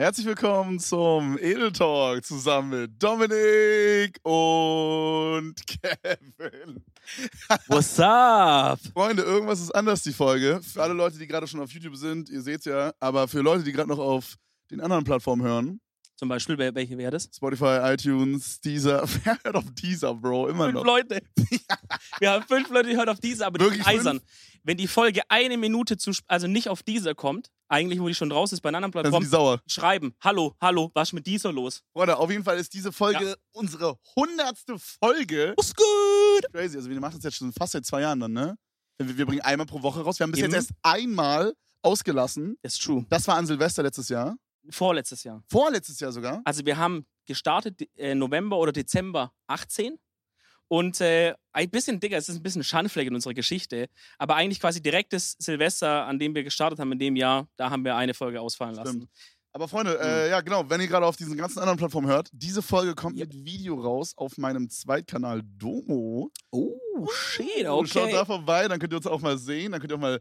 Herzlich willkommen zum Edel Talk zusammen mit Dominik und Kevin. What's up? Freunde, irgendwas ist anders die Folge. Für alle Leute, die gerade schon auf YouTube sind, ihr seht's ja, aber für Leute, die gerade noch auf den anderen Plattformen hören, Zum Beispiel, wel- welche wäre das? Spotify, iTunes, Deezer, wer hört auf Deezer, Bro? Immer Fünf noch. Leute. Wir haben fünf Leute, die hören auf diese, aber die Wirklich sind eisern. Wenn die Folge eine Minute zu, sp- also nicht auf dieser kommt, eigentlich, wo die schon raus ist, bei einer anderen Dann sind die Plattform, sauer. schreiben, hallo, hallo, was ist mit dieser los? Freunde, auf jeden Fall ist diese Folge unsere hundertste Folge. Ist gut. Crazy, also wir machen das jetzt schon fast seit zwei Jahren dann, ne? Wir, wir bringen einmal pro Woche raus. Wir haben bis Eben. jetzt erst einmal ausgelassen. That's true. Das war an Silvester letztes Jahr. Vorletztes Jahr. Vorletztes Jahr sogar. Also wir haben gestartet äh, November oder Dezember 18 und äh, ein bisschen, Digga, es ist ein bisschen Schandfleck in unserer Geschichte, aber eigentlich quasi direktes Silvester, an dem wir gestartet haben in dem Jahr, da haben wir eine Folge ausfallen lassen. Aber Freunde, äh, ja genau, wenn ihr gerade auf diesen ganzen anderen Plattformen hört, diese Folge kommt Hm. Ja. mit Video raus auf meinem Zweitkanal Domo. Oh, shit, Und schaut okay. da vorbei, dann könnt ihr uns auch mal sehen, dann könnt ihr auch mal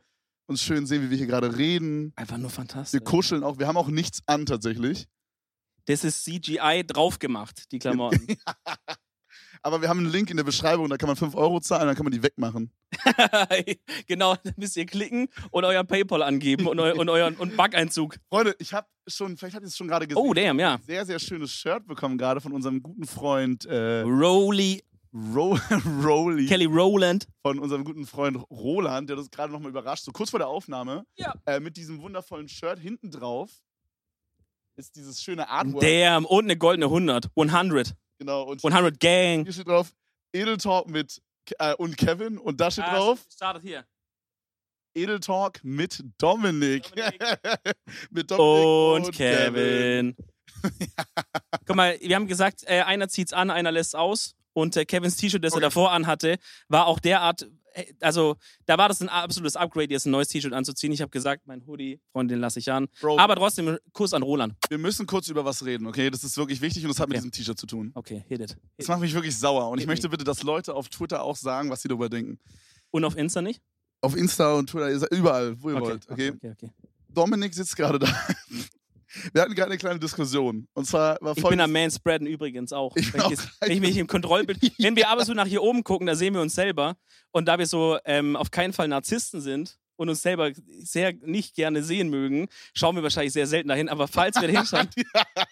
uns schön sehen, wie wir hier gerade reden. Einfach nur Wir fantastisch. kuscheln auch, wir haben auch nichts an tatsächlich. Das ist CGI drauf gemacht, die Klamotten. Aber wir haben einen Link in der Beschreibung, da kann man 5 Euro zahlen, dann kann man die wegmachen. genau, da müsst ihr klicken und euer PayPal angeben und, eu und euren und Backeinzug. Freunde, ich habe schon, vielleicht habt ihr es schon gerade gesehen, Oh, damn, ja. sehr, sehr schönes Shirt bekommen gerade von unserem guten Freund äh, Rowley, Ro Rowley. Kelly Rowland. von unserem guten Freund Roland, der uns gerade nochmal überrascht, so kurz vor der Aufnahme, Ja. äh, mit diesem wundervollen Shirt hinten drauf ist dieses schöne Artwork. Damn, und eine goldene 100. 100. genau, und 100 Gang. hier steht drauf Edel Talk mit Ke- äh, und Kevin und da steht Ah, drauf Startet hier. Edel Talk mit Dominik. Dominik. mit Dominik Und Kevin. Guck mal, wir haben gesagt, äh, einer zieht's an, einer lässt's aus. Und äh, Kevins T-Shirt, das Okay. er davor anhatte, war auch derart, äh, also da war das ein absolutes Upgrade, jetzt ein neues T-Shirt anzuziehen. Ich habe gesagt, mein Hoodie, Freund, den lasse ich an. Bro, Aber trotzdem, Kuss an Roland. wir müssen kurz über was reden, okay? Das ist wirklich wichtig und das hat mit Okay. diesem T-Shirt zu tun. Okay, hit it. Das macht mich wirklich sauer und ich Hit möchte bitte, dass Leute auf Twitter auch sagen, was sie darüber denken. Und auf Insta nicht? Auf Insta und Twitter, ihr seid überall, wo ihr wollt, okay? okay, okay, okay. Dominik sitzt gerade da. Wir hatten gerade eine kleine Diskussion. Und zwar war Ich bin am folgendes. Manspreaden übrigens auch. Ich wenn, auch. ich, wenn ich mich im Kontrollbild. Wenn wir aber so nach hier oben gucken, da sehen wir uns selber. Und da wir so ähm, auf keinen Fall Narzissten sind und uns selber sehr nicht gerne sehen mögen, schauen wir wahrscheinlich sehr selten dahin. Aber falls wir da hinschauen,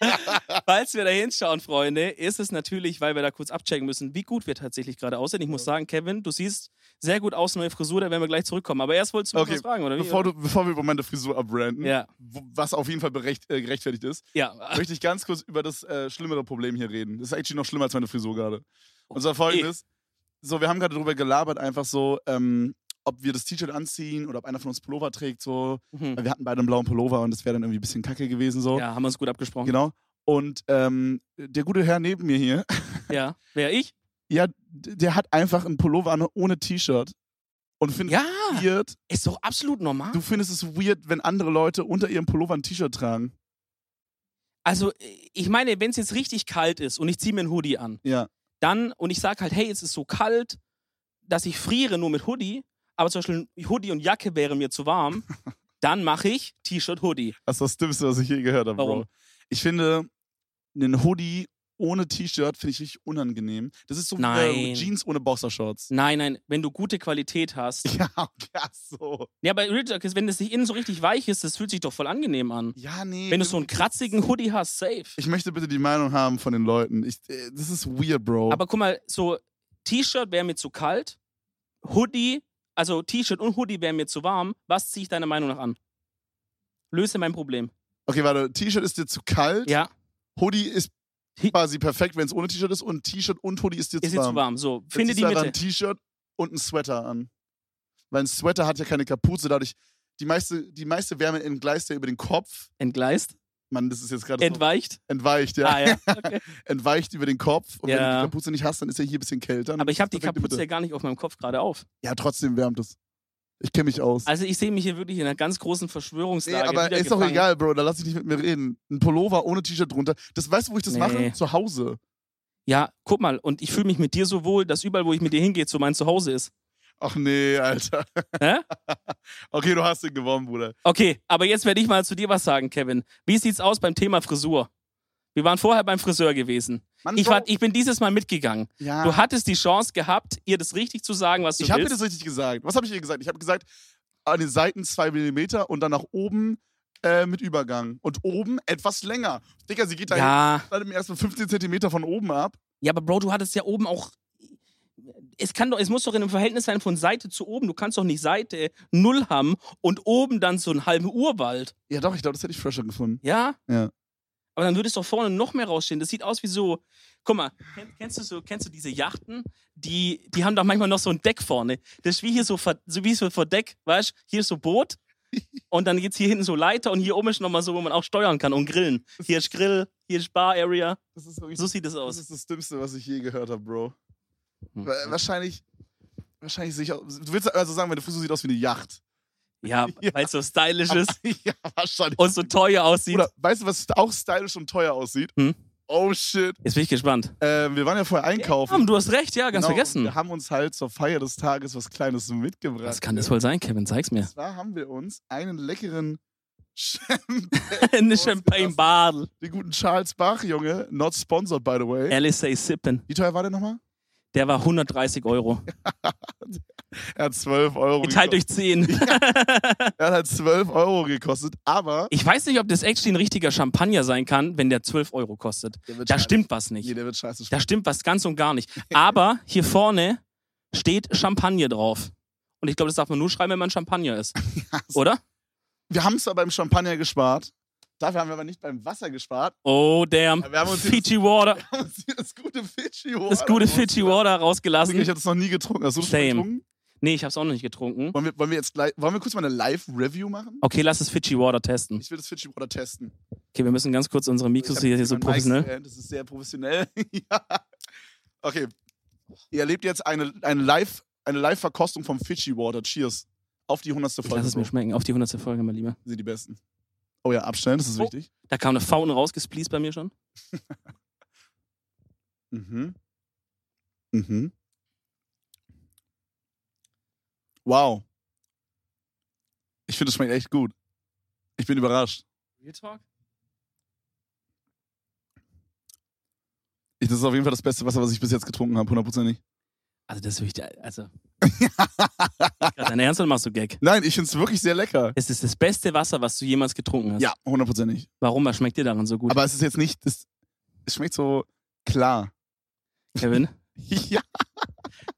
falls wir da hinschauen, Freunde, ist es natürlich, weil wir da kurz abchecken müssen, wie gut wir tatsächlich gerade aussehen. Ich muss sagen, Kevin, du siehst sehr gut aus, neue Frisur, da werden wir gleich zurückkommen. Aber erst wolltest du Okay, mich was fragen, oder wie? Bevor, du, bevor wir über meine Frisur abranden, ja, Ah. wo- was auf jeden Fall berecht, äh, gerechtfertigt ist, ja. möchte ich ganz kurz über das äh, schlimmere Problem hier reden. Das ist eigentlich noch schlimmer als meine Frisur gerade. Und zwar folgendes. So, wir haben gerade darüber gelabert, einfach so, ähm, ob wir das T-Shirt anziehen oder ob einer von uns Pullover trägt. So. Mhm. Wir hatten beide einen blauen Pullover und das wäre dann irgendwie ein bisschen kacke gewesen. So. Ja, haben wir uns gut abgesprochen. Genau. Und ähm, der gute Herr neben mir hier Ja, wer ich? Ja, d- der hat einfach einen Pullover an ohne T-Shirt und findet Ja, es weird. ist doch absolut normal. Du findest es weird, wenn andere Leute unter ihrem Pullover ein T-Shirt tragen. Also, ich meine, wenn es jetzt richtig kalt ist und ich ziehe mir einen Hoodie an, Ja. dann und ich sage halt, hey, es ist so kalt, dass ich friere nur mit Hoodie, aber zum Beispiel Hoodie und Jacke wäre mir zu warm, dann mache ich T-Shirt, Hoodie. Das ist das Dümmste, was ich je gehört habe, Bro. Warum? Ich finde, einen Hoodie ohne T-Shirt finde ich richtig unangenehm. Das ist so wie äh, Nein. Jeans ohne Boxershorts. Nein, nein, wenn du gute Qualität hast. Ja, okay, ach so. Ja, bei Richard, wenn das nicht innen so richtig weich ist, das fühlt sich doch voll angenehm an. Ja, nee. Wenn du so einen kratzigen Hoodie hast, safe. Ich möchte bitte die Meinung haben von den Leuten. Ich, äh, das ist weird, Bro. Aber guck mal, so T-Shirt wäre mir zu kalt, Hoodie, also T-Shirt und Hoodie wären mir zu warm. Was ziehe ich deiner Meinung nach an? Löse mein Problem. okay, warte. T-Shirt ist dir zu kalt. Ja, Hoodie ist Hi- quasi perfekt, wenn es ohne T-Shirt ist. Und T-Shirt und Hoodie ist dir ist zu jetzt warm. zu warm. So, Dann finde ziehst die du einfach Mitte. ein T-Shirt und ein Sweater an. Weil ein Sweater hat ja keine Kapuze, dadurch die meiste, die meiste Wärme entgleist ja über den Kopf. Entgleist, Mann, das ist jetzt gerade so entweicht. entweicht, ja. Ah, ja. Okay. Entweicht über den Kopf. Und wenn du Ja. die Kapuze nicht hast, dann ist er hier ein bisschen kälter. Aber ich habe die Perfekte Kapuze Mitte. ja gar nicht auf meinem Kopf gerade auf. Ja, trotzdem wärmt es. Ich kenne mich aus. Also ich sehe mich hier wirklich in einer ganz großen Nee, Verschwörungslage. aber ist doch wiedergefangen. egal, Bro, da lass ich nicht mit mir reden. Ein Pullover ohne T-Shirt drunter. Das weißt du, wo ich das Nee. mache? Zu Hause. Ja, guck mal, und ich fühle mich mit dir so wohl, dass überall, wo ich mit dir hingehe, so mein Zuhause ist. Ach nee, Alter. Hä? Okay, du hast ihn gewonnen, Bruder. Okay, aber jetzt werde ich mal zu dir was sagen, Kevin. Wie sieht's aus beim Thema Frisur? Wir waren vorher beim Friseur gewesen. Mann, Ich, Bro, war, ich bin dieses Mal mitgegangen. ja. Du hattest die Chance gehabt, ihr das richtig zu sagen, was du Ah. Ich habe ihr willst. das richtig gesagt. Was habe ich ihr gesagt? Ich habe gesagt, an den Seiten 2 mm und dann nach oben äh, mit Übergang. Und oben etwas länger. Digga, sie geht da ja, dann im ersten 15 cm von oben ab. ja, aber Bro, du hattest ja oben auch. Es, kann doch, es muss doch in einem Verhältnis sein von Seite zu oben. Du kannst doch nicht Seite null haben und oben dann so einen halben Urwald. Ja, doch, ich glaube, das hätte ich fresher gefunden. Ja? Ja. Aber dann würde es doch vorne noch mehr rausstehen. Das sieht aus wie so. Guck mal, kenn- kennst du, so, kennst du diese Yachten? Die, die haben doch manchmal noch so ein Deck vorne. Das ist wie hier so, ver, so wie so Verdeck, weißt Hier ist so Boot und dann geht's hier hinten so Leiter und hier oben ist nochmal so, wo man auch steuern kann und grillen. Hier ist Grill, hier ist Bar Area. Das ist wirklich So sieht es das, aus. ist das Dümmste, was ich je gehört habe, Bro. Wa- Wahrscheinlich. Wahrscheinlich sehe ich auch. Du willst also sagen, meine Frisur sieht aus wie eine Yacht. Ja, Ja. weil es so stylisch ist ja, wahrscheinlich. und so teuer aussieht. Oder weißt du, was auch stylisch und teuer aussieht? Hm? Oh shit. Jetzt bin ich gespannt. Ähm, wir waren ja vorher einkaufen. Ja, du hast recht, ja, ganz Genau, und vergessen. Wir haben uns halt zur Feier des Tages was Kleines mitgebracht. Was kann das wohl sein, Kevin? Zeig's mir. Und zwar haben wir uns einen leckeren, Sch- Eine Ausgelassen. Champagne-Badel. den guten Charles Bach, Junge, not sponsored by the way. Alice Sippen. Wie teuer war der nochmal? Der war 130 Euro. Er hat 12 Euro Geteilt gekostet. durch 10. Er hat halt 12 Euro gekostet, aber. Ich weiß nicht, ob das actually ein richtiger Champagner sein kann, wenn der 12 Euro kostet. Der wird Da scheiße. stimmt was Nee, nicht. der wird scheiße. Da stimmt was ganz und gar nicht. Aber hier vorne steht Champagner drauf. Und ich glaube, das darf man nur schreiben, wenn man Champagner ist. Oder? Wir haben zwar beim Champagner gespart, dafür haben wir aber nicht beim Wasser gespart. Oh, damn. Ja, wir haben uns jetzt- Fiji Water. Wir haben uns hier das gute Fidschi Water. Das gute rausgemacht. Fiji Water Digga, Ich rausgelassen. habe das noch nie getrunken. Hast du das schon Same. getrunken? Nee, ich hab's auch noch nicht getrunken. Wollen wir, wollen wir jetzt gleich, wollen wir kurz mal eine Live-Review machen? Okay, lass das Fiji Water testen. Ich will das Fidschi Water testen. Okay, wir müssen ganz kurz unsere Ich Mikros hab hier, hier so mein Mic professionell. stand, Das ist sehr professionell. ja. Okay. Ihr erlebt jetzt eine, eine Live- eine Live-Verkostung vom Fidschi Water. Cheers. Auf die 100. Ich lass Folge. es mir Bro. schmecken. Auf die 100. Folge, mein Lieber. Sie die besten. Oh ja, abstellen, das ist Oh. wichtig. Da kam eine Faune rausgespleased bei mir schon. Mhm. Mhm. Wow. Ich finde, es schmeckt echt gut. Ich bin überrascht. Real Talk? Ich, das ist auf jeden Fall das beste Wasser, was ich bis jetzt getrunken habe, hundertprozentig. Also das ist wirklich, der- also. Grad Dein Ernst oder machst du Gag? Nein, ich finde es wirklich sehr lecker. Es ist das beste Wasser, was du jemals getrunken hast. Ja, hundertprozentig. Warum? Was schmeckt dir daran so gut, Aber es ist jetzt nicht, es, es schmeckt so klar. Kevin? Ja,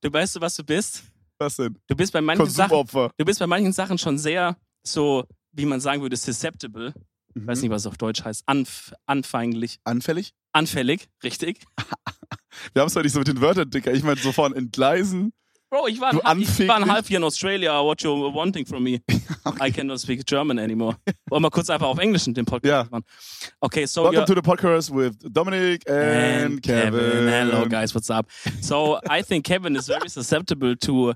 Du weißt du, was du bist? was denn? Du bist bei manchen Sachen, Konsumopfer. du bist bei manchen Sachen schon sehr so, wie man sagen würde, susceptible. Ich weiß nicht, was es auf Deutsch heißt. Anf anfeindlich. Mhm. Anfällig? Anfällig, richtig? Wir haben es heute nicht so mit den Wörtern, Dicker. Ich meine, so von entgleisen. Bro, ich war, Du ein- ich war ein anfänglich? halb Jahr in Australia. What you wanting from me? I cannot speak German anymore. Wollen wir kurz einfach auf Englisch den Podcast Ja. machen? Okay, so Welcome you're- to the podcast with Dominic and, Kevin. Hello, guys. What's up? So I think Kevin is very susceptible to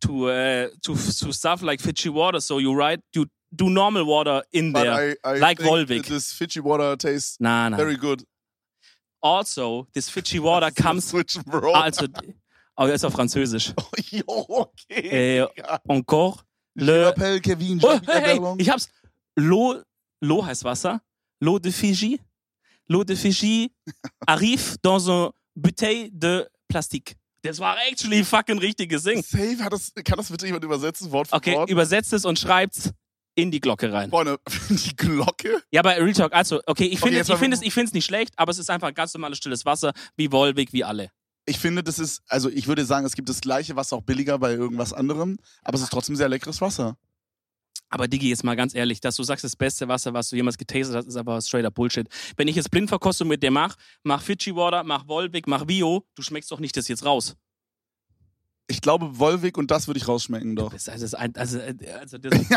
to uh, to to stuff like Fiji water. So you right, you do normal water in But there. I, I Like think Volvic. This Fidschi water tastes nah, nah. very good. also, this Fiji water comes. Switch, bro. Also, oh, jetzt auf Französisch. Jo, okay. Äh, Digga. encore le. Appell, Kevin. Oh, hey, hey, ich hab's. L'eau, l'eau heißt Wasser. L'eau de Fiji. L'eau de Fiji arrive dans une bouteille de plastique. Das war actually fucking richtiges Ding. Safe, hat das, kann das bitte jemand übersetzen? Wort für Okay, Wort? übersetzt es und schreibt's in die Glocke rein. Freunde, die Glocke. Ja, bei Real Talk, also, okay, ich Okay, finde jetzt es, ich mal- find es, ich find's nicht schlecht, aber es ist einfach ganz normales stilles Wasser, wie Wolwig, wie alle. Ich finde, das ist, also ich würde sagen, es gibt das gleiche Wasser auch billiger bei irgendwas anderem, aber es ist trotzdem sehr leckeres Wasser. Aber Digi, jetzt mal ganz ehrlich, dass du sagst, das beste Wasser, was du jemals getastet hast, ist einfach straight up Bullshit. Wenn ich jetzt Blindverkostung mit dir mach, mach Fidschi Water, mach Wolwig, mach Bio, du schmeckst doch nicht das jetzt raus. Ich glaube, Wolwig und das würde ich rausschmecken, doch. Das, also, das, ein- also, äh, also, das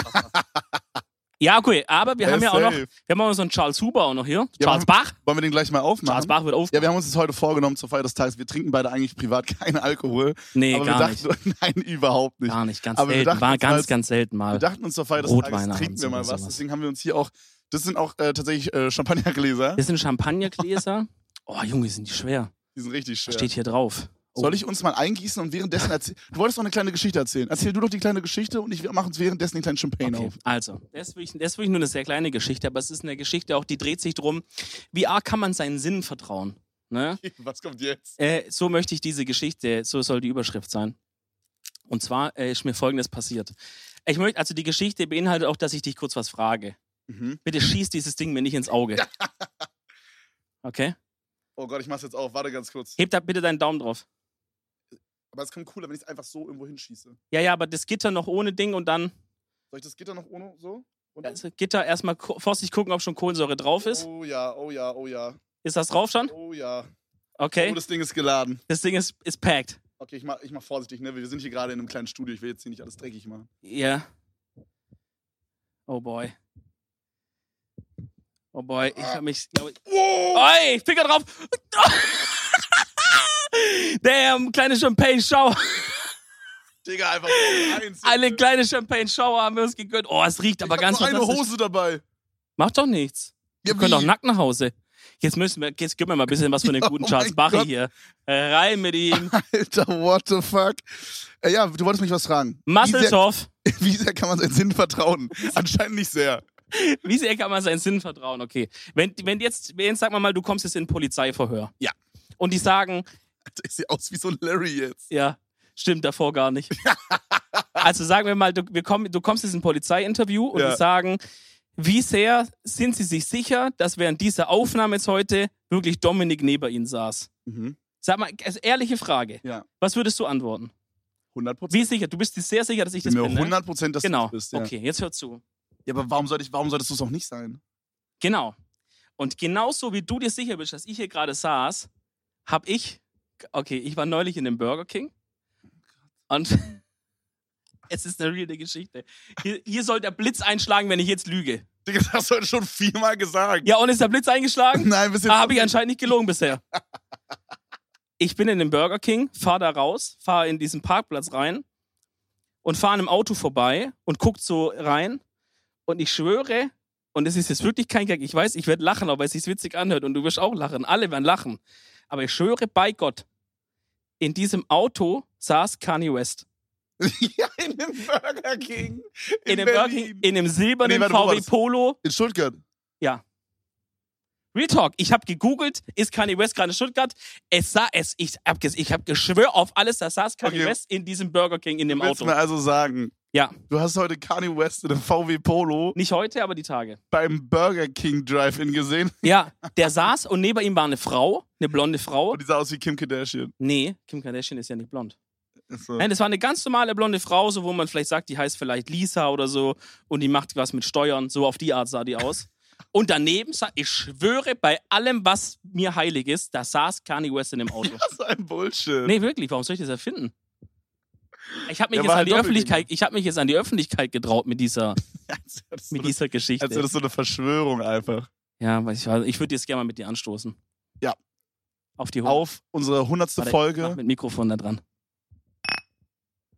Ja, okay, aber wir Ja, haben ja auch noch, safe. wir haben auch noch so einen Charles Huber auch noch hier. Ja, Charles Bach? Wollen wir den gleich mal Charles aufmachen? Bach wird auf. Ja, wir haben uns das heute vorgenommen zur Feier des Tages. Wir trinken beide eigentlich privat keinen Alkohol. Nee, aber wir gar nicht. dachten, nein, überhaupt nicht. Gar nicht, ganz Aber wir selten. dachten War uns ganz, als- ganz selten mal. Wir dachten uns zur Feier des Rotwein Tages trinken abends wir mal oder was. sowas. Deswegen haben wir uns hier auch, das sind auch äh, tatsächlich äh, Champagnergläser. Das sind Champagnergläser. Oh, Junge, sind die schwer. Die sind richtig schwer. Steht hier drauf. Oh, Soll ich uns mal eingießen und währenddessen erzählen? Du wolltest doch eine kleine Geschichte erzählen. Erzähl du doch die kleine Geschichte und ich mache uns währenddessen den kleinen Champagne Okay, auf. also, das ist, wirklich, das ist wirklich nur eine sehr kleine Geschichte, aber es ist eine Geschichte auch, die dreht sich drum, wie arg kann man seinen Sinnen vertrauen? Ne? Was kommt jetzt? Äh, so möchte ich diese Geschichte, so soll die Überschrift sein. Und zwar äh, ist mir folgendes passiert. Ich möchte, also die Geschichte beinhaltet auch, dass ich dich kurz was frage. Mhm. Bitte schieß dieses Ding mir nicht ins Auge. Okay? Oh Gott, ich mach's jetzt auf. Warte ganz kurz. Heb da bitte deinen Daumen drauf. Aber es kommt cooler, wenn ich es einfach so irgendwo hinschieße. Soll Ja, ja, aber das Gitter noch ohne Ding und dann ich das Gitter noch ohne so? Und das Gitter erstmal ko- vorsichtig gucken, ob schon Kohlensäure drauf ist. Oh ja, oh ja, oh ja. Ist das drauf schon? Oh ja. Oh, Okay. das Ding ist geladen. Das Ding ist, ist packed. Okay, ich mach, ich mach vorsichtig, ne? Wir sind hier gerade in einem kleinen Studio. Ich will jetzt hier nicht alles dreckig machen. Ja. Oh boy. Oh boy, ich hab mich, glaub Oh, ich. Wow! Oi, Finger drauf! Damn, kleine Champagne-Shower. Digga, einfach so eins. Alle kleine Champagne-Shower haben wir uns gegönnt. Oh, es riecht aber ich ganz hab nur eine fantastisch. Hose dabei. Macht doch nichts. Ja, Wir können doch wie? nackt nach Hause. Jetzt müssen wir, jetzt gib mir mal ein bisschen was von den Ja, guten oh Charles mein Barry Gott. hier. Äh, Rein mit ihm. Alter, what the fuck? Äh, ja, du wolltest mich was fragen. wie, sehr, Muscletorf. wie sehr kann man seinen Sinn vertrauen? Anscheinend nicht sehr. Wie sehr kann man seinen Sinn vertrauen? Okay. Wenn, wenn jetzt, wenn jetzt sagen wir mal, du kommst jetzt in ein Polizeiverhör. Ja. Und die sagen, Alter, ich sehe aus wie so ein Larry jetzt. Ja, stimmt davor gar nicht. also sagen wir mal, du, wir kommen, du kommst jetzt in ein Polizeiinterview und Ja. die sagen, wie sehr sind sie sich sicher, dass während dieser Aufnahme jetzt heute wirklich Dominik neben ihnen saß? Mhm. Sag mal, also ehrliche Frage. Ja. Was würdest du antworten? 100 Prozent. Wie sicher? Du bist dir sehr sicher, dass ich Ich bin das mir bin. Ne? 100 Prozent, dass Genau. du das bist. Ja. Okay, jetzt hör zu. ja, aber warum, sollte ich, warum solltest du es auch nicht sein? Genau. Und genauso wie du dir sicher bist, dass ich hier gerade saß, hab ich, okay, ich war neulich in dem Burger King und es ist eine reale Geschichte. Hier, hier soll der Blitz einschlagen, wenn ich jetzt lüge. Digga, das hast du heute schon viermal gesagt. Ja, und ist der Blitz eingeschlagen? Nein, bis jetzt. Da habe ich anscheinend nicht gelogen bisher. Ich bin in dem Burger King, fahr da raus, fahr in diesen Parkplatz rein und fahr an einem Auto vorbei und guckt so rein. Und ich schwöre, und es ist jetzt wirklich kein Gag, ich weiß, ich werde lachen, aber es sich witzig anhört und du wirst auch lachen, alle werden lachen. Aber ich schwöre bei Gott, in diesem Auto saß Kanye West. ja, in dem Burger King. In, In, dem Burger King, Berlin. in dem silbernen Nee, warte, wo war VW das? Polo. In Stuttgart. Real Talk, ich habe gegoogelt, ist Kanye West gerade in Stuttgart? Es sah es, ich habe ich hab geschwör auf alles, da saß Kanye Okay. West in diesem Burger King in dem Willst du Auto. mir also sagen, Ja, du hast heute Kanye West in einem VW Polo nicht heute, aber die Tage. beim Burger King Drive-In gesehen Ja, der saß und neben ihm war eine Frau, eine blonde Frau. und die sah aus wie Kim Kardashian. Nee, Kim Kardashian ist ja nicht blond. So. Nein, das war eine ganz normale blonde Frau, so wo man vielleicht sagt, die heißt vielleicht Lisa oder so und die macht was mit Steuern, so auf die Art sah die aus. Und daneben, sa- ich schwöre bei allem, was mir heilig ist, da saß Kanye West in dem Auto. Was ein Bullshit. Nee, wirklich, warum soll ich das erfinden? Ich habe mich, Der jetzt war an halt die Doppelgänger. Öffentlichkeit- ich hab mich jetzt an die Öffentlichkeit getraut mit dieser, Als wäre das, so mit eine- dieser Geschichte. als wäre das so eine Verschwörung einfach. ja, weiß ich, was, ich würde jetzt gerne mal mit dir anstoßen. Ja. Auf die Hunde. Auf unsere hundertste Warte, Folge. Mach mit Mikrofon da dran.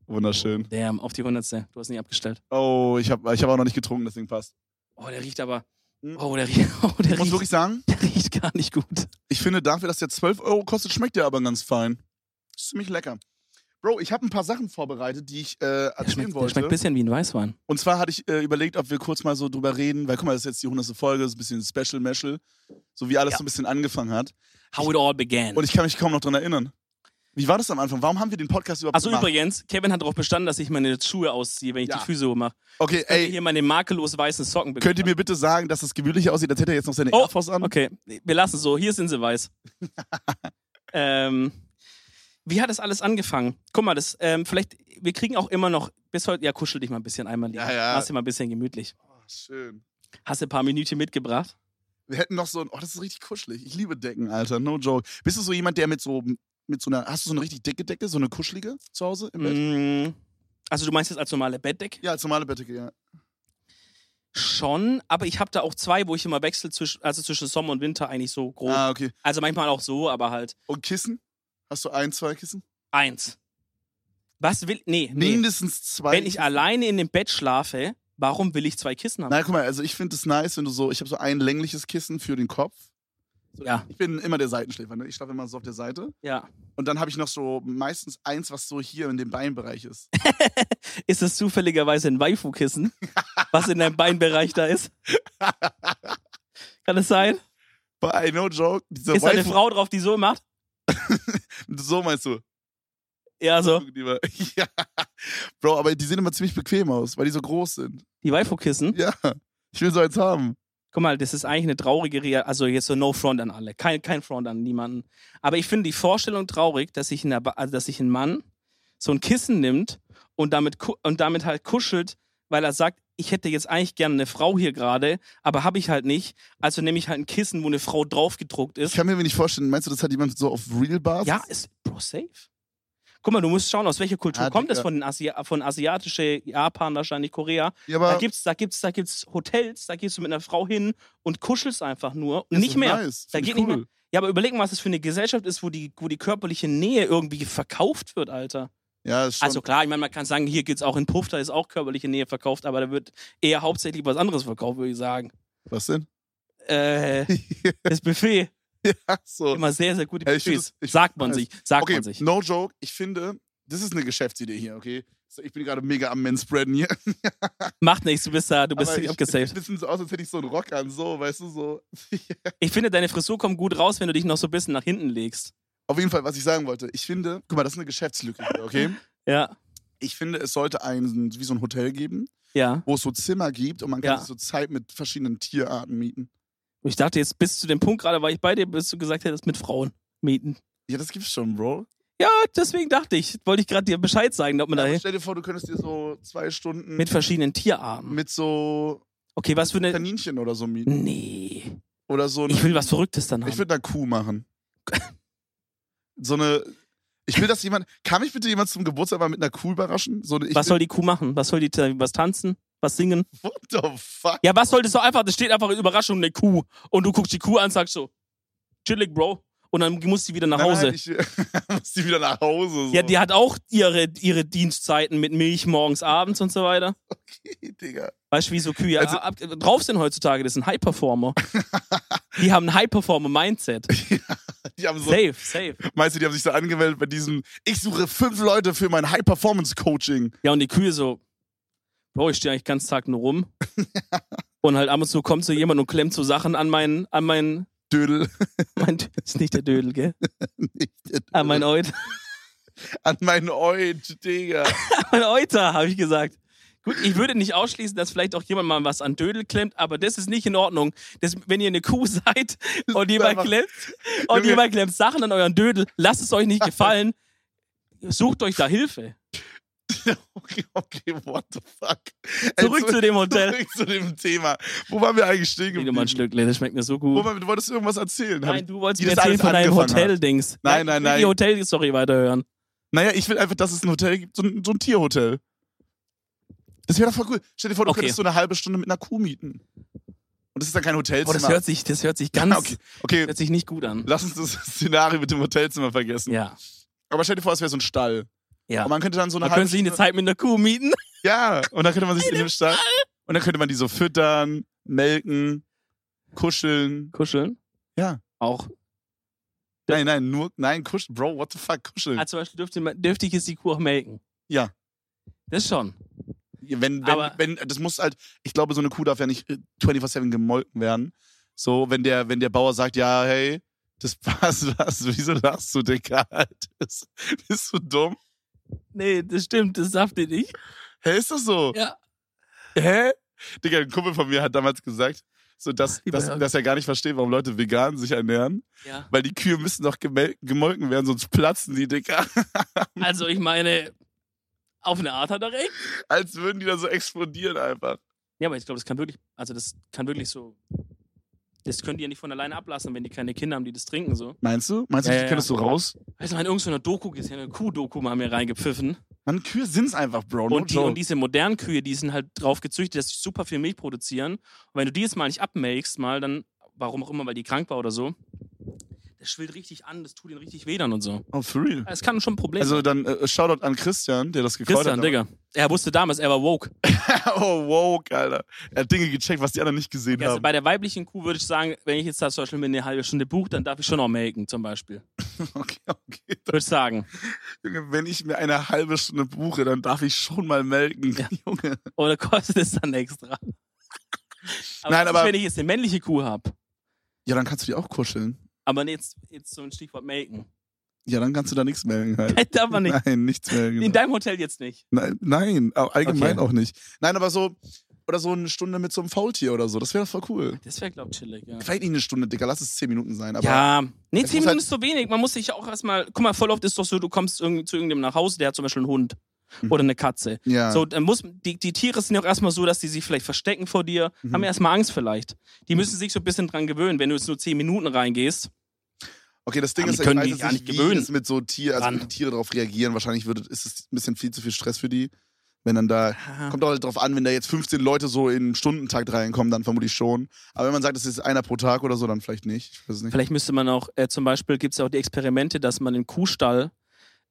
Wunderschön. Damn, auf die hundertste. Du hast nicht abgestellt. Oh, ich habe ich hab auch noch nicht getrunken, deswegen passt. Oh, der riecht aber. Hm. Oh, der riecht, oh, der Ich muss wirklich riecht, sagen, der riecht gar nicht gut. ich finde dafür, dass der 12 Euro kostet, schmeckt der aber ganz fein. Ist ziemlich lecker. Bro, ich habe ein paar Sachen vorbereitet, die ich äh, Der erzählen schmeckt, der wollte. schmeckt ein bisschen wie ein Weißwein. Und zwar hatte ich äh, überlegt, ob wir kurz mal so drüber reden, weil guck mal, das ist jetzt die 100. Folge, das ist ein bisschen Special Meshel, so wie alles Ja. so ein bisschen angefangen hat. How it all began. Und ich kann mich kaum noch dran erinnern. Wie war das am Anfang? Warum haben wir den Podcast überhaupt Also gemacht? übrigens, Kevin hat darauf bestanden, dass ich meine Schuhe ausziehe, wenn ich Ja. die Füße mache. okay, Ey. ey, Hier meine makellos weißen Socken bekommen. könnt ihr mir bitte sagen, dass es gemütlich aussieht, als hätte er jetzt noch seine Oh, Air Force an? Okay, wir lassen so. Hier sind sie weiß. ähm, wie hat das alles angefangen? Guck mal, das, ähm, vielleicht, wir kriegen auch immer noch bis heute. Ja, kuschel dich mal ein bisschen einmal. Lieber. Ja, ja. Mach's dir mal ein bisschen gemütlich. Oh, schön. Hast du ein paar Minütchen mitgebracht? Wir hätten noch so ein, oh, das ist richtig kuschelig. Ich liebe Decken, Alter, no joke. Bist du so jemand, der mit so, mit so einer, hast du so eine richtig dicke Decke, so eine kuschelige zu Hause im Bett? Mm, also, du meinst jetzt als normale Bettdecke? Ja, als normale Bettdecke, ja. Schon, aber ich habe da auch zwei, wo ich immer wechsle, zwischen, also zwischen Sommer und Winter eigentlich so grob. Ah, okay. Also manchmal auch so, aber halt Und Kissen? Hast du ein, zwei Kissen? eins. Was will. Nee, nee. Mindestens zwei. Wenn ich alleine in dem Bett schlafe, warum will ich zwei Kissen haben? Nein, guck mal, also ich finde es nice, wenn du so, ich habe so ein längliches Kissen für den Kopf Ja, Ich bin immer der Seitenschläfer, ne? Ich schlafe immer so auf der Seite. ja. Und dann habe ich noch so meistens eins, was so hier in dem Beinbereich ist. Ist es zufälligerweise ein Waifu-Kissen, was in deinem Beinbereich da ist? Kann es sein? Bei No Joke, diese Ist da eine Waifu- Frau drauf, die so macht? So meinst du. Ja, so. Lieber. Ja. Bro, aber die sehen immer ziemlich bequem aus, weil die so groß sind. Die Waifu-Kissen. Ja. Ich will so eins haben. Guck mal, das ist eigentlich eine traurige Real. Also jetzt so no front an alle. Kein, kein front an niemanden. Aber ich finde die Vorstellung traurig, dass sich, in der Ba- also dass sich ein Mann so ein Kissen nimmt und damit, ku- und damit halt kuschelt, weil er sagt, ich hätte jetzt eigentlich gerne eine Frau hier gerade, aber habe ich halt nicht. Also nehme ich halt ein Kissen, wo eine Frau draufgedruckt Ich ist. kann mir nicht vorstellen, meinst du, das hat jemand so auf Real Bars? Ja, ist Bro safe. Guck mal, du musst schauen, aus welcher Kultur Ah, kommt Digga. das von, den Asi von asiatische Japan, wahrscheinlich Korea. Ja, Da aber gibt's, da gibt's, da gibt's Hotels, da gehst du mit einer Frau hin und kuschelst einfach nur. ist nicht doch mehr. Nice. Da Find ich geht nicht cool. mehr. Ja, aber überleg mal, was das für eine Gesellschaft ist, wo die, wo die körperliche Nähe irgendwie verkauft wird, Alter. Ja, ist schon. Also klar, ich meine, man kann sagen, hier geht's auch in Puff, da ist auch körperliche Nähe verkauft, aber da wird eher hauptsächlich was anderes verkauft, würde ich sagen. was denn? Äh, das Buffet, Ach so. immer sehr, sehr gute Ja, ich find Buffets. das- ich- sagt man nice. sich, sagt Okay, man sich. no joke. Ich finde, das ist eine Geschäftsidee hier, okay? So, Ich bin gerade mega am Manspreaden hier. Macht nichts, du bist da, du bist Aber ich- abgesaved. Bisschen so aus, als hätte ich so einen Rock an, so, weißt du, so. Ich finde, deine Frisur kommt gut raus, wenn du dich noch so ein bisschen nach hinten legst. Auf jeden Fall, was ich sagen wollte. Ich finde, guck mal, das ist eine Geschäftslücke, hier, okay? Ja, Ich finde, es sollte ein, wie so ein Hotel geben, ja. wo es so Zimmer gibt und man kann Ja. sich so Zeit mit verschiedenen Tierarten mieten. Und ich dachte jetzt bis zu dem Punkt gerade, war ich bei dir, bis du gesagt hättest, mit Frauen mieten. Ja, das gibt's schon, Bro. Ja, deswegen dachte ich, wollte ich gerade dir Bescheid sagen, ob man Ja, da aber stell dir vor, du könntest dir so zwei Stunden mit verschiedenen Tierarten. mit so okay, was für eine. Kaninchen oder so mieten. Nee. Oder so Ich will was Verrücktes dann haben. Ich würde eine Kuh machen. so eine. Ich will, dass jemand. Kann mich bitte jemand zum Geburtstag mal mit einer Kuh überraschen? So eine, ich was will, soll die Kuh machen? Was soll die ta- was tanzen? Was singen? What the fuck? Ja, was soll das so einfach? Das steht einfach in Überraschung eine Kuh. Und du guckst die Kuh an, sagst so, chillig, Bro. Und dann muss sie wieder nach Nein, Hause. Nein, ich muss die wieder nach Hause. So. Ja, die hat auch ihre, ihre Dienstzeiten mit Milch morgens, abends und so weiter. Okay, Digga. Weißt du, wie so Kühe Also- ab, drauf sind heutzutage? Das sind High-Performer. die haben ein High-Performer-Mindset. Die haben so, Safe, safe. meinst du, die haben sich so angemeldet bei diesem, ich suche fünf Leute für mein High-Performance-Coaching. Ja, und die Kühe so, Bro, ich stehe eigentlich den ganzen Tag nur rum. und halt ab und zu kommt so jemand und klemmt so Sachen an meinen, an meinen, Dödel. mein, ist nicht der Dödel, gell? An meinen Euter. An meinen Eut, Digga. An meinen Euter, habe ich gesagt. Gut, ich würde nicht ausschließen, dass vielleicht auch jemand mal was an Dödel klemmt, aber das ist nicht in Ordnung. Das, wenn ihr eine Kuh seid und jemand einfach- klemmt, und Junge. jemand klemmt Sachen an euren Dödel, lasst es euch nicht gefallen. Sucht euch da Hilfe. Okay, okay, what the fuck. Ey, Zurück zu dem Hotel. Zurück zu dem Thema. Wo waren wir eigentlich stehen Nimm dir mal geblieben? ein Stück, Lene, das schmeckt mir so Wo gut. waren, du wolltest irgendwas erzählen. hab ich- Nein, du wolltest die mir das erzählen alles von deinem angefangen hat. Hotel-Dings. Nein, nein, Ich will nein. die Hotel-Story weiterhören. Naja, ich will einfach, dass es ein Hotel gibt, so ein, so ein Tierhotel. Das wäre doch voll cool. Stell dir vor, du Okay. könntest so eine halbe Stunde mit einer Kuh mieten. Und das ist dann kein Boah, Hotelzimmer. Oh, das hört sich, das hört sich ganz, okay, okay, hört sich nicht gut an. lass uns das Szenario mit dem Hotelzimmer vergessen. Ja, Aber stell dir vor, es wäre so ein Stall. ja. Und man könnte dann so eine Man halbe könnte sich eine Stunde... Zeit mit einer Kuh mieten. Ja, und dann könnte man sich in dem Stall... Und dann könnte man die so füttern, melken, kuscheln. Kuscheln. Ja. Auch. Nein, nein, nur... Nein, kuscheln. Bro, what the fuck, kuscheln. Ah, zum Beispiel dürfte, man- dürfte ich jetzt die Kuh auch melken. Ja. Das schon. Wenn, wenn, Aber- wenn, das muss halt, ich glaube, so eine Kuh darf ja nicht äh, 24-7 gemolken werden. So, wenn der, wenn der Bauer sagt, ja, hey, das passt, was, wieso lachst du, Digga? Alter? Das- Bist du dumm? Nee, das stimmt, das darf die nicht. Hä, ist das so? Ja. Hä? Digga, ein Kumpel von mir hat damals gesagt, so dass, Ach, dass, überhaupt. dass er gar nicht versteht, warum Leute vegan sich ernähren, Ja. weil die Kühe müssen doch gemel- gemolken werden, sonst platzen die, Digga. Also, ich meine, auf eine Art hat er recht. Als würden die da so explodieren einfach. Ja, aber ich glaube, das kann wirklich, also das kann wirklich so. Das können die ja nicht von alleine ablassen, wenn die keine Kinder haben, die das trinken so. Also, Meinst du? Meinst du, Ja, die ja, können das so ja. raus? Weißt du, mal in irgendeiner Doku gesehen, eine Kuh-Doku mal haben wir reingepfiffen. Mann, Kühe sind's einfach, Bro. No und, die, joke. und diese modernen Kühe, die sind halt drauf gezüchtet, dass sie super viel Milch produzieren. Und wenn du die jetzt mal nicht abmelkst, mal dann, warum auch immer, weil die krank war oder so, das schwillt richtig an, das tut den richtig weh dann und so. Oh, for real. Es kann schon ein Problem sein. Also dann äh, Shoutout an Christian, der das gecallt Christian, hat. Digga. Er wusste damals, er war woke. oh, wow, Alter. Er hat Dinge gecheckt, was die anderen nicht gesehen Also haben. bei der weiblichen Kuh würde ich sagen, wenn ich jetzt da zum Beispiel mit eine halbe Stunde buche, dann darf ich schon noch melken, zum Beispiel. Okay, okay. Würde ich sagen. Junge, wenn ich mir eine halbe Stunde buche, dann darf ich schon mal melken. Ja. Junge. Oder kostet es dann extra? Aber Nein, was ist, aber- wenn ich jetzt eine männliche Kuh habe, Ja, dann kannst du die auch kuscheln. aber jetzt, jetzt so ein Stichwort melken. Ja, dann kannst du da nichts melken halt. Darf man nicht. Nein, nichts melken. In deinem Hotel jetzt nicht. Nein, nein, au- allgemein Okay. auch nicht. Nein, aber so, oder so eine Stunde mit so einem Faultier oder so, das wäre voll cool. Das wäre, glaube ich, chillig, ja. Vielleicht nicht eine Stunde, Digga, lass es 10 Minuten sein. Aber ja, nee, es 10 muss Minuten halt- ist zu wenig. Man muss sich auch erstmal. Guck mal, voll oft ist doch so, du kommst irgend, zu irgendjemandem nach Hause, der hat zum Beispiel einen Hund Mhm. oder eine Katze. ja. So, dann muss, die, die Tiere sind ja auch erstmal so, dass die sich vielleicht verstecken vor dir, Mhm. haben erstmal Angst vielleicht. Die müssen sich so ein bisschen dran gewöhnen, wenn du jetzt nur 10 Minuten reingehst. okay, das Ding Aber ist, die ich können weiß die jetzt gar nicht, nicht wie gewöhnen. es mit so Tier, also wie Dran. die Tiere darauf reagieren. Wahrscheinlich würde, ist es ein bisschen viel zu viel Stress für die, wenn dann da Aha. Kommt auch drauf an, wenn da jetzt 15 Leute so in Stundentakt reinkommen, dann vermutlich schon. Aber wenn man sagt, es ist einer pro Tag oder so, dann vielleicht nicht. Ich weiß es nicht. Vielleicht müsste man auch, äh, zum Beispiel gibt es ja auch die Experimente, dass man im Kuhstall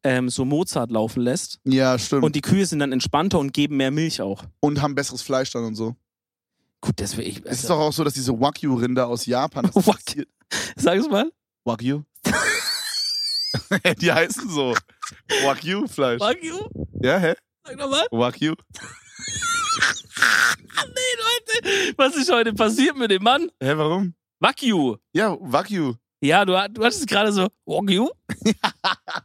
ähm, so Mozart laufen lässt. Ja, stimmt. Und Und, die Kühe sind dann entspannter und geben mehr Milch auch. haben besseres Fleisch dann und so. Gut, das wäre ich. es ist doch auch so, dass diese Wagyu-Rinder aus Japan. das Wagyu. existiert- Sag es mal. Wagyu? die heißen so. Wagyu-Fleisch. Fuck you. Ja, hä? Sag nochmal. Wagyu? Nee, Leute, was ist heute passiert mit dem Mann? Hä, warum? Wagyu. Ja, Wagyu. Ja, du, du hattest gerade so, Wagyu?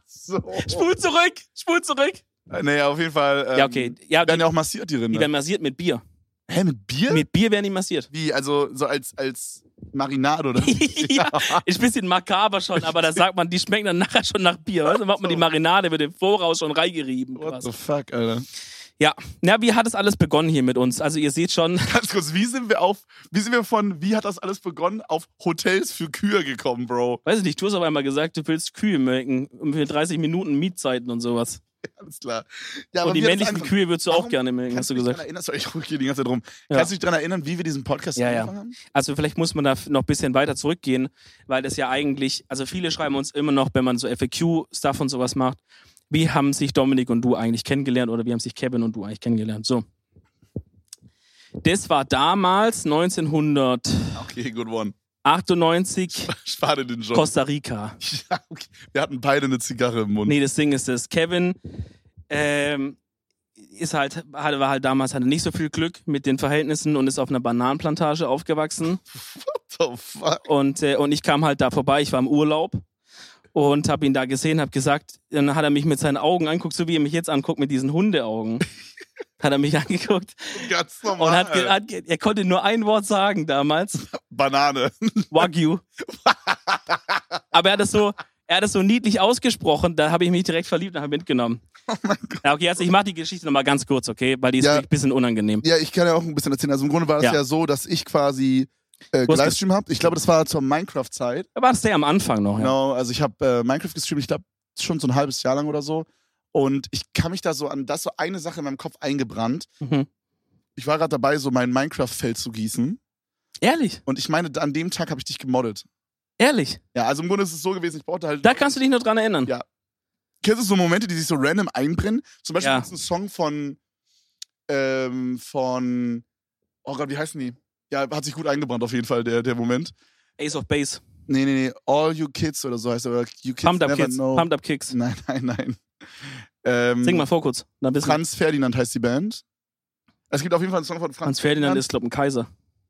So. Spul zurück, spul zurück. Naja, auf jeden Fall. Ähm, ja, okay. Ja, Die werden die, ja auch massiert, die die Rinder. werden massiert mit Bier. Hä, mit Bier? Mit Bier werden die massiert. Wie? Also, so als, als Marinade oder ja, ist ein bisschen makaber schon, aber da sagt man, die schmecken dann nachher schon nach Bier. Weißt du, Dann macht man die Marinade mit dem Voraus schon reingerieben. What quasi. the fuck, Alter. Ja, na, wie hat es alles begonnen hier mit uns? Also ihr seht schon, Ganz kurz, wie sind wir auf, wie sind wir von, wie hat das alles begonnen, auf Hotels für Kühe gekommen, Bro? weiß ich nicht, du hast auf einmal gesagt, du willst Kühe melken und für 30 Minuten Mietzeiten und sowas. Alles klar. Ja, und Oh, die wie hat das männlichen angefangen? Kühe würdest du Warum auch gerne melken, hast Kannst du gesagt. Daran erinnern, sorry, ich rück hier die ganze Zeit rum. Ja. Kannst du dich daran erinnern, wie wir diesen Podcast Ja, ja. angefangen haben? Also vielleicht muss man da f- noch ein bisschen weiter zurückgehen, weil das ja eigentlich, also viele schreiben uns immer noch, wenn man so FAQ-Stuff und sowas macht, wie haben sich Dominik und du eigentlich kennengelernt oder wie haben sich Kevin und du eigentlich kennengelernt? So. Das war damals 1998, Okay, good one. Spar dir den Job. Costa Rica. ja, okay. Wir hatten beide eine Zigarre im Mund. Nee, das Ding ist das. Kevin ähm, ist halt, hat- war halt damals hatte nicht so viel Glück mit den Verhältnissen und ist auf einer Bananenplantage aufgewachsen. What the fuck? Und, äh, und ich kam halt da vorbei, ich war im Urlaub und habe ihn da gesehen, habe gesagt, dann hat er mich mit seinen Augen anguckt, so wie er mich jetzt anguckt mit diesen Hundeaugen. hat er mich angeguckt Ganz normal. und hat, ge- hat ge- er konnte nur ein Wort sagen damals, Banane. Wagyu. Aber er hat es so er hat es so niedlich ausgesprochen, da habe ich mich direkt verliebt und habe mitgenommen. Ja, okay, also ich mache die Geschichte nochmal ganz kurz, okay, weil die ist Oh Ja. wirklich ein bisschen unangenehm. Ja, ich kann ja auch ein bisschen erzählen. Also im Grunde war das ja, Ja. so, dass ich quasi äh, Du hast gelivestreamt habe. Ich glaube, das war zur Minecraft-Zeit. Da war es sehr am Anfang noch, Oh ja. Genau, also ich habe äh, Minecraft gestreamt, ich glaube schon so ein halbes Jahr lang oder so. Und ich kann mich da so an das so eine Sache in meinem Kopf eingebrannt. Mhm. Ich war gerade dabei, so mein Minecraft-Feld zu gießen. Ehrlich, Und ich meine, an dem Tag habe ich dich gemoddet. ehrlich. Ja, also im Grunde ist es so gewesen, ich brauchte halt. Da kannst du dich nur dran erinnern. Ja. Kennst du so Momente, die sich so random einbrennen? Zum Beispiel Ja. gibt's einen Song von. Ähm, von. Oh Gott, wie heißen die? Ja, hat sich gut eingebrannt auf jeden Fall, der, der Moment. Ace of Base. Nee, nee, nee. All You Kids oder so heißt er. Oder You Kids Pumped up Never Kids. Know. Pumped up Kicks. Nein, nein, nein. Ähm, Sing mal vor kurz. Dann bist Franz, Franz Ferdinand heißt die Band. Es gibt auf jeden Fall einen Song von Franz, Franz Ferdinand ist, glaube ein Kaiser.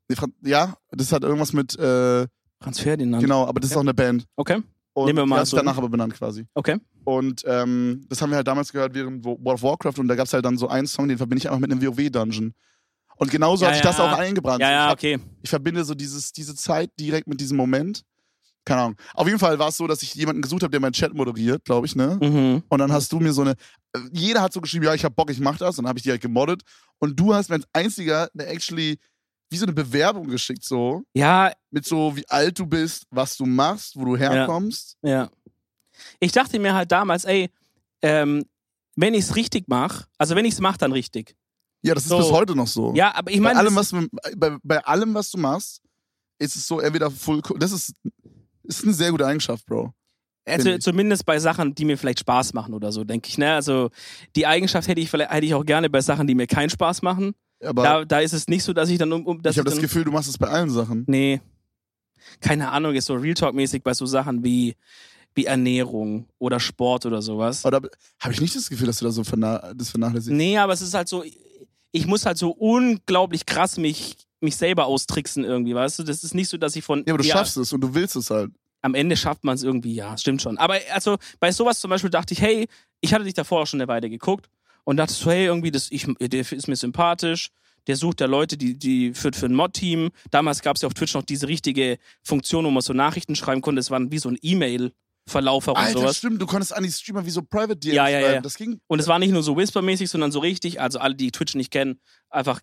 Nee, Fran ja, das hat irgendwas mit. Äh, Franz Ferdinand. genau, aber das ist auch eine Band. Okay. Und Nehmen wir mal die hat sich so. danach aber benannt quasi. Okay. Und ähm, das haben wir halt damals gehört während Wo- World of Warcraft und da gab es halt dann so einen Song, den verbinde ich einfach mit einem WoW-Dungeon. Und genauso Ja, hat sich ja. das auch eingebrannt. Ja, ich, ja, hab, okay. ich verbinde so dieses, diese Zeit direkt mit diesem Moment. Keine Ahnung. Auf jeden Fall war es so, dass ich jemanden gesucht habe, der meinen Chat moderiert, glaube ich, ne? Mhm. Und dann hast du mir so eine. äh, Jeder hat so geschrieben, ja, ich hab Bock, ich mach das. Und dann habe ich die halt gemoddet. Und du hast mir als einziger eine actually wie so eine Bewerbung geschickt, so. Ja, Mit so, wie alt du bist, was du machst, wo du herkommst. ja. Ich dachte mir halt damals, ey, ähm, wenn ich es richtig mache, also wenn ich es mache, dann richtig. Ja, das ist So. bis heute noch so. Ja, aber ich Oh. bei, meine, allem, das- was, du- bei, bei allem, was du machst, ist es so, entweder full. co- Das ist Ist eine sehr gute Eigenschaft, Bro. Ja, zu, zumindest bei Sachen, die mir vielleicht Spaß machen oder so, denke ich. Ne? Also die Eigenschaft hätte ich vielleicht hätte ich auch gerne bei Sachen, die mir keinen Spaß machen. Aber Da, da ist es nicht so, dass ich dann um, um dass ich habe das dann, Gefühl, du machst es bei allen Sachen. Nee. Keine Ahnung, jetzt so Real Talk-mäßig bei so Sachen wie, wie Ernährung oder Sport oder sowas. Aber da habe ich nicht das Gefühl, dass du da so verna das vernachlässigst. Nee, aber es ist halt so, ich muss halt so unglaublich krass mich, mich selber austricksen irgendwie, weißt du? Das ist nicht so, dass ich von. Ja, aber du schaffst es und du willst es halt. Am Ende schafft man es irgendwie, ja, stimmt schon. Aber also bei sowas zum Beispiel dachte ich, hey, ich hatte dich davor auch schon eine Weile geguckt und dachte so, hey, irgendwie, das, ich, der ist mir sympathisch. Der sucht ja Leute, die, die für, für ein Mod-Team. Damals gab es ja auf Twitch noch diese richtige Funktion, wo man so Nachrichten schreiben konnte. Es war wie so ein E-Mail-Verlauf und Alter, sowas. stimmt, du konntest an die Streamer wie so Private DMs Ja, ja, ja. schreiben. Das ging. Und es war nicht nur so whispermäßig, sondern so richtig, also alle, die Twitch nicht kennen, einfach,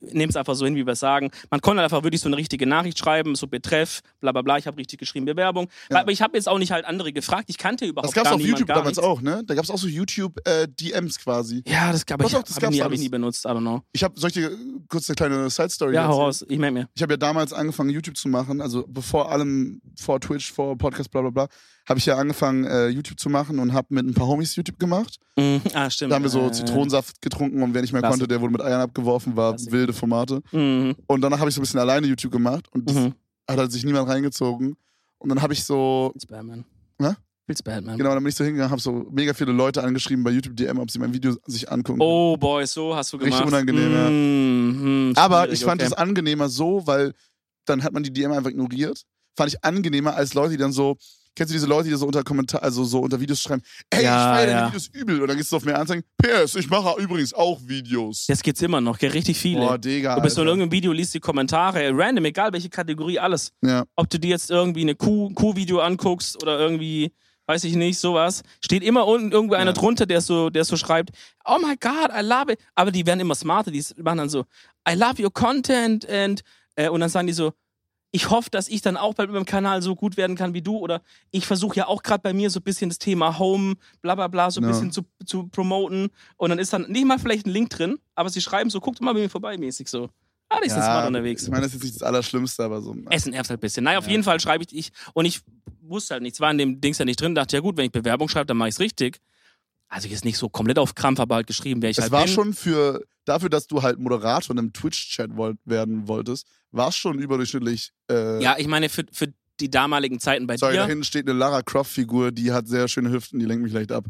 nehmt es einfach so hin, wie wir es sagen. Man konnte halt einfach wirklich so eine richtige Nachricht schreiben, so Betreff, bla bla bla, ich habe richtig geschrieben, Bewerbung. Ja. Aber ich habe jetzt auch nicht halt andere gefragt, ich kannte überhaupt Das gab es gar auf niemanden, YouTube gar damals nichts. auch, ne? Da gab es auch so YouTube-DMs quasi. Ja, das gab ich, Doch, doch, hab das ich, gab's nie, hab ich alles. nie benutzt, I don't know. Ich habe, soll ich dir kurz eine kleine Side-Story Ja, erzählen? hau raus, ich merk mir. ich habe ja damals angefangen, YouTube zu machen, also bevor allem, vor Twitch, vor Podcast, bla bla bla, habe ich ja angefangen, äh, YouTube zu machen und habe mit ein paar Homies YouTube gemacht. Mhm. Ah, stimmt. Da haben wir so Äh, Zitronensaft getrunken und wer nicht mehr Klassik. konnte, der wurde mit Eiern abgeworfen, war Klassik. wilde Formate. Mhm. Und danach habe ich so ein bisschen alleine YouTube gemacht und das Mhm. hat halt sich niemand reingezogen. Und dann habe ich so, It's Batman. Ne? It's Batman. genau, dann bin ich so hingegangen, habe so mega viele Leute angeschrieben bei YouTube DM, ob sie mein Video sich angucken. Oh boy, so hast du Richtig gemacht. unangenehm, ja. Mhm. Aber Schwierig, ich fand okay. es angenehmer so, weil dann hat man die DM einfach ignoriert. Fand ich angenehmer als Leute, die dann so. Kennst du diese Leute, die so unter Kommentar, also so unter Videos schreiben, ey, Ja, ich feier ja. deine Videos übel. Und dann gehst du auf mehr anzeigen, PS, ich mache übrigens auch Videos. Jetzt gibt's immer noch, gell? richtig viele. Boah, Digga. Du bist nur in Alter. irgendeinem Video, liest die Kommentare, random, egal welche Kategorie, alles. Ja. Ob du dir jetzt irgendwie eine Kuh- Kuh-Video anguckst oder irgendwie, weiß ich nicht, sowas. Steht immer unten irgendwo einer Ja. drunter, der so, der so schreibt, oh my God, I love it. Aber die werden immer smarter, die machen dann so, I love your content and, äh, und dann sagen die so, ich hoffe, dass ich dann auch bald mit meinem Kanal so gut werden kann wie du. Oder ich versuche ja auch gerade bei mir so ein bisschen das Thema Home, bla bla bla, so ein Ja. bisschen zu, zu promoten. Und dann ist dann nicht mal vielleicht ein Link drin, aber sie schreiben so, guckt mal bei mir vorbei mäßig so. Ah, die sind smart unterwegs. Ich meine, das ist jetzt nicht das Allerschlimmste, aber so. Essen nervt halt ein bisschen. Naja, auf Ja. jeden Fall schreibe ich, ich. Und ich wusste halt nichts, war in dem Dings ja nicht drin. Dachte, ja gut, wenn ich Bewerbung schreibe, dann mache ich es richtig. Also jetzt nicht so komplett auf Krampf, aber halt geschrieben, wer ich Es halt war bin. schon für, dafür, dass du halt Moderator in einem Twitch-Chat wollt, werden wolltest, war es schon überdurchschnittlich. Äh, ja, ich meine, für, für die damaligen Zeiten bei Sorry, da dir. hinten steht eine Lara Croft-Figur, die hat sehr schöne Hüften, die lenkt mich leicht ab.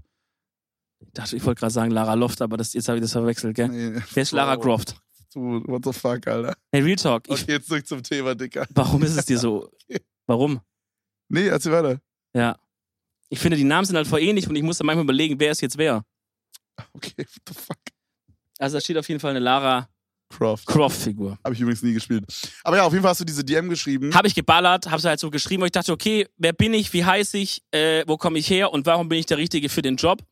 Dachte, ich wollte gerade sagen Lara Loft, aber das, jetzt habe ich das verwechselt, gell? Nee. Wer ist Lara Wow. Croft? Dude, what the fuck, Alter. Hey, Real Talk. Ich, Oh. Okay, jetzt zurück zum Thema, Dicker. Warum ist es dir so? Warum? Nee, erzähl weiter. Ja. Ich finde, die Namen sind halt voll ähnlich und ich muss dann manchmal überlegen, wer ist jetzt wer. Okay, what the fuck. Also da steht auf jeden Fall eine Lara Croft. Croft-Figur. Habe ich übrigens nie gespielt. Aber ja, auf jeden Fall hast du diese DM geschrieben. Habe ich geballert, habe halt so geschrieben, weil ich dachte, okay, wer bin ich, wie heiße ich, äh, wo komme ich her und warum bin ich der Richtige für den Job?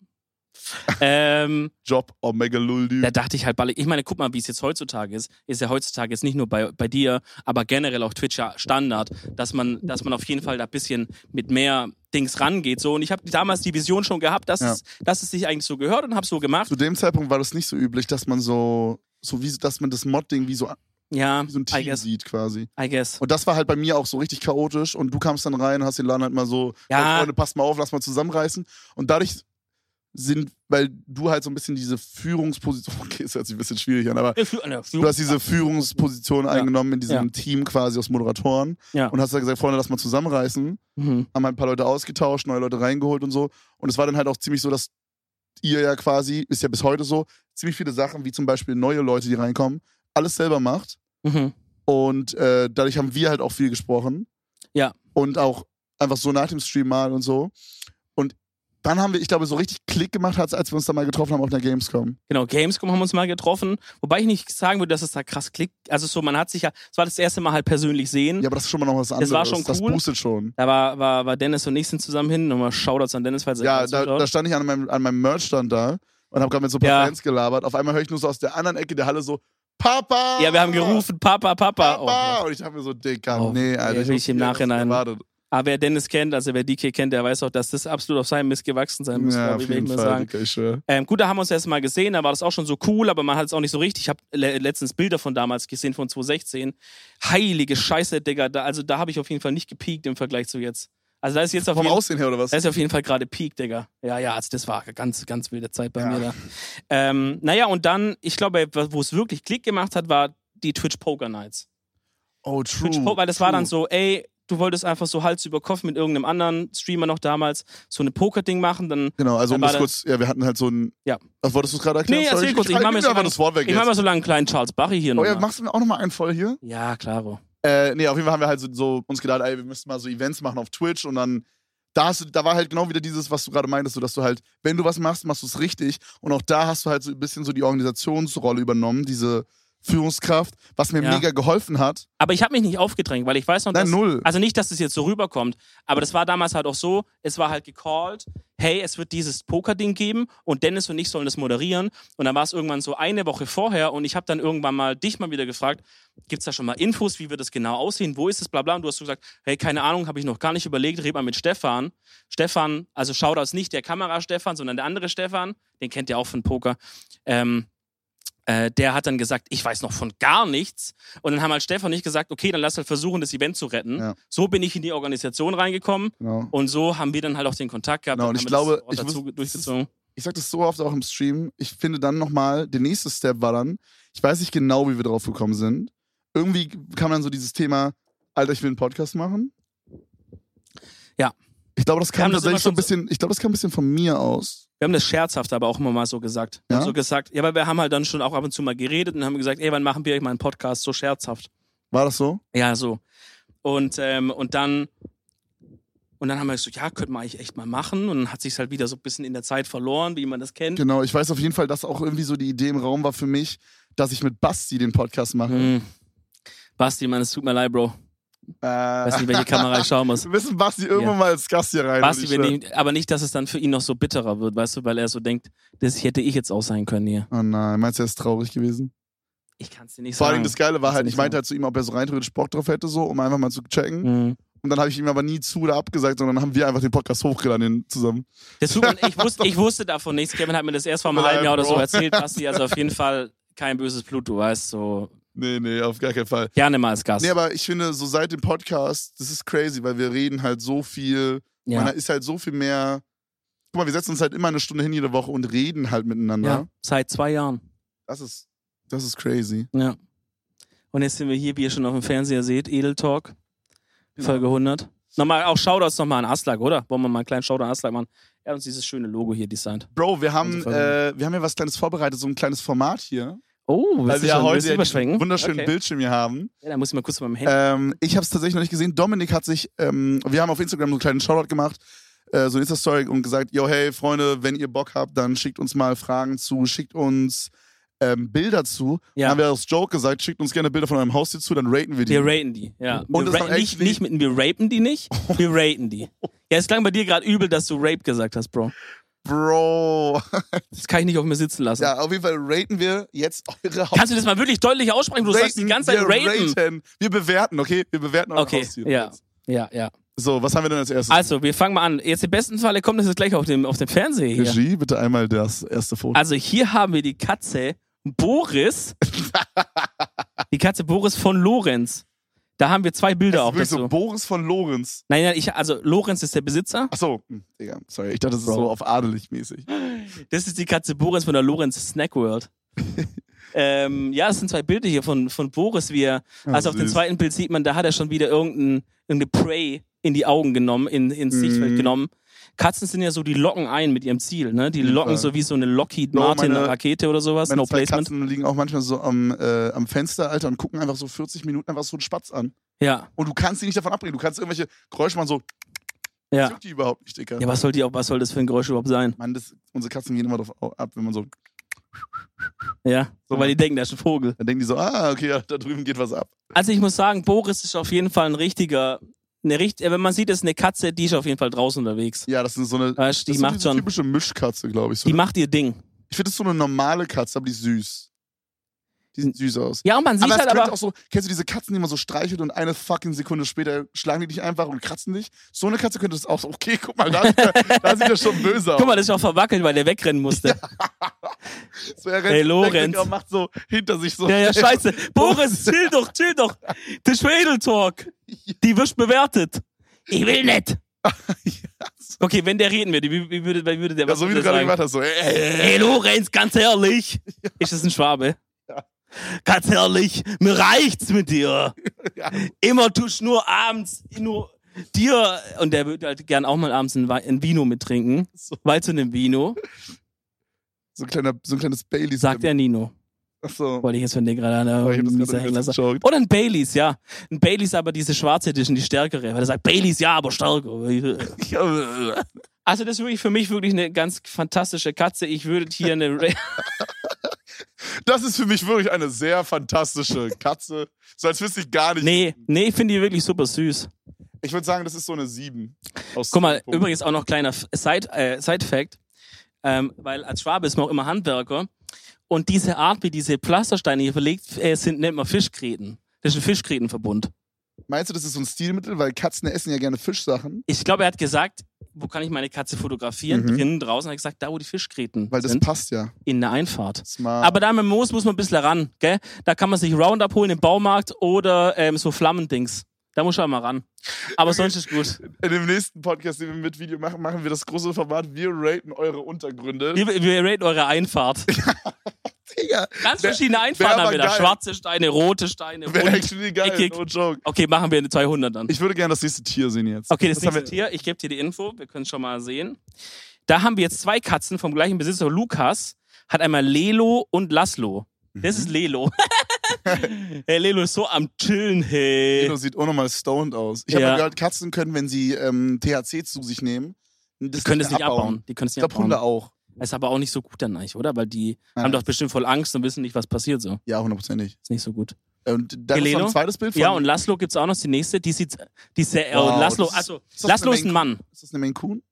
ähm, Job oh, Omega Luldy. da dachte ich halt, baller- ich meine, guck mal, wie es jetzt heutzutage ist. Ist ja heutzutage jetzt nicht nur bei, bei dir, aber generell auf Twitch ja Standard, dass man, dass man auf jeden Fall da ein bisschen mit mehr Dings rangeht. So, und ich habe damals die Vision schon gehabt, dass, Ja. es, dass es sich eigentlich so gehört und habe so gemacht. Zu dem Zeitpunkt war das nicht so üblich, dass man so, so wie, dass man das Mod-Ding wie so, Ja, wie so ein I Team guess. sieht quasi. I guess. Und das war halt bei mir auch so richtig chaotisch und du kamst dann rein, hast den Laden halt mal so, Ja. "Hey, Freunde, passt mal auf, lass mal zusammenreißen. Und dadurch sind, weil du halt so ein bisschen diese Führungsposition, okay, das hört sich ein bisschen schwierig an, aber Du hast diese Führungsposition eingenommen in diesem Team quasi aus Moderatoren Ja. und hast dann gesagt, Freunde, lass mal zusammenreißen. Mhm. Haben halt ein paar Leute ausgetauscht, neue Leute reingeholt und so. Und es war dann halt auch ziemlich so, dass ihr ja quasi, ist ja bis heute so, ziemlich viele Sachen, wie zum Beispiel neue Leute, die reinkommen, alles selber macht. Mhm. Und äh, dadurch haben wir halt auch viel gesprochen. Ja. Und auch einfach so nach dem Stream mal und so. Und dann haben wir, ich glaube, so richtig Klick gemacht, hat's, als wir uns da mal getroffen haben auf der Gamescom. Genau, Gamescom haben wir uns mal getroffen. Wobei ich nicht sagen würde, dass es da krass klickt. Also so, man hat sich ja, es war das erste Mal halt persönlich sehen. Ja, aber das ist schon mal noch was anderes. war schon das cool. boostet schon. Da war, war, war Dennis und ich sind zusammen hin. Nochmal Shoutouts an Dennis, falls er Ja, gerade da, zuschaut. da stand ich an meinem, an meinem Merch-Stand da und habe gerade mit so ein paar Ja. Fans gelabert. Auf einmal höre ich nur so aus der anderen Ecke der Halle so, Papa! Ja, wir haben gerufen, Papa, Papa. Ah! Papa! Oh. und ich dachte mir so, Dicker, Oh, nee, nee, Alter. will hab ich im nie anders Nachhinein- Erwartet. Aber wer Dennis kennt, also wer DK kennt, der weiß auch, dass das absolut auf seinem Mist gewachsen sein muss, Ja, glaub auf ich, will ich jeden mal Fall, sagen. Dicker, ich schwöre. Ähm, gut, da haben wir uns erst mal gesehen, da war das auch schon so cool, aber man hat es auch nicht so richtig. Ich habe le letztens Bilder von damals gesehen, von 2016. Heilige Scheiße, Digga. Da, also da habe ich auf jeden Fall nicht gepiekt im Vergleich zu jetzt. Also da ist jetzt auf Vom jeden Aussehen her oder was? das ist auf jeden Fall gerade Peak, Digga. Ja, ja, also das war ganz, ganz wilde Zeit bei Ja. mir da. Ähm, naja, und dann, ich glaube, wo es wirklich Klick gemacht hat, war die Twitch Poker Nights. Oh, true. Twitch Poker, weil das war dann true. so, ey, du wolltest einfach so Hals über Kopf mit irgendeinem anderen Streamer noch damals so eine Poker-Ding machen, dann, Genau, also um Dann das war kurz, ja, wir hatten halt so ein. Ja. Was wolltest du es gerade erklären? Nee, Sorry, erzähl kurz, ich ich mach mir geb so einfach lange- das Wort weg ich mach jetzt. mal so lange einen kleinen Charles Barry hier Oh noch. ja, mal. machst du mir auch nochmal einen voll hier? ja, klaro. Äh, nee, auf jeden Fall haben wir halt so, so uns gedacht, ey, wir müssen mal so Events machen auf Twitch und dann. Da, hast du, da war halt genau wieder dieses, was du gerade meintest, so dass du halt, wenn du was machst, machst du es richtig. Und auch da hast du halt so ein bisschen so die Organisationsrolle übernommen, diese Führungskraft, was mir Ja. mega geholfen hat. Aber ich habe mich nicht aufgedrängt, weil ich weiß noch, Nein, dass, null. also nicht, dass es das jetzt so rüberkommt, aber das war damals halt auch so, es war halt gecallt, hey, es wird dieses Poker-Ding geben und Dennis und ich sollen das moderieren und dann war es irgendwann so eine Woche vorher und ich habe dann irgendwann mal dich mal wieder gefragt, gibt's da schon mal Infos, wie wird das genau aussehen, wo ist es, bla bla und du hast so gesagt, hey, keine Ahnung, habe ich noch gar nicht überlegt, red mal mit Stefan. Stefan, also Shoutouts nicht der Kamera-Stefan, sondern der andere Stefan, den kennt ihr auch von Poker, ähm, äh, der hat dann gesagt, ich weiß noch von gar nichts. Und dann haben halt Stefan und ich gesagt, okay, dann lass halt versuchen, das Event zu retten. Ja. So bin ich in die Organisation reingekommen Genau. und so haben wir dann halt auch den Kontakt gehabt. Genau, und dann ich haben wir das glaube, auch ich dazu muss- durchgezogen. ich sag das so oft auch im Stream, ich finde dann nochmal, der nächste Step war dann, ich weiß nicht genau, wie wir drauf gekommen sind. Irgendwie kam dann so dieses Thema, Alter, ich will einen Podcast machen. Ja. Ich glaube, das Wir kam haben das tatsächlich so ein immer bisschen, ich glaube, das kam ein bisschen von mir aus. Wir haben das scherzhaft aber auch immer mal so gesagt. Wir Ja? haben so gesagt, ja, aber wir haben halt dann schon auch ab und zu mal geredet und haben gesagt, ey, wann machen wir eigentlich mal einen Podcast? So scherzhaft. War das so? Ja, so. Und, ähm, und dann. Und dann haben wir so, ja, könnte man eigentlich echt mal machen. Und dann hat sich halt wieder so ein bisschen in der Zeit verloren, wie man das kennt. Genau, ich weiß auf jeden Fall, dass auch irgendwie so die Idee im Raum war für mich, dass ich mit Basti den Podcast mache. Mhm. Basti, Mann, es tut mir leid, Bro. Äh, Weiß nicht, welche Kamera ich schauen muss. wir müssen Basti irgendwann Ja. mal als Gast hier rein. Basti, würde wenn ich äh, ich, aber nicht, dass es dann für ihn noch so bitterer wird, weißt du, weil er so denkt, das hätte ich jetzt auch sein können hier. sagen. Oh nein, meinst du, er ist traurig gewesen? Ich kann es dir nicht Vor sagen. allem das Geile war Kannst du halt, nicht ich meinte sagen. halt zu ihm, ob er so rein theoretisch Bock drauf hätte, so, um einfach mal zu checken. Mhm. Und dann habe ich ihm aber nie zu oder abgesagt, sondern haben wir einfach den Podcast hochgeladen zusammen. Das tut man, ich, wusste, ich wusste davon nichts. Kevin hat mir das erst vor einem Nein, halben Jahr oder so Bro. erzählt, Basti. Also auf jeden Fall kein böses Blut, du weißt. So Nee, nee, auf gar keinen Fall. gerne mal als Gast. Nee, aber ich finde, so seit dem Podcast, das ist crazy, weil wir reden halt so viel. Man ja. ist halt so viel mehr. Guck mal, wir setzen uns halt immer eine Stunde hin jede Woche und reden halt miteinander. ja, seit zwei Jahren. Das ist, das ist crazy. Ja. Und jetzt sind wir hier, wie ihr schon auf dem Fernseher seht, Edel Talk, Genau. Folge 100. Nochmal, auch Shoutouts nochmal an Aslak, oder? Wollen wir mal einen kleinen Shoutout an Aslak machen? Er hat uns dieses schöne Logo hier designt. Bro, wir haben, Unsere äh, wir haben ja was Kleines vorbereitet, so ein kleines Format hier. Oh, Weil willst wir du schon, ja willst heute du ja überschwenken? diesen wunderschönen Hm? okay. Bildschirm hier haben. Ja, da muss ich mal kurz mit meinem Handy. Ähm, ich habe es tatsächlich noch nicht gesehen. Dominik hat sich, ähm, wir haben auf Instagram so einen kleinen Shoutout gemacht, äh, so eine Insta-Story und gesagt, yo, hey, Freunde, wenn ihr Bock habt, dann schickt uns mal Fragen zu, schickt uns ähm, Bilder zu. Ja. Dann haben wir als Joke gesagt, schickt uns gerne Bilder von eurem Haustier zu, dann raten wir die. Wir raten die, ja. Und wir das ra war nicht, actually- nicht mit, wir rapen die nicht, wir raten die. Ja, es klang bei dir gerade übel, dass du Rape gesagt hast, Bro. Bro. Das kann ich nicht auf mir sitzen lassen. ja, auf jeden Fall raten wir jetzt eure Haustiere. Kannst du das mal wirklich deutlich aussprechen? Du sagst die ganze Zeit wir rapen. raten. Wir bewerten, okay? Wir bewerten eure Okay, Haustiere. ja. Ja, ja. So, was haben wir denn als erstes? Also, wir fangen mal an. Jetzt im besten Falle kommt das jetzt gleich auf dem, auf dem Fernseher hier. Regie, bitte einmal das erste Foto. Also, hier haben wir die Katze Boris. die Katze Boris von Lorenz. Da haben wir zwei das Bilder ist auch wirklich dazu. so Boris von Lorenz. nein, nein, ich, also Lorenz ist der Besitzer. Ach so, hm, Digga, sorry. Ich dachte, das ist Bro. so auf adelig mäßig. Das ist die Katze Boris von der Lorenz Snack World. ähm, ja, es sind zwei Bilder hier von, von Boris, wie er. also auf dem Ah, süß. zweiten Bild sieht man, da hat er schon wieder irgendein, irgendeine Prey in die Augen genommen, in, ins Mhm. Sichtfeld genommen. Katzen sind ja so, die locken ein mit ihrem Ziel, ne? Die jeden locken Fall. so wie so eine Lockheed Bro, Martin meine- Rakete oder sowas, Meine no zwei placement. Katzen liegen auch manchmal so am, äh, am Fenster, Alter, und gucken einfach so 40 Minuten einfach so einen Spatz an. Ja, Und du kannst sie nicht davon abbringen. Du kannst irgendwelche Geräusche machen, so, ja. juckt die überhaupt nicht, Digga. Ja, was soll, die, auch- was soll das für ein Geräusch überhaupt sein? Mann, das, unsere Katzen gehen immer drauf au- ab, wenn man so, Ja, so, weil die denken, da ist ein Vogel. dann denken die so, ah, okay, ja, da drüben geht was ab. Also ich muss sagen, Boris ist auf jeden Fall ein richtiger, eine, richt- wenn man sieht, das ist eine Katze, die ist auf jeden Fall draußen unterwegs. Ja, das ist so eine, Weißt, du, das die ist so macht diese schon, typische Mischkatze, glaube ich. So. die macht ihr Ding. ich finde, das ist so eine normale Katze, aber die ist süß. Die sieht süß aus. Ja, und man sieht aber es halt könnte aber. auch so, kennst du diese Katzen, die man so streichelt und eine fucking Sekunde später schlagen die dich einfach und kratzen dich? So eine Katze könnte das auch. Okay, guck mal, da sieht er, da sieht er schon böse aus. Guck mal, das ist auch verwackelt, weil der wegrennen musste. so, er rennt Hey, weg, Lorenz. Und macht so hinter sich so. Ja, ja, scheiße. Boris, chill doch, chill doch. Das Schwedel-Talk. Die wirst bewertet. Ich will nicht. Okay, wenn der reden würde, wie, wie, würde, wie würde der Ja, so wie würde du der gerade sagen? gemacht hast, so. Äh, Hey Lorenz, ganz ehrlich. Ist das ein Schwabe? Ja. Ganz ehrlich, mir reicht's mit dir. Ja. Immer tust nur abends nur dir. Und der würde halt gern auch mal abends ein, Wei- ein Vino mittrinken. So. Weil zu einem Vino so, ein kleiner, so ein kleines Baileys. sagt er Nino. Achso. Wollte ich jetzt von dir gerade an Aber ich hab das der gerade Hängler kurz sagen. geschaut. Oder ein Baileys, ja. Ein Baileys, aber diese schwarze Edition, die stärkere. Weil er sagt, Baileys, ja, aber stärker. Also das ist wirklich für mich wirklich eine ganz fantastische Katze. Ich würde hier eine... Ra- Das ist für mich wirklich eine sehr fantastische Katze. So als wüsste ich gar nicht. Nee, nee, ich finde die wirklich super süß. Ich würde sagen, das ist so eine 7. Aus Guck mal, sieben Punkten. übrigens auch noch kleiner F- Side, äh, Side Fact, ähm, weil als Schwabe ist man auch immer Handwerker und diese Art, wie diese Pflastersteine hier verlegt äh, sind, nennt man Fischgräten. Das ist ein Fischgrätenverbund. Meinst du, das ist so ein Stilmittel, weil Katzen essen ja gerne Fischsachen, Ich glaube, er hat gesagt, wo kann ich meine Katze fotografieren? Mhm. Drinnen, draußen. Er hat gesagt, da, wo die Fischgräten weil das sind, passt ja. in der Einfahrt. Smart. Aber da mit dem Moos muss man ein bisschen ran, gell? Da kann man sich Roundup holen im Baumarkt oder ähm, so Flammendings. Da muss man mal ran. Aber sonst ist gut. in dem nächsten Podcast, den wir mit Video machen, machen wir das große Format. Wir raten eure Untergründe. Wir, wir raten eure Einfahrt. Digga, Ganz Wär- verschiedene wär Einfahren aber haben wir da. geil. Schwarze Steine, rote Steine. wäre Und actually geil. eckig. No joke. okay, machen wir eine 200 dann. Ich würde gerne das nächste Tier sehen jetzt. Okay, das Was haben nächste Tier. Ich gebe dir die Info. Wir können schon mal sehen. Da haben wir jetzt zwei Katzen vom gleichen Besitzer. Lukas hat einmal Lelo und Laszlo. Das Mhm. ist Lelo. hey, Lelo ist so am Chillen, wir? hey. Dino sieht auch nochmal stoned aus. Ich habe Ja. ja. gehört, Katzen können, wenn sie ähm, THC zu sich nehmen, das Die können es nicht abbauen. Die können es Ich nicht glaube, Hunde abbauen. auch. Ist aber auch nicht so gut dann eigentlich, oder? Weil die Ja. haben doch bestimmt voll Angst und wissen nicht, was passiert so. Ja, hundertprozentig. Ist nicht so gut. Und dann ist noch Heleno? ein zweites Bild von. Ja, und Laszlo gibt's auch noch die nächste. Die sieht, die ist sehr, Wow, äh, Laszlo, das ist- also, ist das Laszlo eine ist Menge- ein Mann. Ist das eine Maine Coon?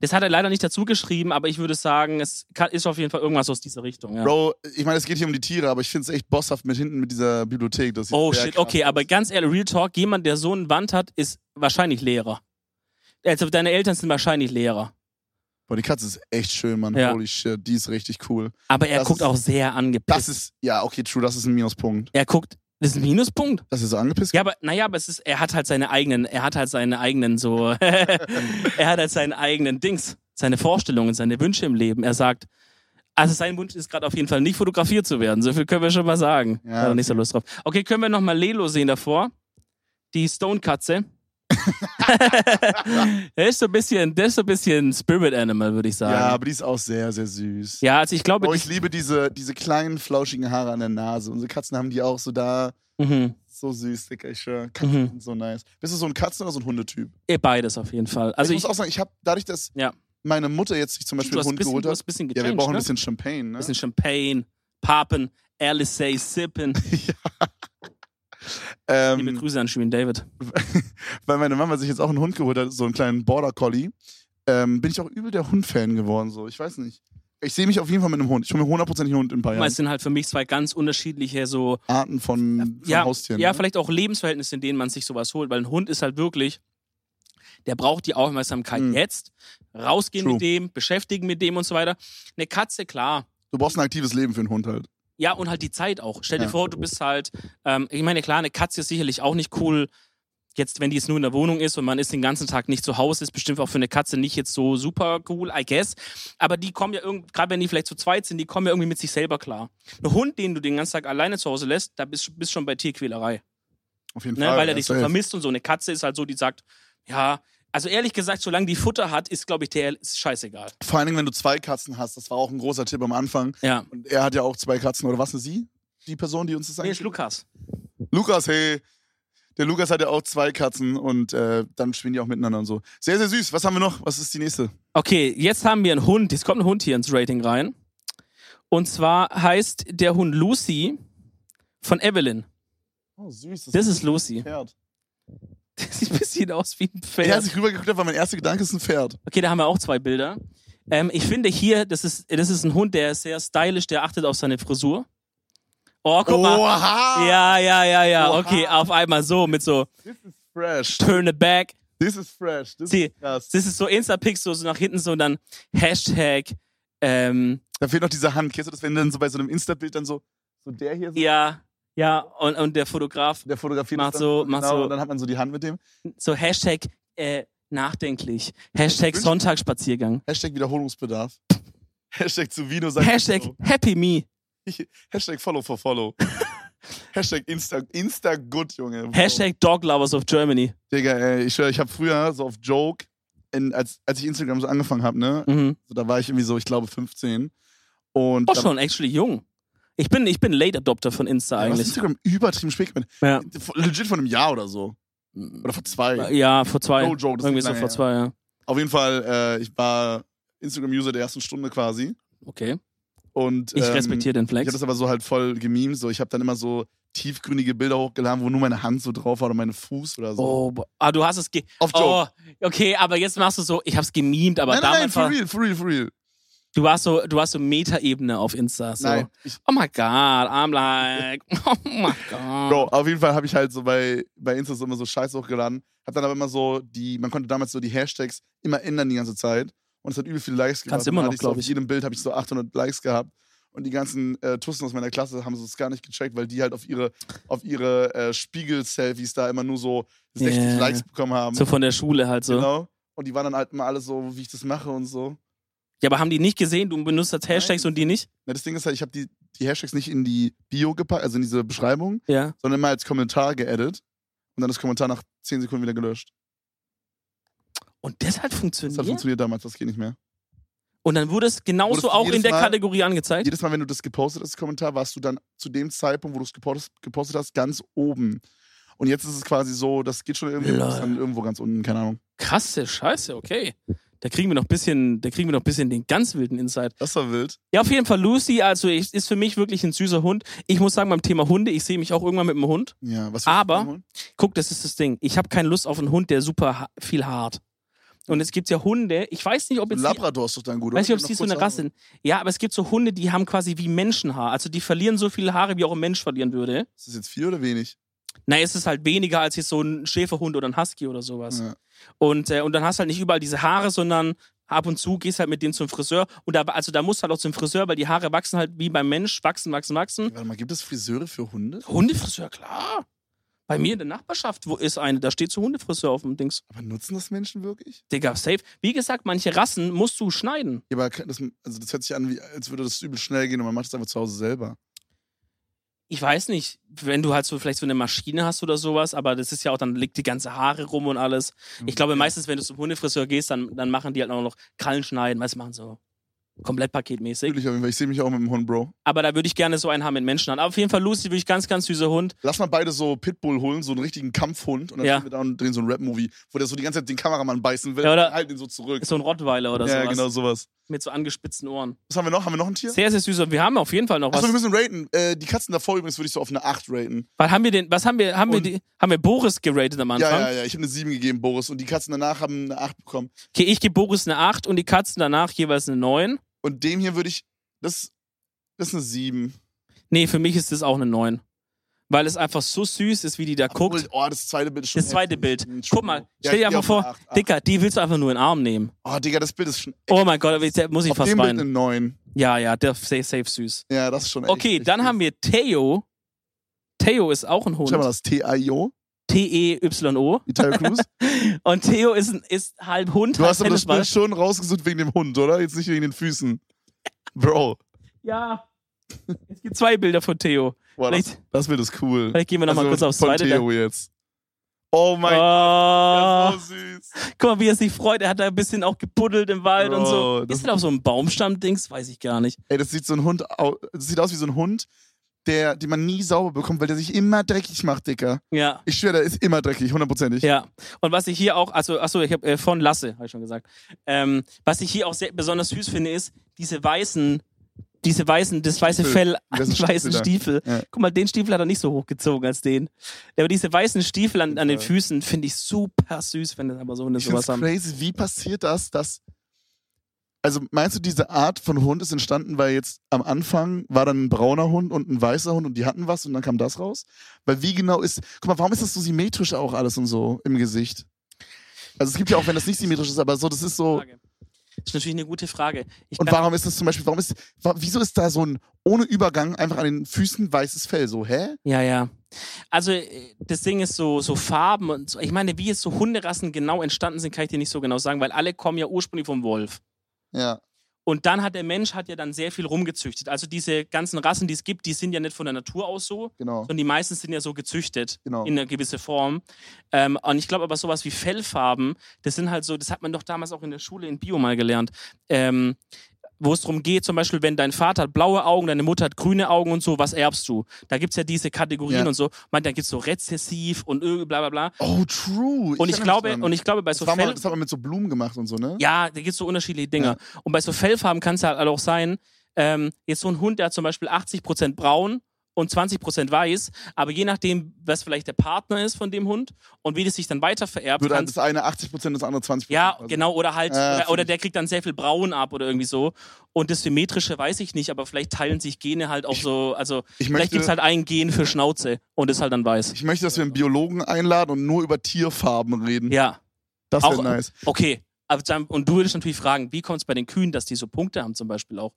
Das hat er leider nicht dazu geschrieben, aber ich würde sagen, es ka- ist auf jeden Fall irgendwas aus dieser Richtung. Ja. Bro, ich meine, es geht hier um die Tiere, aber ich finde es echt bosshaft mit hinten mit dieser Bibliothek. Das sieht oh sehr shit, krass okay, aus. aber ganz ehrlich, Real Talk, jemand, der so eine Wand hat, ist wahrscheinlich Lehrer. Also deine Eltern sind wahrscheinlich Lehrer. Boah, die Katze ist echt schön, Mann. Ja. Holy shit, die ist richtig cool. Aber er Das guckt ist- auch sehr angepisst. Das ist, ja, okay, true, das ist ein Minuspunkt. er guckt, das ist ein Minuspunkt. Das ist angepisst. Ja, aber naja, aber es ist, er hat halt seine eigenen, er hat halt seine eigenen so, er hat halt seinen eigenen Dings, seine Vorstellungen, seine Wünsche im Leben. Er sagt, also sein Wunsch ist gerade auf jeden Fall nicht fotografiert zu werden. So viel können wir schon mal sagen. Ja, Ja, Hat er nicht so okay. Lust drauf. Okay, können wir nochmal Lelo sehen davor? Die Stone-Katze. das ist so ein bisschen, das ist so ein bisschen Spirit Animal, würde ich sagen. Ja, Ja, aber die ist auch sehr, sehr süß. also ich glaube, Oh, die- ich liebe diese, diese kleinen, flauschigen Haare an der Nase. Unsere Katzen haben die auch so da. mhm, So süß, Digga, ich schwör. Katzen Mhm. sind so nice. Bist du so ein Katzen- oder so ein Hundetyp? eh, beides auf jeden Fall. Also ich ich, muss auch sagen, ich habe dadurch, dass Ja. meine Mutter jetzt sich zum Beispiel du hast einen Hund ein bisschen, geholt du hat. hast ein bisschen Ja, wir gechanged, brauchen ne? ein bisschen Champagne, ne? bisschen Champagne, Papen, Alizé sippen. Liebe ähm, Grüße an Schwien David. weil meine Mama sich jetzt auch einen Hund geholt hat, so einen kleinen Border Collie, ähm, bin ich auch übel der Hund-Fan geworden. So. Ich weiß nicht. Ich sehe mich auf jeden Fall mit einem Hund. Ich hole mir hundertprozentig einen Hund in ein paar Ja. Jahren. Es sind halt für mich zwei ganz unterschiedliche so Arten von, von ja, Haustieren. ja ne? vielleicht auch Lebensverhältnisse, in denen man sich sowas holt, weil ein Hund ist halt wirklich, der braucht die Aufmerksamkeit Mhm. jetzt, rausgehen True. mit dem, beschäftigen mit dem und so weiter. Eine Katze klar. Du brauchst ein aktives Leben für einen Hund halt. Ja, und halt die Zeit auch. Stell dir Ja. vor, du bist halt, ähm, ich meine, klar, eine Katze ist sicherlich auch nicht cool, jetzt, wenn die jetzt nur in der Wohnung ist und man ist den ganzen Tag nicht zu Hause, ist bestimmt auch für eine Katze nicht jetzt so super cool, I guess. Aber die kommen ja irgendwie, gerade wenn die vielleicht zu zweit sind, die kommen ja irgendwie mit sich selber klar. Ein Hund, den du den ganzen Tag alleine zu Hause lässt, da bist du schon bei Tierquälerei. Auf jeden Ne? Fall. Weil ja, er dich so safe. vermisst und so. Eine Katze ist halt so, die sagt, ja, also ehrlich gesagt, solange die Futter hat, ist, glaube ich, der ist scheißegal. Vor allen Dingen, wenn du zwei Katzen hast, das war auch ein großer Tipp am Anfang. Ja. Und er hat ja auch zwei Katzen, oder was ist sie? Die Person, die uns das Nee, ist sagt? Lukas. Lukas, hey. Der Lukas hat ja auch zwei Katzen und äh, dann spielen die auch miteinander und so. Sehr, sehr süß. Was haben wir noch? Was ist die nächste? Okay, jetzt haben wir einen Hund. Jetzt kommt ein Hund hier ins Rating rein. Und zwar heißt der Hund Lucy von Evelyn. Oh, süß. Das, Das ist Lucy. Pferd. Das sieht ein bisschen aus wie Ja. ein Als Pferd. ich rübergeguckt habe, war mein erster Gedanke ist ein Pferd. Okay, da haben wir auch zwei Bilder. Ähm, ich finde hier, das ist, das ist ein Hund, der ist sehr stylisch, der achtet auf seine Frisur. Oh, guck mal. Oha! Ja, ja, ja, ja. Oha. Okay, auf einmal so mit so This is fresh. Turn it back. This is fresh. This Sie- is krass. Das ist so Instapix, so, so nach hinten so und dann Hashtag. Ähm, Da fehlt noch diese Hand. Kennst du das, wenn dann so bei so einem Insta-Bild dann so, so der hier so, ja, ja. Und, und der Fotograf der fotografiert Macht das so, dann, macht genau, so. und dann hat man so die Hand mit dem. so Hashtag äh, nachdenklich. Hashtag Wünsch- Sonntagsspaziergang. Hashtag Wiederholungsbedarf. Hashtag zu Vino sagt Hashtag Hallo. Happy Me. Hashtag Follow for Follow. Hashtag Insta, Insta Good, Junge. Wow. Hashtag Dog Lovers of Germany. Digga, ey, ich schwör, ich habe früher so auf Joke, in, als, als ich Instagram so angefangen habe, ne? Mhm. So, da war ich irgendwie so, ich glaube, 15. Und Oh, da- schon actually jung. Ich bin, ich bin Late Adopter von Insta Ja, was eigentlich. Instagram übertrieben spät gemacht. Ja. Legit von einem Jahr oder so. Oder vor zwei. ja, vor zwei. No joke, das Irgendwie ist so lange vor her. zwei, ja. Auf jeden Fall, äh, ich war Instagram-User der ersten Stunde quasi. Okay. Und, Ich ähm, respektiere den Ich habe Flex. das aber so halt voll gememt. So, ich habe dann immer so tiefgrünige Bilder hochgeladen, wo nur meine Hand so drauf war oder mein Fuß oder so. Oh, bo- ah, du hast es ge. Auf Joke. Oh, okay, aber jetzt machst du so, ich hab's gemimt, aber nein, nein, nein, damals for war. real, for real, for real. Du warst so, du warst so Meta-Ebene auf Insta. So. Nein, ich, Oh my god, I'm like, oh my god. Bro, auf jeden Fall habe ich halt so bei, bei Insta so immer so Scheiß hochgeladen. Hab dann aber immer so die, man konnte damals so die Hashtags immer ändern die ganze Zeit. Und es hat übel viele Likes gehabt. Kannst immer Und dann noch, hatte ich so glaub Auf ich. jedem Bild habe ich so 800 Likes gehabt. Und die ganzen äh, Tussen aus meiner Klasse haben es gar nicht gecheckt, weil die halt auf ihre, auf ihre äh, Spiegel-Selfies da immer nur so 60 Ja. Likes bekommen haben. So von der Schule halt so. Genau. Und die waren dann halt immer alle so, wie ich das mache und so. Ja, aber haben die nicht gesehen, du benutzt das Hashtags Nein. und die nicht? Na, das Ding ist halt, ich habe die, die Hashtags nicht in die Bio gepackt, also in diese Beschreibung, Ja. sondern immer als Kommentar geedit. Und dann das Kommentar nach 10 Sekunden wieder gelöscht. Und das hat Das funktioniert. hat funktioniert damals, das geht nicht mehr. und dann wurde es genauso Wurdest du auch in jedes der Mal- Kategorie angezeigt. Jedes Mal, wenn du das gepostet hast, das Kommentar, warst du dann zu dem Zeitpunkt, wo du es gepostet, gepostet hast, ganz oben. Und jetzt ist es quasi so, das geht schon irgendwie, Lol. ist dann irgendwo ganz unten, keine Ahnung. Krasse Scheiße, okay. Da kriegen wir noch ein bisschen, da kriegen wir noch ein bisschen den ganz wilden Insight. Das war wild. Ja, auf jeden Fall Lucy, also ich, ist für mich wirklich ein süßer Hund. Ich muss sagen, beim Thema Hunde, ich sehe mich auch irgendwann mit einem Hund. Ja, was Aber- willst du Guck, das ist das Ding. Ich habe keine Lust auf einen Hund, der super ha- viel hart. Und es gibt ja Hunde, ich weiß nicht, ob denn holen? jetzt Labrador ist doch dann gut, Weiß oder? nicht, ob Noch sie so kurz eine Rasse sind. Ja, aber es gibt so Hunde, die haben quasi wie Menschenhaar. Also die verlieren so viele Haare, wie auch ein Mensch verlieren würde. Ist das jetzt viel oder wenig? Na, es ist halt weniger als jetzt so ein Schäferhund oder ein Husky oder sowas. Ja. Und, äh, und dann hast du halt nicht überall diese Haare, sondern ab und zu gehst halt mit denen zum Friseur. Und da, also da musst du halt auch zum Friseur, weil die Haare wachsen halt wie beim Mensch, wachsen, wachsen, wachsen. Warte mal, gibt es Friseure für Hunde? Oh. Hundefriseur, klar. Bei mir in der Nachbarschaft, wo ist eine? Da steht so Hundefriseur auf dem Dings. Aber nutzen das Menschen wirklich? Digga, safe. Wie gesagt, manche Rassen musst du schneiden. Ja, aber das, also das hört sich an, wie, als würde das übel schnell gehen und man macht es einfach zu Hause selber. ich weiß nicht, wenn du halt so vielleicht so eine Maschine hast oder sowas, aber das ist ja auch, dann liegt die ganze Haare rum und alles. Ich glaube, meistens, wenn du zum Hundefriseur gehst, dann, dann machen die halt auch noch Krallen schneiden, weißt du, machen so komplett paketmäßig. Natürlich, auf jeden Fall. Ich sehe mich auch mit dem Hund, Bro. Aber da würde ich gerne so einen haben mit Menschen an. Aber auf jeden Fall, Lucy, wirklich ganz, ganz süßer Hund. Lass mal beide so Pitbull holen, so einen richtigen Kampfhund. Und dann Ja. stehen wir da und drehen so einen Rap-Movie, wo der so die ganze Zeit den Kameramann beißen will. Ja, oder- und halten ihn so zurück. Ist so ein Rottweiler oder ja, sowas. genau sowas. Mit so angespitzten Ohren. Was haben wir noch? Haben wir noch ein Tier? Sehr, sehr süß. Und wir haben auf jeden Fall noch was. Achso, wir müssen raten. Äh, die Katzen davor übrigens würde ich so auf eine 8 raten. Was haben wir denn, was haben wir, haben wir, Und- die, haben wir Boris geratet am Anfang? Ja, ja, ja. Ich habe eine 7 gegeben, Boris. Und die Katzen danach haben eine 8 bekommen. Okay, ich gebe Boris eine 8 und die Katzen danach jeweils eine 9. Und dem hier würde ich. Das, das ist eine 7. Nee, für mich ist das auch eine 9. Weil es einfach so süß ist, wie die da guckt. Obwohl, Oh, das zweite Bild ist schon. Das zweite heftig. Bild. Schon- Guck mal, Ja, stell dir ich geh einfach auf vor, eine Acht, Acht. Dicker, die willst du einfach nur in den Arm nehmen. Oh, Digga, das Bild ist schon. Oh mein Gott, da muss ich Auf fast dem Bild weinen. eine 9. Ja, ja, der safe, safe süß. Ja, das ist schon echt. Okay, echt dann süß. haben wir Theo. Theo ist auch ein Schau mal Hund. das T-I-O, T-E-Y-O. Italia Cruz. Und Theo ist, ein- ist halb Hund, Du halb hast aber das Tennisball. Bild schon rausgesucht wegen dem Hund, oder? Jetzt nicht wegen den Füßen. Bro, Ja. Es gibt zwei Bilder von Theo. boah, das, Vielleicht- das Bild ist cool. Vielleicht gehen wir nochmal mal kurz aufs Also von zweite. Theo jetzt. Oh oh, mein Gott, der ist so süß. Guck mal, wie er sich freut. Er hat da ein bisschen auch gebuddelt im Wald und so. Bro, Oh, das- Ist er auf so einem Baumstamm-Dings? Weiß ich gar nicht. Ey, das sieht so ein Hund aus, das sieht aus wie so ein Hund, der, den man nie sauber bekommt, weil der sich immer dreckig macht, Dicker. Ja. Ich schwöre, der ist immer dreckig, hundertprozentig. Ja, und was ich hier auch, also, achso, ich habe äh, von Lasse, habe ich schon gesagt. Ähm, was ich hier auch sehr besonders süß finde, ist diese weißen, diese weißen, das weiße Stiefel. Fell Die an weißen Stiefel weißen da. Stiefel. Ja. Guck mal, den Stiefel hat er nicht so hochgezogen als den. Aber diese weißen Stiefel an, an den Ja. Füßen finde ich super süß, wenn das aber so eine Ich finde sowas haben. crazy, wie passiert das, dass. Also meinst du, diese Art von Hund ist entstanden, weil jetzt am Anfang war dann ein brauner Hund und ein weißer Hund und die hatten was und dann kam das raus? Weil wie genau ist. Guck mal, warum ist das so symmetrisch auch alles und so im Gesicht? Also es gibt ja auch, wenn das nicht symmetrisch ist, aber so, das ist so. Frage. Das ist natürlich eine gute Frage. Ich Und kann- warum ist das zum Beispiel, warum ist, wa- wieso ist da so ein ohne Übergang einfach an den Füßen weißes Fell? So, hä? Ja, ja. Also äh, das Ding ist so, so Farben und so. Ich meine, wie jetzt so Hunderassen genau entstanden sind, kann ich dir nicht so genau sagen, weil alle kommen ja ursprünglich vom Wolf. Ja. Und dann hat der Mensch hat ja dann sehr viel rumgezüchtet. Also diese ganzen Rassen, die es gibt, die sind ja nicht von der Natur aus so, Genau. sondern die meisten sind ja so gezüchtet Genau. in einer gewissen Form. Ähm, und ich glaube aber sowas wie Fellfarben, das sind halt so, das hat man doch damals auch in der Schule in Bio mal gelernt. Ähm, wo es darum geht, zum Beispiel, wenn dein Vater hat blaue Augen, deine Mutter hat grüne Augen und so, was erbst du? Da gibt es ja diese Kategorien Ja. und so. Man, da gibt es so rezessiv und irgendwie bla bla bla. Oh, true. Und ich, erinnere mich glaube, dran. und ich glaube, bei das, so war Fell. mal, das hat man mit so Blumen gemacht und so, ne? Ja, da gibt es so unterschiedliche Dinge. Und bei so Fellfarben kann es halt auch sein, ähm, jetzt so ein Hund, der hat zum Beispiel 80% braun und 20% weiß, aber je nachdem, was vielleicht der Partner ist von dem Hund und wie das sich dann weiter vererbt, Würde kann das eine 80%, das andere 20%. ja, quasi. genau, oder halt, Äh, oder, oder vielleicht- der kriegt dann sehr viel braun ab oder irgendwie so. Und das Symmetrische weiß ich nicht, aber vielleicht teilen sich Gene halt auch so, also Ich vielleicht möchte, gibt es halt ein Gen für Schnauze und ist halt dann weiß. ich möchte, dass wir einen Biologen einladen und nur über Tierfarben reden. Ja, das wäre auch- nice. okay. Aber dann, und du würdest natürlich fragen, wie kommt es bei den Kühen, dass die so Punkte haben zum Beispiel auch?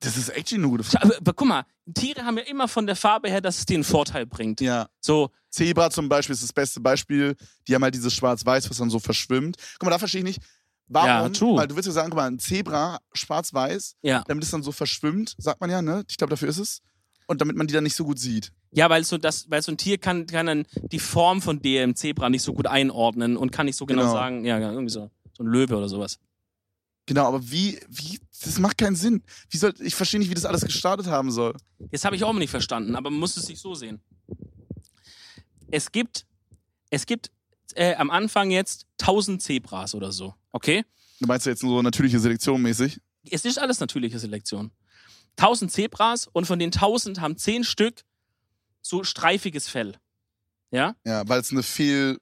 Das ist actually eine gute Tja, Frage. aber, aber guck mal, Tiere haben ja immer von der Farbe her, dass es denen Vorteil bringt. Ja. So, Zebra zum Beispiel ist das beste Beispiel. Die haben halt dieses Schwarz-Weiß, was dann so verschwimmt. Guck mal, da verstehe ich nicht. Ja, Warum? true. Weil du willst ja sagen, guck mal, ein Zebra, Schwarz-Weiß, ja. damit es dann so verschwimmt, sagt man ja, ne? Ich glaube, dafür ist es. Und damit man die dann nicht so gut sieht. Ja, weil so, das, weil so ein Tier kann, kann dann die Form von dem Zebra nicht so gut einordnen und kann nicht so genau, Genau. sagen, ja, ja, irgendwie so, so ein Löwe oder sowas. Genau, aber wie, wie, das macht keinen Sinn. Wie soll, ich verstehe nicht, wie das alles gestartet haben soll. Das habe ich auch immer nicht verstanden, aber man muss es sich so sehen. Es gibt, es gibt äh, am Anfang jetzt 1000 Zebras oder so, okay? Du meinst ja jetzt nur so natürliche Selektion mäßig? Es ist alles natürliche Selektion. 1000 Zebras und von den 1000 haben 10 Stück so streifiges Fell. Ja? Ja, weil es eine Fehl,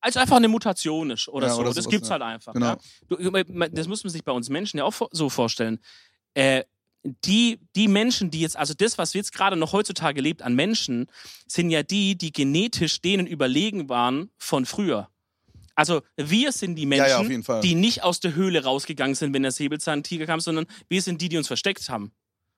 Also einfach eine Mutation ist oder Ja, so. oder das sowas, gibt's ja. halt einfach. Genau. Ja? Du, man- das muss man sich bei uns Menschen ja auch vor- so vorstellen. Äh, die, die Menschen, die jetzt, also das, was jetzt gerade noch heutzutage lebt an Menschen, sind ja die, die genetisch denen überlegen waren von früher. Also wir sind die Menschen, ja, ja, auf jeden Fall. die nicht aus der Höhle rausgegangen sind, wenn der Säbelzahntiger kam, sondern wir sind die, die uns versteckt haben.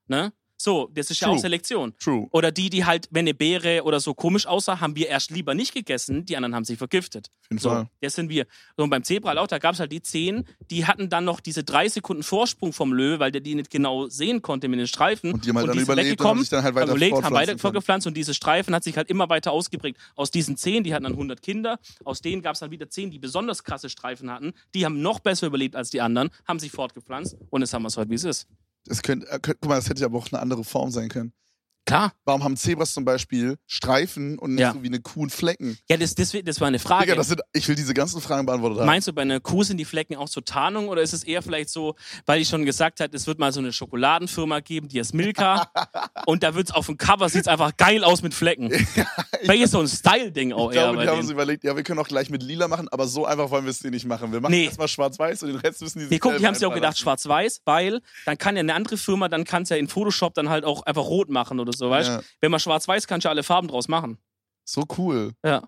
Ne? So, das ist ja True. auch Selektion. True. Oder die, die halt, wenn eine Beere oder so komisch aussah, haben wir erst lieber nicht gegessen, die anderen haben sich vergiftet. Auf jeden So, Fall. das sind wir. So, und beim Zebra auch, da gab es halt die zehn, die hatten dann noch diese drei Sekunden Vorsprung vom Löwe, weil der die nicht genau sehen konnte mit den Streifen. Und die haben halt dann sind überlebt und haben sich dann halt weiter haben überlegt, haben weiter fortpflanzen können. vorgepflanzt und diese Streifen hat sich halt immer weiter ausgeprägt. Aus diesen zehn, die hatten dann 100 Kinder, aus denen gab es dann wieder zehn, die besonders krasse Streifen hatten. Die haben noch besser überlebt als die anderen, haben sich fortgepflanzt und jetzt haben wir es heute, wie es ist. Es könnte, äh, könnt- guck mal, das hätte ja aber auch eine andere Form sein können. Klar. Warum haben Zebras zum Beispiel Streifen und nicht Ja. so wie eine Kuh und Flecken? Ja, das, das, das war eine Frage. Digga, das sind, ich will diese ganzen Fragen beantwortet haben. Meinst du, bei einer Kuh sind die Flecken auch zur Tarnung oder ist es eher vielleicht so, weil ich schon gesagt hat, es wird mal so eine Schokoladenfirma geben, die heißt Milka und da wird's auf dem Cover sieht's einfach geil aus mit Flecken. Vielleicht ist so ein Style-Ding auch ich eher glaube, bei die haben sich denen. überlegt, ja, wir können auch gleich mit lila machen, aber so einfach wollen wir es dir nicht machen. Wir machen Nee. erstmal schwarz-weiß und den Rest müssen die sich Nee, guck, die selber haben sich auch einfallen gedacht, schwarz-weiß, weil dann kann ja eine andere Firma, dann kann's ja in Photoshop dann halt auch einfach rot machen oder so, weißt Ja. Wenn man schwarz-weiß, kannst du ja alle Farben draus machen. So cool. Ja.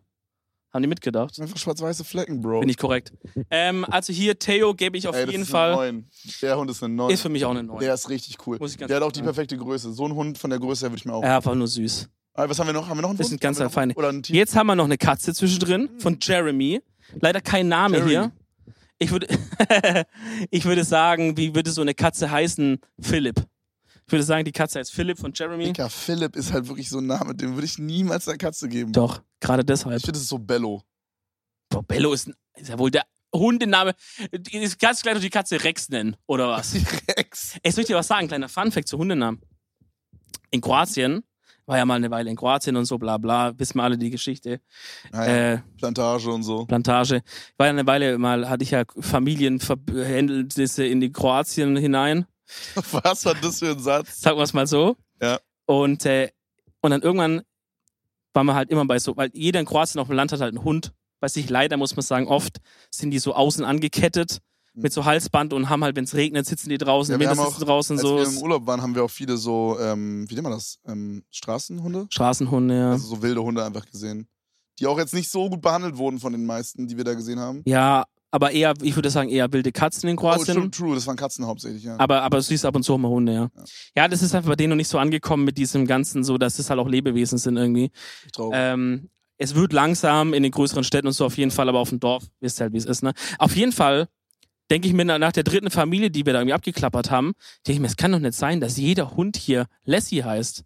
Haben die mitgedacht? Einfach schwarz-weiße Flecken, Bro. Bin ich korrekt. Ähm, also hier, Theo gebe ich auf Ey, das jeden ist Fall. Ein 9. Der Hund ist eine 9. Ist für mich auch eine neue. der ist richtig cool. Oh, Muss ich ganz Der hat auch die sagen. perfekte Größe. So ein Hund von der Größe her würde ich mir auch. Ja, war nur süß. Aber was haben wir noch? Haben wir noch einen Das Hund? sind ganz Haben wir noch- feine. Oder einen Tier? Jetzt haben wir noch eine Katze zwischendrin von Jeremy. Leider kein Name Jeremy. hier. Ich würde, ich würde sagen, wie würde so eine Katze heißen? Philipp. Ich würde sagen, die Katze heißt Philipp von Jeremy. Dicker Philipp ist halt wirklich so ein Name, den würde ich niemals einer Katze geben. Doch, gerade Ich deshalb. finde, das ist so Bello. Boah, Bello ist, ein, ist ja wohl der Hundename. Die- Kannst du gleich noch die Katze Rex nennen, oder was? Rex. Ey, soll ich dir was sagen? Kleiner Funfact zu Hundenamen. In Kroatien, war ja mal eine Weile in Kroatien und so, bla bla, wissen wir alle die Geschichte. Naja, Äh, Plantage und so. Plantage. Ich war ja eine Weile mal, hatte ich ja Familienverhältnisse in die Kroatien hinein, Was war das für ein Satz? sagen wir es mal so. Ja. Und, äh, und dann irgendwann waren wir halt immer bei so, weil jeder in Kroatien auf dem Land hat halt einen Hund. Bei sich leider muss man sagen, oft sind die so außen angekettet mit so Halsband und haben halt, wenn es regnet, sitzen die draußen, Hm. Ja, wir im Winter haben sitzen auch- draußen Als so. wir im Urlaub waren, haben wir auch viele so, ähm, wie nennt man das? Ähm, Straßenhunde? Straßenhunde, ja. Also so wilde Hunde einfach gesehen. Die auch jetzt nicht so gut behandelt wurden von den meisten, die wir da gesehen haben. ja, Aber eher, ich würde sagen, eher wilde Katzen in Oh, Kroatien. stimmt, true, das waren Katzen hauptsächlich, ja. Aber, aber siehst ab und zu auch mal Hunde, ja. ja. Ja. das ist einfach bei denen noch nicht so angekommen mit diesem Ganzen, so dass es halt auch Lebewesen sind irgendwie. Traurig. Ähm, es wird langsam in den größeren Städten und so auf jeden Fall, aber auf dem Dorf, wisst ihr halt, wie es ist, ne? Auf jeden Fall denke ich mir na- nach der dritten Familie, die wir da irgendwie abgeklappert haben, denke ich mir, es kann doch nicht sein, dass jeder Hund hier Lassie heißt.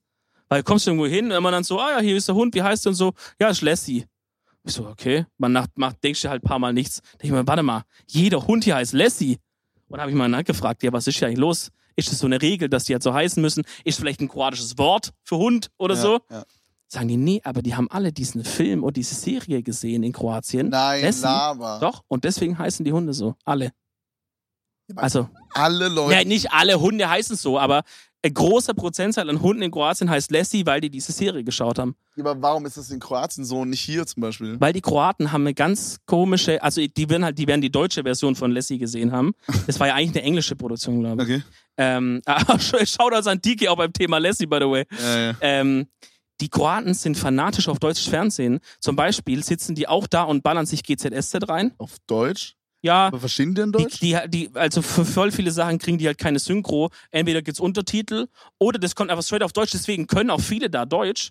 Weil kommst du irgendwo hin und immer dann so, ah ja, hier ist der Hund, wie heißt der und so, ja, ist Lassie. Ich so, okay, man nach, macht, denkst du halt ein paar Mal nichts. Denke ich mir, warte mal, jeder Hund hier heißt Lassie. Und habe ich mal nachgefragt, ja, was ist hier eigentlich los? Ist das so eine Regel, dass die halt so heißen müssen? Ist vielleicht ein kroatisches Wort für Hund oder ja, so? Ja. Sagen die, nee, aber die haben alle diesen Film und diese Serie gesehen in Kroatien. Nein, Lassie? Lava. Doch, und deswegen heißen die Hunde so. Alle. Also, Alle Leute. ja, nicht alle Hunde heißen so, aber ein großer Prozentzahl an Hunden in Kroatien heißt Lassie, weil die diese Serie geschaut haben. Aber warum ist das in Kroatien so und nicht hier zum Beispiel? Weil die Kroaten haben eine ganz komische, also die werden halt, die werden die deutsche Version von Lassie gesehen haben. Das war ja eigentlich eine englische Produktion, glaube ich. Okay. Ähm, Schaut als Antike auch beim Thema Lassie, by the way. Ja, ja. Ähm, die Kroaten sind fanatisch auf deutsches Fernsehen. Zum Beispiel sitzen die auch da und ballern sich GZSZ rein. Auf Deutsch? Ja, Aber verstehen die denn die, Deutsch? die, die, also für voll viele Sachen kriegen die halt keine Synchro. Entweder gibt's Untertitel oder das kommt einfach straight auf Deutsch. Deswegen können auch viele da Deutsch,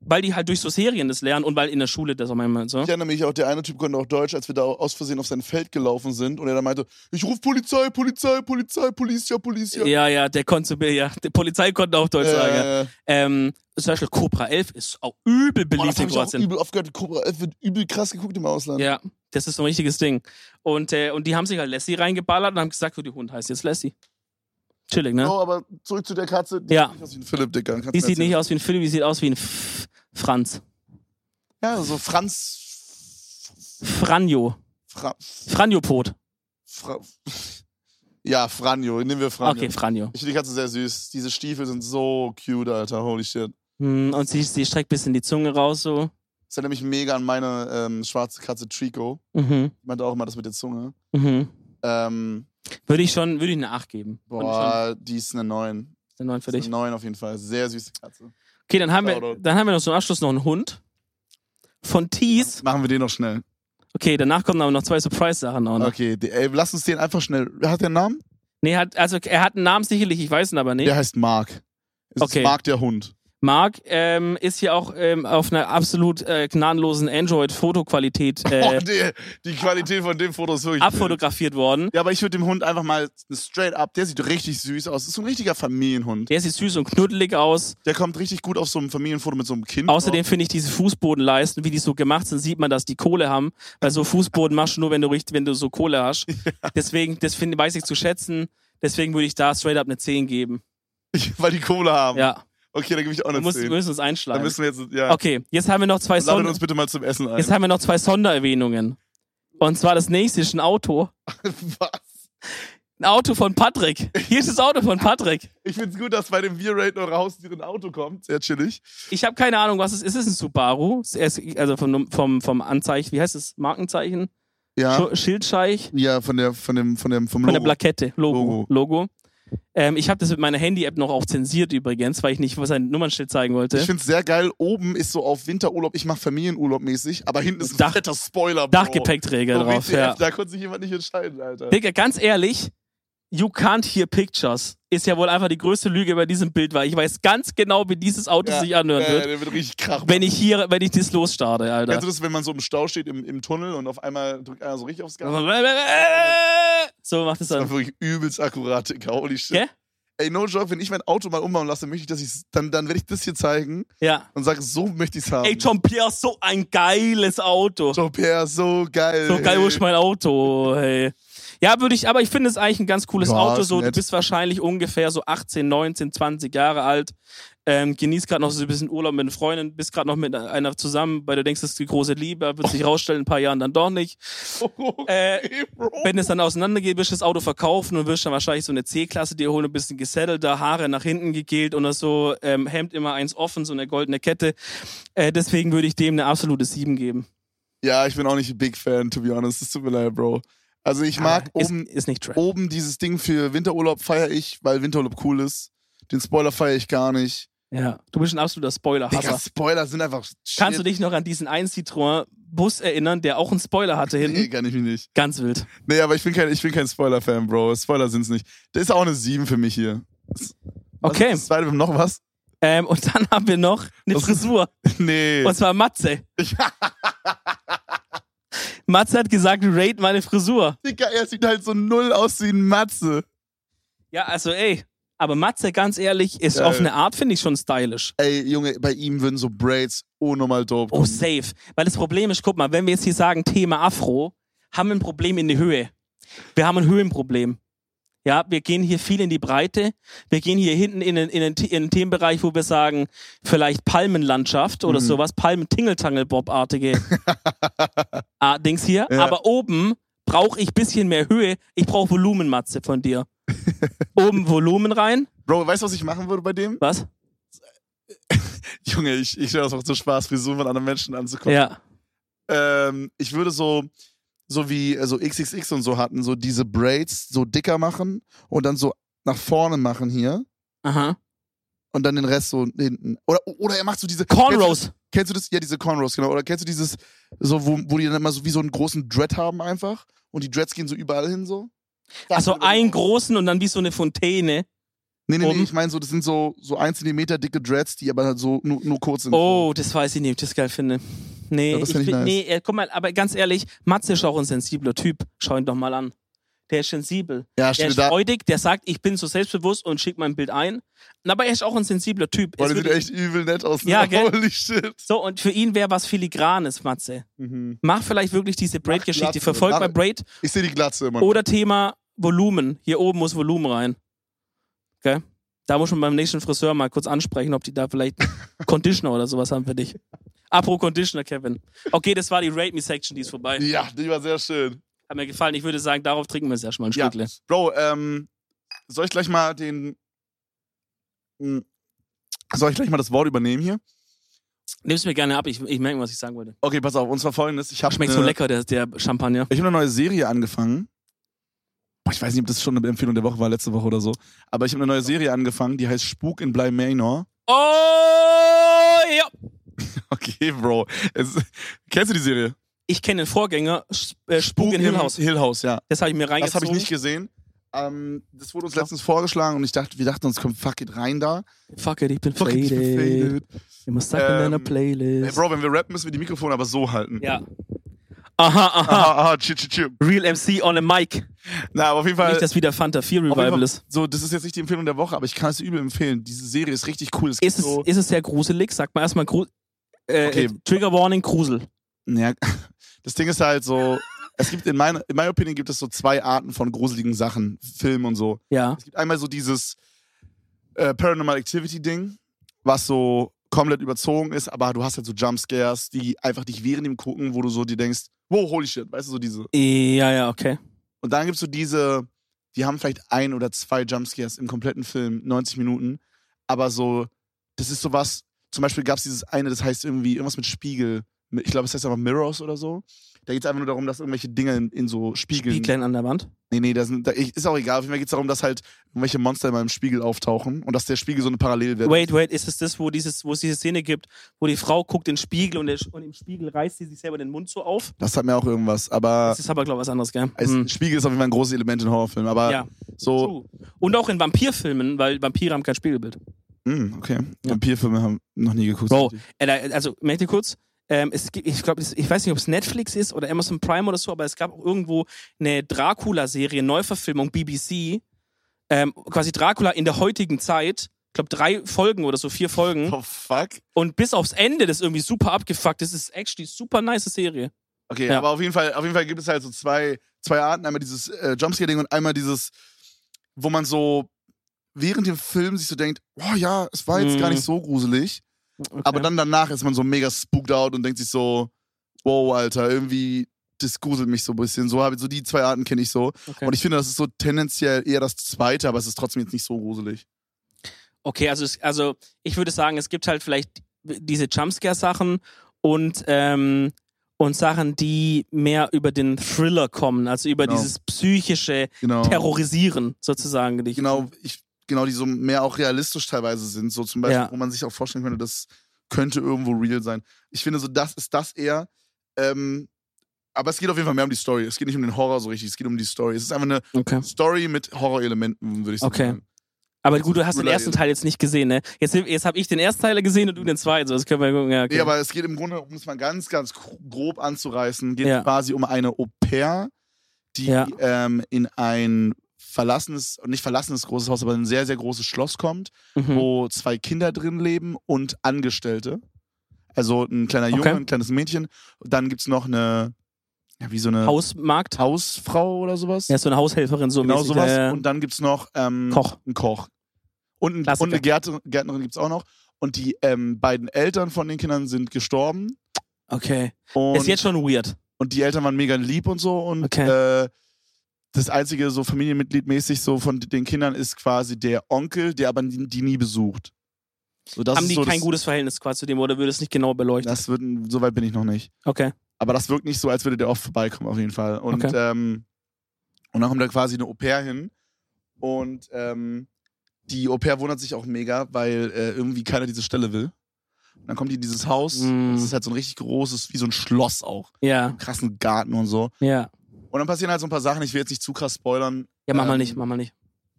weil die halt durch so Serien das lernen und weil in der Schule das auch manchmal so. Ich erinnere mich auch, der eine Typ konnte auch Deutsch, als wir da aus Versehen auf sein Feld gelaufen sind und er dann meinte, ich rufe Polizei, Polizei, Polizei, Polizia, Polizia. Ja, ja, der konnte, ja, die Polizei konnte auch Deutsch sagen. ja. äh, Ähm, zum Beispiel Cobra 11 ist auch übel boah, das beliebt hab in ich auch Kroatien. übel oft gehört, Cobra 11 wird übel krass geguckt im Ausland. Ja, das ist so ein richtiges Ding. Und, äh, und die haben sich halt Lassie reingeballert und haben gesagt, oh, die Hund heißt jetzt Lassie. Chillig, ne? So, aber zurück zu der Katze, die Ja. sieht nicht aus wie ein Philipp, Dicker. Kannst die du sieht erzählen. nicht aus wie ein Philipp, die sieht aus wie ein F Franz. Ja, so Franz... Franjo. Fra, Franjo-Pot. Fra, ja, Franjo, nehmen wir Franjo. Okay, Franjo. Ich finde die Katze sehr süß. Diese Stiefel sind so cute, Alter. Holy shit. Hm, Und sie, sie streckt bisschen die Zunge raus, so. Das erinnert mich mega an meine ähm, schwarze Katze Trico. Mhm. Die meinte auch immer das mit der Zunge. Mhm. Ähm, Würde ich schon, würde ich eine 8 geben. Würde ich schon. boah, die ist eine 9. Ist Eine 9 für Ist eine dich. 9 auf jeden Fall. Sehr süße Katze. Okay, dann haben, wir, Shoutout. dann haben wir noch zum Abschluss noch einen Hund. Von Tees. Machen wir den noch schnell. Okay, danach kommen aber noch zwei Surprise-Sachen auch noch. Okay, die, ey, lass uns den einfach schnell. Hat der einen Namen? Nee, hat, also er hat einen Namen sicherlich, ich weiß ihn aber nicht. Der heißt Mark. Es Okay. ist Mark der Hund. Marc ähm, ist hier auch ähm, auf einer absolut äh, gnadenlosen Android-Fotoqualität Boah, äh, die, Oh, die Qualität von dem Foto ist wirklich. wild. abfotografiert worden. Ja, aber ich würde dem Hund einfach mal straight up. Der sieht richtig süß aus. Ist so ein richtiger Familienhund. Der sieht süß und knuddelig aus. Der kommt richtig gut auf so einem Familienfoto mit so einem Kind. Außerdem finde ich diese Fußbodenleisten, wie die so gemacht sind, sieht man, dass die Kohle haben. Weil so Fußboden machst du nur, wenn du, richt- wenn du so Kohle hast. Deswegen, das find, weiß ich zu schätzen. Deswegen würde ich da straight up eine 10 geben. Weil die Kohle haben. Ja, Okay, dann gebe ich auch wir eine müssen, wir 10. müssen uns Dann einschlagen. müssen wir jetzt. Ja. Okay, jetzt haben wir noch zwei, Ladet Sonder uns bitte mal zum Essen ein. jetzt haben wir noch zwei Sondererwähnungen. Und zwar das nächste ist ein Auto. Was? Ein Auto von Patrick. Hier ist das Auto von Patrick. Ich find's gut, dass bei dem V-Rate eure Haustiere ein Auto kommt. Sehr chillig. Ich habe keine Ahnung, was es ist. Ist es ein Subaru? Es ist- Also vom, vom, vom Anzeichen, wie heißt es? Markenzeichen? Ja. Sch- Schildscheich? Ja, von der, von dem, von dem, vom Von der Logo. Plakette. Logo. Logo. Logo. Ähm, ich habe das mit meiner Handy-App noch auch zensiert übrigens, weil ich nicht sein Nummernschild zeigen wollte. ich find's sehr geil. Oben ist so auf Winterurlaub. Ich mache Familienurlaub mäßig, aber hinten ist ein Dach- fetter Spoiler. Bro. Dachgepäckträger So drauf. WTF, Ja. Da konnte sich jemand nicht entscheiden, Alter. Digga, ganz ehrlich, you can't hear pictures ist ja wohl einfach die größte Lüge bei diesem Bild, weil ich weiß ganz genau, wie dieses Auto Ja, sich anhören ja, ja, wird, der wird richtig krach. wenn ich hier, wenn ich das losstarte, Alter. Kennst du das, wenn man so im Stau steht, im, im Tunnel und auf einmal drückt einer so richtig aufs Gas? So macht es Das dann. war wirklich übelst akkurat, Digga. Holy shit. Gell? Ey, no joke, wenn ich mein Auto mal umbauen lasse, möchte ich, dass ich dann, dann werde ich das hier zeigen Ja. und sage, so möchte ich es haben. Ey, John Pierre, so ein geiles Auto. So John Pierre, so geil. geil wo ist mein Auto, hey. Ja, würde ich, aber ich finde es eigentlich ein ganz cooles Ja, Auto. ist So, du nett. bist wahrscheinlich ungefähr so 18, 19, 20 Jahre alt. Ähm, genießt gerade noch so ein bisschen Urlaub mit einer Freundin, bist gerade noch mit einer zusammen, weil du denkst, das ist die große Liebe, wird sich rausstellen, in ein paar Jahren dann doch nicht. Äh, Ey, Bro. wenn es dann auseinandergeht, wirst du das Auto verkaufen und wirst dann wahrscheinlich so eine C-Klasse dir holen, ein bisschen gesettelter, Haare nach hinten gegelt oder so, ähm, Hemd immer eins offen, so eine goldene Kette. Äh, deswegen würde ich dem eine absolute 7 geben. Ja, ich bin auch nicht ein Big Fan, to be honest. Es tut mir leid, Bro. Also ich mag Aber oben, Ah, Ist, ist nicht trap. oben dieses Ding für Winterurlaub feiere ich, weil Winterurlaub cool ist. Den Spoiler feiere ich gar nicht. Ja, du bist ein absoluter Digga, Spoiler-Hasser. Spoiler sind einfach shit. Kannst du dich noch an diesen einen Citroën-Bus erinnern, der auch einen Spoiler hatte Nee, hinten? kann ich mich nicht. Ganz wild. Nee, aber ich bin kein, ich bin kein Spoiler-Fan, Bro. Spoiler sind's nicht. Das ist auch eine 7 für mich hier. Was ist Okay. Das zweite noch was? Ähm, und dann haben wir noch eine Was- Frisur. Nee. Und zwar Matze. Matze hat gesagt, rate meine Frisur. Digga, er sieht halt so null aus wie ein Matze. Ja, also ey. Aber Matze, ganz ehrlich, ist Geil. auf eine Art, finde ich, schon stylisch. Ey, Junge, bei ihm würden so Braids unnormal dope. Oh, safe. Weil das Problem ist, guck mal, wenn wir jetzt hier sagen, Thema Afro, haben wir ein Problem in der Höhe. Wir haben ein Höhenproblem. Ja, wir gehen hier viel in die Breite. Wir gehen hier hinten in den, in den, in den Themenbereich, wo wir sagen, vielleicht Palmenlandschaft oder Mhm. sowas, Palmen-Tingle-Tangle-Bob-artige ah, Dings hier. Ja. Aber oben brauche ich bisschen mehr Höhe. Ich brauche Volumenmatze von dir. oben Volumen rein. Bro, weißt du, was ich machen würde bei dem? Was? Junge, ich, ich höre das auch so Spaß, Frisuren von anderen Menschen anzugucken. Ja. ähm, ich würde so, so wie äh, so XXX und so hatten, so diese Braids so dicker machen und dann so nach vorne machen hier Aha. und dann den Rest so hinten. Oder, oder er macht so diese Cornrows. Kennst du, das, kennst du das? Ja, diese Cornrows, genau. Oder kennst du dieses, so, wo, wo die dann immer so wie so einen großen Dread haben einfach und die Dreads gehen so überall hin so? Also einen großen und dann wie so eine Nee, Fontäne. nee, nee, oben. ich meine so, das sind so, so ein Zentimeter dicke Dreads, die aber halt so nur, nur kurz sind. Oh, das weiß ich nicht, ob ich das geil finde. Nee, Ja, das ich find ich bin, nice. nee, äh, guck mal, aber ganz ehrlich, Matze ist auch ein sensibler Typ. Schau ihn doch mal an. Der ist sensibel. Ja, Der stimmt. ist Da, freudig, der sagt, ich bin so selbstbewusst und schickt mein Bild ein. Aber er ist auch ein sensibler Typ. Boah, Es der sieht wird- echt übel nett aus. ne? Ja, gell? Holy shit. so, und für ihn wäre was Filigranes, Matze. Mhm. Mach vielleicht wirklich diese Glatze, Braid-Geschichte. Verfolg mach- mal Braid Ich sehe die Glatze immer. oder Thema Volumen. Hier oben muss Volumen rein. Okay? Da muss man beim nächsten Friseur mal kurz ansprechen, ob die da vielleicht Conditioner oder sowas haben für dich. Apro Conditioner, Kevin. Okay, das war die Rate Me Section, die ist vorbei. Ja, die war sehr schön. Hat mir gefallen. Ich würde sagen, darauf trinken wir jetzt erstmal ein Ja. Stückle. Bro, ähm, soll ich gleich mal den. Hm, Soll ich gleich mal das Wort übernehmen hier? Nimm's mir gerne ab, ich, ich merke, was ich sagen wollte. Okay, pass auf, und zwar folgendes. Ich habe Schmeckt so lecker, der, der Champagner. Ich habe eine neue Serie angefangen. Boah, ich weiß nicht, ob das schon eine Empfehlung der Woche war, letzte Woche oder so. Aber ich habe eine neue Serie angefangen, die heißt Spuk in Bly Manor. Oh, ja. Okay, Bro. Es, kennst du die Serie? Ich kenne den Vorgänger, Sp äh, Spuk in Hill im House. Hill House, ja. Das habe ich mir Das reingezogen. habe ich nicht gesehen. Ähm, das wurde uns letztens vorgeschlagen und ich dachte, wir dachten uns, komm, fuck it rein da. Fuck it, ich bin Fuck it, ich bin faded. faded. Immer stuck in Ähm, deiner Hey, Playlist. Bro, wenn wir rappen, müssen wir die Mikrofone aber so halten. Ja. Aha, aha. Aha, aha, chill, chill, chill. Real MC on a mic. Na, aber auf jeden Fall. Nicht, dass wieder Fanta 4 auf jeden Revival Fall ist. so, das ist jetzt nicht die Empfehlung der Woche, aber ich kann es übel empfehlen. Diese Serie ist richtig cool. Es gibt Ist es, so, ist es sehr gruselig? Sag mal erstmal Gru äh, Okay. äh, Trigger Warning, Grusel. ja, das Ding ist halt so. Es gibt in meiner, in meiner Opinion gibt es so zwei Arten von gruseligen Sachen, Film und so. Ja. Es gibt einmal so dieses äh, Paranormal Activity Ding, was so komplett überzogen ist, aber du hast halt so Jumpscares, die einfach dich während dem gucken, wo du so dir denkst, wow, holy shit, weißt du, so diese. Ja, ja, okay. Und dann gibt's so diese, die haben vielleicht ein oder zwei Jumpscares im kompletten Film, 90 Minuten. Aber so, das ist sowas, zum Beispiel gab's dieses eine, das heißt irgendwie irgendwas mit Spiegel. Ich glaube, es heißt aber Mirrors oder so. Da geht's einfach nur darum, dass irgendwelche Dinge in, in so Spiegeln. Die kleinen an der Wand. Nee, nee, da sind, da, ich, ist auch egal. Auf jeden Fall geht's darum, dass halt irgendwelche Monster in meinem Spiegel auftauchen und dass der Spiegel so eine Parallelwelt Wait, wait, ist es das, wo, dieses, wo es diese Szene gibt, wo die Frau guckt in den Spiegel und, der, und im Spiegel reißt sie sich selber den Mund so auf? Das hat mir auch irgendwas, aber Das ist aber, glaube ich, was anderes, gell? es, Hm. Spiegel ist auf jeden Fall ein großes Element in Horrorfilmen. Aber Ja, so, true. Und auch in Vampirfilmen, weil Vampire haben kein Spiegelbild. mh, hm, okay. Ja. Vampirfilme haben noch nie geguckt. Bro, Äh, da- Also, merkt ihr kurz? Ähm, es gibt, ich glaube, ich weiß nicht, ob es Netflix ist oder Amazon Prime oder so, aber es gab auch irgendwo eine Dracula-Serie, Neuverfilmung, BBC. Ähm, quasi Dracula in der heutigen Zeit. Ich glaube, drei Folgen oder so, vier Folgen. Oh, fuck. Und bis aufs Ende, das ist irgendwie super abgefuckt. Das ist actually super nice Serie. Okay, Ja. aber auf jeden, Fall, auf jeden Fall gibt es halt so zwei, zwei Arten. Einmal dieses äh, Jumpscare-Ding und einmal dieses, wo man so während dem Film sich so denkt, oh ja, es war jetzt Mhm. gar nicht so gruselig. Aber dann danach ist man so mega spooked out und denkt sich so, wow, Alter, irgendwie, das gruselt mich so ein bisschen. So, hab, so die zwei Arten kenne ich so. okay. Und ich finde, das ist so tendenziell eher das Zweite, aber es ist trotzdem jetzt nicht so gruselig. okay, also, es, also ich würde sagen, es gibt halt vielleicht diese Jumpscare-Sachen und, ähm, und Sachen, die mehr über den Thriller kommen, also über Genau. dieses psychische Genau. Terrorisieren sozusagen. dich. Genau, ich genau, die so mehr auch realistisch teilweise sind. So zum Beispiel, Ja. wo man sich auch vorstellen könnte, das könnte irgendwo real sein. Ich finde so, das ist das eher. Ähm, aber es geht auf jeden Fall mehr um die Story. Es geht nicht um den Horror so richtig, es geht um die Story. Es ist einfach eine Okay. Story mit Horrorelementen, würde ich so Okay. sagen. Aber gut, du hast den Thriller ersten eben. Teil jetzt nicht gesehen, ne? Jetzt, jetzt habe ich den ersten Teil gesehen und du den zweiten. So, das können wir gucken. Ja, okay. Nee, aber es geht im Grunde, um es mal ganz, ganz gro- grob anzureißen, geht Ja. quasi um eine Au-pair, die Ja. ähm, in ein verlassenes, nicht verlassenes großes Haus, aber ein sehr, sehr großes Schloss kommt, mhm. wo zwei Kinder drin leben und Angestellte. Also ein kleiner Junge, Okay. ein kleines Mädchen. Dann gibt es noch eine, ja, wie so eine Hausmarkt. Hausfrau oder sowas. Ja, so eine Haushelferin, so genau mäßig, äh, sowas. ja, ja. Und dann gibt es noch ähm, Koch. einen Koch. Und, ein, Klassiker. und eine Gärtner- Gärtnerin gibt es auch noch. Und die ähm, beiden Eltern von den Kindern sind gestorben. Okay. Und, ist jetzt schon weird. und die Eltern waren mega lieb und so. Und Okay. äh, das einzige so Familienmitglied mäßig so von den Kindern ist quasi der Onkel, der aber die, die nie besucht. So, das Haben ist die so kein das, gutes Verhältnis quasi zu dem oder würde es nicht genau beleuchten? Das wird, so weit bin ich noch nicht. okay. Aber das wirkt nicht so, als würde der oft vorbeikommen, auf jeden Fall. Und, Okay. ähm, und dann kommt da quasi eine Au-pair hin. Und ähm, die Au-pair wundert sich auch mega, weil äh, irgendwie keiner diese Stelle will. Und dann kommt die in dieses Haus. Mm. Das ist halt so ein richtig großes, wie so ein Schloss auch. Ja, Krassen Garten und so. ja. Und dann passieren halt so ein paar Sachen. Ich will jetzt nicht zu krass spoilern. Ja, mach mal Ähm, nicht, mach mal nicht.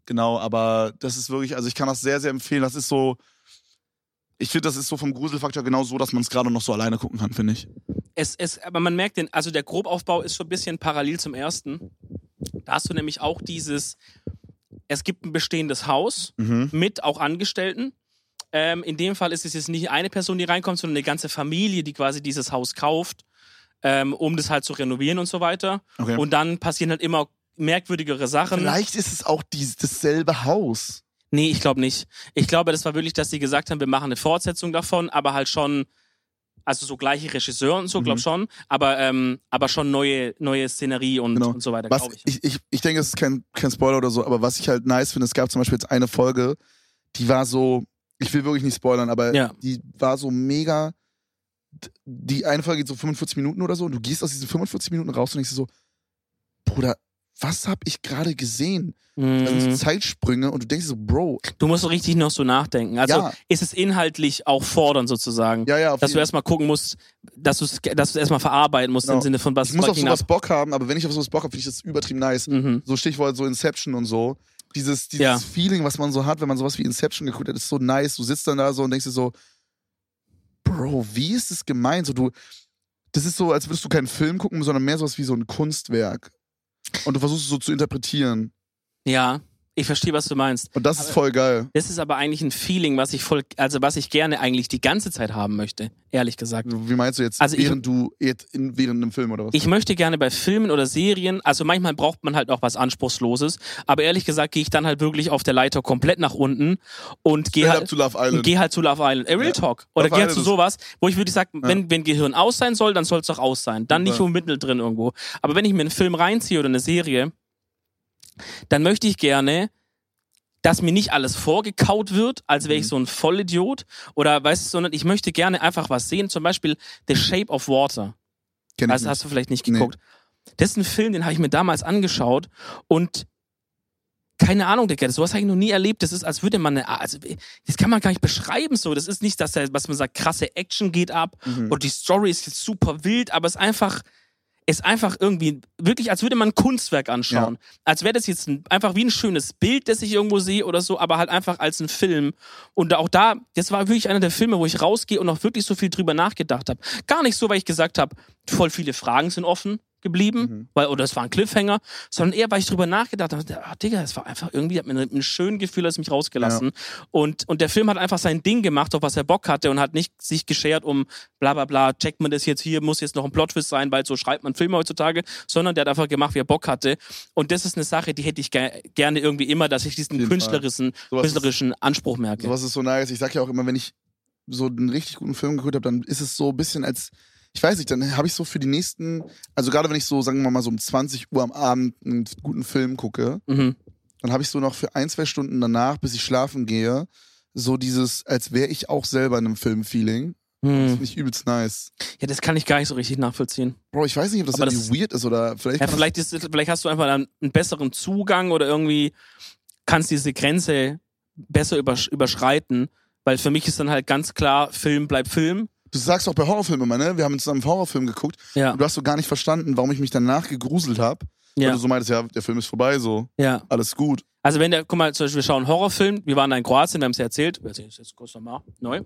Genau, aber das ist wirklich, also ich kann das sehr, sehr empfehlen. Das ist so, ich finde, das ist so vom Gruselfaktor genau so, dass man es gerade noch so alleine gucken kann, finde ich. Es, es, aber man merkt den, also der Grobaufbau ist schon ein bisschen parallel zum ersten. Da hast du nämlich auch dieses, es gibt ein bestehendes Haus Mhm. mit auch Angestellten. Ähm, in dem Fall ist es jetzt nicht eine Person, die reinkommt, sondern eine ganze Familie, die quasi dieses Haus kauft, ähm, um das halt zu renovieren und so weiter. Okay. Und dann passieren halt immer merkwürdigere Sachen. Vielleicht ist es auch die, dasselbe Haus. Nee, ich glaube nicht. Ich glaube, das war wirklich, dass sie gesagt haben, wir machen eine Fortsetzung davon, aber halt schon, also so gleiche Regisseur und so, glaube Mhm. schon, aber, ähm, aber schon neue, neue Szenerie und, Genau. und so weiter, Was glaube ich. ich, ich, ich denke, es ist kein, kein Spoiler oder so, aber was ich halt nice finde, es gab zum Beispiel jetzt eine Folge, die war so, ich will wirklich nicht spoilern, aber Ja. die war so mega. Die eine Folge geht so 45 Minuten oder so und du gehst aus diesen 45 Minuten raus und denkst dir so, Bruder, was hab ich gerade gesehen? Also so Mhm. Zeitsprünge und du denkst dir so, Bro, Du musst so richtig noch so nachdenken. Also ja, ist es inhaltlich auch fordernd sozusagen. ja, ja. auf Dass du jeden- erstmal gucken musst, dass du es dass du's erstmal verarbeiten musst im Genau. Sinne von was ich muss auf fucking sowas Bock haben, aber wenn ich auf sowas Bock habe, finde ich das übertrieben nice. ab- Mhm. So Stichwort so Inception und so. Dieses, dieses Ja. Feeling, was man so hat, wenn man sowas wie Inception geguckt hat, ist so nice. Du sitzt dann da so und denkst dir so, Bro, wie ist das gemeint? So, du, das ist so, als würdest du keinen Film gucken, sondern mehr sowas wie so ein Kunstwerk. Und du versuchst es so zu interpretieren. Ja, ich verstehe, was du meinst. Und das ist voll geil. Das ist aber eigentlich ein Feeling, was ich voll, also was ich gerne eigentlich die ganze Zeit haben möchte, ehrlich gesagt. Wie meinst du jetzt, Also ich- während du jetzt in, während einem Film oder was? Ich möchte gerne bei Filmen oder Serien, also manchmal braucht man halt auch was Anspruchsloses, aber ehrlich gesagt gehe ich dann halt wirklich auf der Leiter komplett nach unten und gehe Straight up halt, to Love und Island. geh halt zu Love Island. Äh, Real Ja. Talk. Oder Love geh halt zu Island sowas, wo ich wirklich sage, wenn, wenn Gehirn aus sein soll, dann soll es auch aus sein. Dann nicht Ja. so mittel drin irgendwo. Aber wenn ich mir einen Film reinziehe oder eine Serie, dann möchte ich gerne, dass mir nicht alles vorgekaut wird, als wäre ich Mhm. so ein Vollidiot oder weißt du, sondern ich möchte gerne einfach was sehen. Zum Beispiel The Shape of Water. Kenn ich Also nicht. hast du vielleicht nicht Nee. geguckt. Das ist ein Film, den habe ich mir damals angeschaut und keine Ahnung, Digga, sowas habe ich noch nie erlebt. Das ist, als würde man eine, also, das kann man gar nicht beschreiben so. Das ist nicht, dass da, was man sagt, krasse Action geht ab Mhm. und die Story ist jetzt super wild, aber es ist einfach, ist einfach irgendwie, wirklich, als würde man ein Kunstwerk anschauen. Als wäre das jetzt ein, einfach wie ein schönes Bild, das ich irgendwo sehe oder so, aber halt einfach als ein Film. Und auch da, das war wirklich einer der Filme, wo ich rausgehe und auch wirklich so viel drüber nachgedacht habe. Gar nicht so, weil ich gesagt habe, voll viele Fragen sind offen geblieben, Mhm. weil, oder es war ein Cliffhanger, sondern eher, weil ich drüber nachgedacht habe, ah, Digga, das war einfach irgendwie, hat mir ein, ein schönes Gefühl aus mich rausgelassen. Und, und der Film hat einfach sein Ding gemacht, auf was er Bock hatte und hat nicht sich geschert um bla bla bla, checkt man das jetzt hier, muss jetzt noch ein Plot-Twist sein, weil so schreibt man Filme heutzutage, sondern der hat einfach gemacht, wie er Bock hatte. Und das ist eine Sache, die hätte ich ge gerne irgendwie immer, dass ich Auf diesen jeden künstlerischen, Sowas ist- künstlerischen Anspruch merke. Sowas ist so nice. Ich sag ja auch immer, wenn ich so einen richtig guten Film geguckt habe, dann ist es so ein bisschen als, ich weiß nicht, dann habe ich so für die nächsten, also gerade wenn ich so, sagen wir mal, so um 20 Uhr am Abend einen guten Film gucke, mhm. dann habe ich so noch für ein, zwei Stunden danach, bis ich schlafen gehe, so dieses, als wäre ich auch selber in einem Film-Feeling. Das Hm. finde ich übelst nice. Ja, das kann ich gar nicht so richtig nachvollziehen. Bro, ich weiß nicht, ob das Aber das- irgendwie weird ist oder vielleicht. Ja, kann vielleicht, ist, vielleicht hast du einfach dann einen besseren Zugang oder irgendwie kannst diese Grenze besser übersch überschreiten, weil für mich ist dann halt ganz klar, Film bleibt Film. Du sagst auch bei Horrorfilmen immer, ne? Wir haben zusammen einen Horrorfilm geguckt Ja. und du hast so gar nicht verstanden, warum ich mich danach gegruselt habe. Weil Ja. du so meintest, ja, der Film ist vorbei, so, ja. alles gut. Also wenn der, guck mal, zum Beispiel, wir schauen einen Horrorfilm, wir waren da in Kroatien, wir haben es ja erzählt, wir erzählen es jetzt kurz nochmal, neu.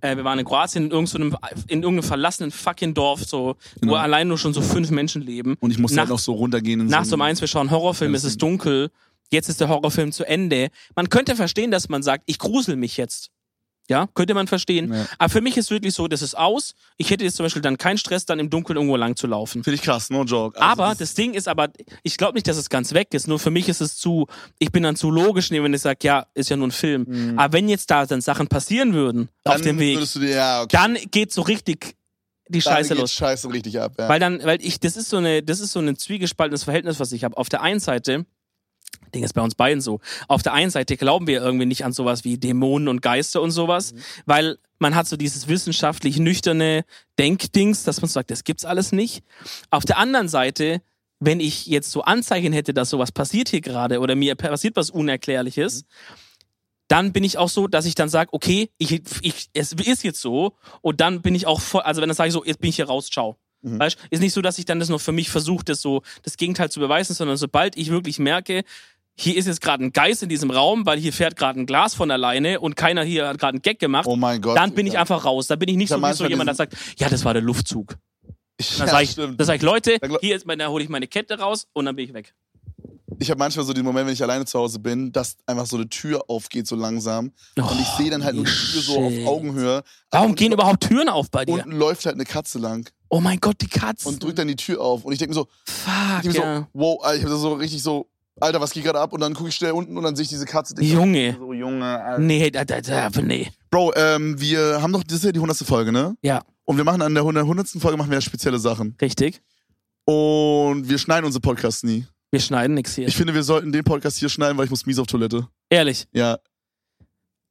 Äh, wir waren in Kroatien in irgendeinem, in irgendeinem verlassenen fucking Dorf, so, Genau. wo allein nur schon so fünf Menschen leben. Und ich musste halt Nach- noch so runtergehen. In Nachts so um einen- eins, wir schauen einen Horrorfilm, es ist dunkel, jetzt ist der Horrorfilm zu Ende. Man könnte verstehen, dass man sagt, ich grusel mich jetzt. Ja, könnte man verstehen. Ja. Aber für mich ist wirklich so, das ist aus. Ich hätte jetzt zum Beispiel dann keinen Stress, dann im Dunkeln irgendwo lang zu laufen. Finde ich krass, no joke. Also Aber das Ding ist aber, ich glaube nicht, dass es ganz weg ist. Nur für mich ist es zu, ich bin dann zu logisch, wenn ich sage, ja, ist ja nur ein Film. Mhm. Aber wenn jetzt da dann Sachen passieren würden auf Dann dem Weg, würdest Du dir, ja, okay. dann geht so richtig die dann Scheiße geht's los. Scheiße richtig ab, ja. Weil dann, weil ich, das ist so eine, das ist so ein zwiegespaltenes Verhältnis, was ich habe. Auf der einen Seite, Ding ist bei uns beiden so, auf der einen Seite glauben wir irgendwie nicht an sowas wie Dämonen und Geister und sowas, Mhm. weil man hat so dieses wissenschaftlich nüchterne Denkdings, dass man sagt, das gibt's alles nicht. Auf der anderen Seite, wenn ich jetzt so Anzeichen hätte, dass sowas passiert hier gerade oder mir passiert was Unerklärliches, Mhm. dann bin ich auch so, dass ich dann sage, okay, ich, ich, es ist jetzt so und dann bin ich auch voll, also wenn dann sage ich so, jetzt bin ich hier raus, ciao. Mhm. Weißt, ist nicht so, dass ich dann das nur für mich versuche, das so das Gegenteil zu beweisen, sondern sobald ich wirklich merke, hier ist jetzt gerade ein Geist in diesem Raum, weil hier fährt gerade ein Glas von alleine und keiner hier hat gerade einen Gag gemacht, oh mein Gott. dann bin ich einfach raus. Dann bin ich Ich nicht hab so, wie so manchmal jemand, der sagt, ja, das war der Luftzug. Ja, Dann sage ich, stimmt. dann sag ich, Leute, Dann gl- hier ist mein, da hole ich meine Kette raus und dann bin ich weg. ich habe manchmal so den Moment, wenn ich alleine zu Hause bin, dass einfach so eine Tür aufgeht so langsam und ich sehe dann halt nur die Tür so auf shit. Augenhöhe. Warum Und- gehen überhaupt Türen auf bei dir? Unten läuft halt eine Katze lang oh mein Gott, die Katzen. und drückt dann die Tür auf und ich denke mir so, ich Fuck, denk mir ja. so, wow, Alter, ich habe so richtig so, Alter, was geht gerade ab? Und dann gucke ich schnell unten und dann sehe ich diese Katze. Denk mir Junge. so, Junge, Alter. Nee, da, da, da, nee. Bro, ähm, wir haben doch, das ist ja die 100. Folge, ne? Ja, Und wir machen an der 100. Folge machen wir spezielle Sachen. richtig. Und wir schneiden unsere Podcasts nie. Wir schneiden nichts hier. Ich finde, wir sollten den Podcast hier schneiden, weil ich muss mies auf Toilette. Ehrlich. Ja,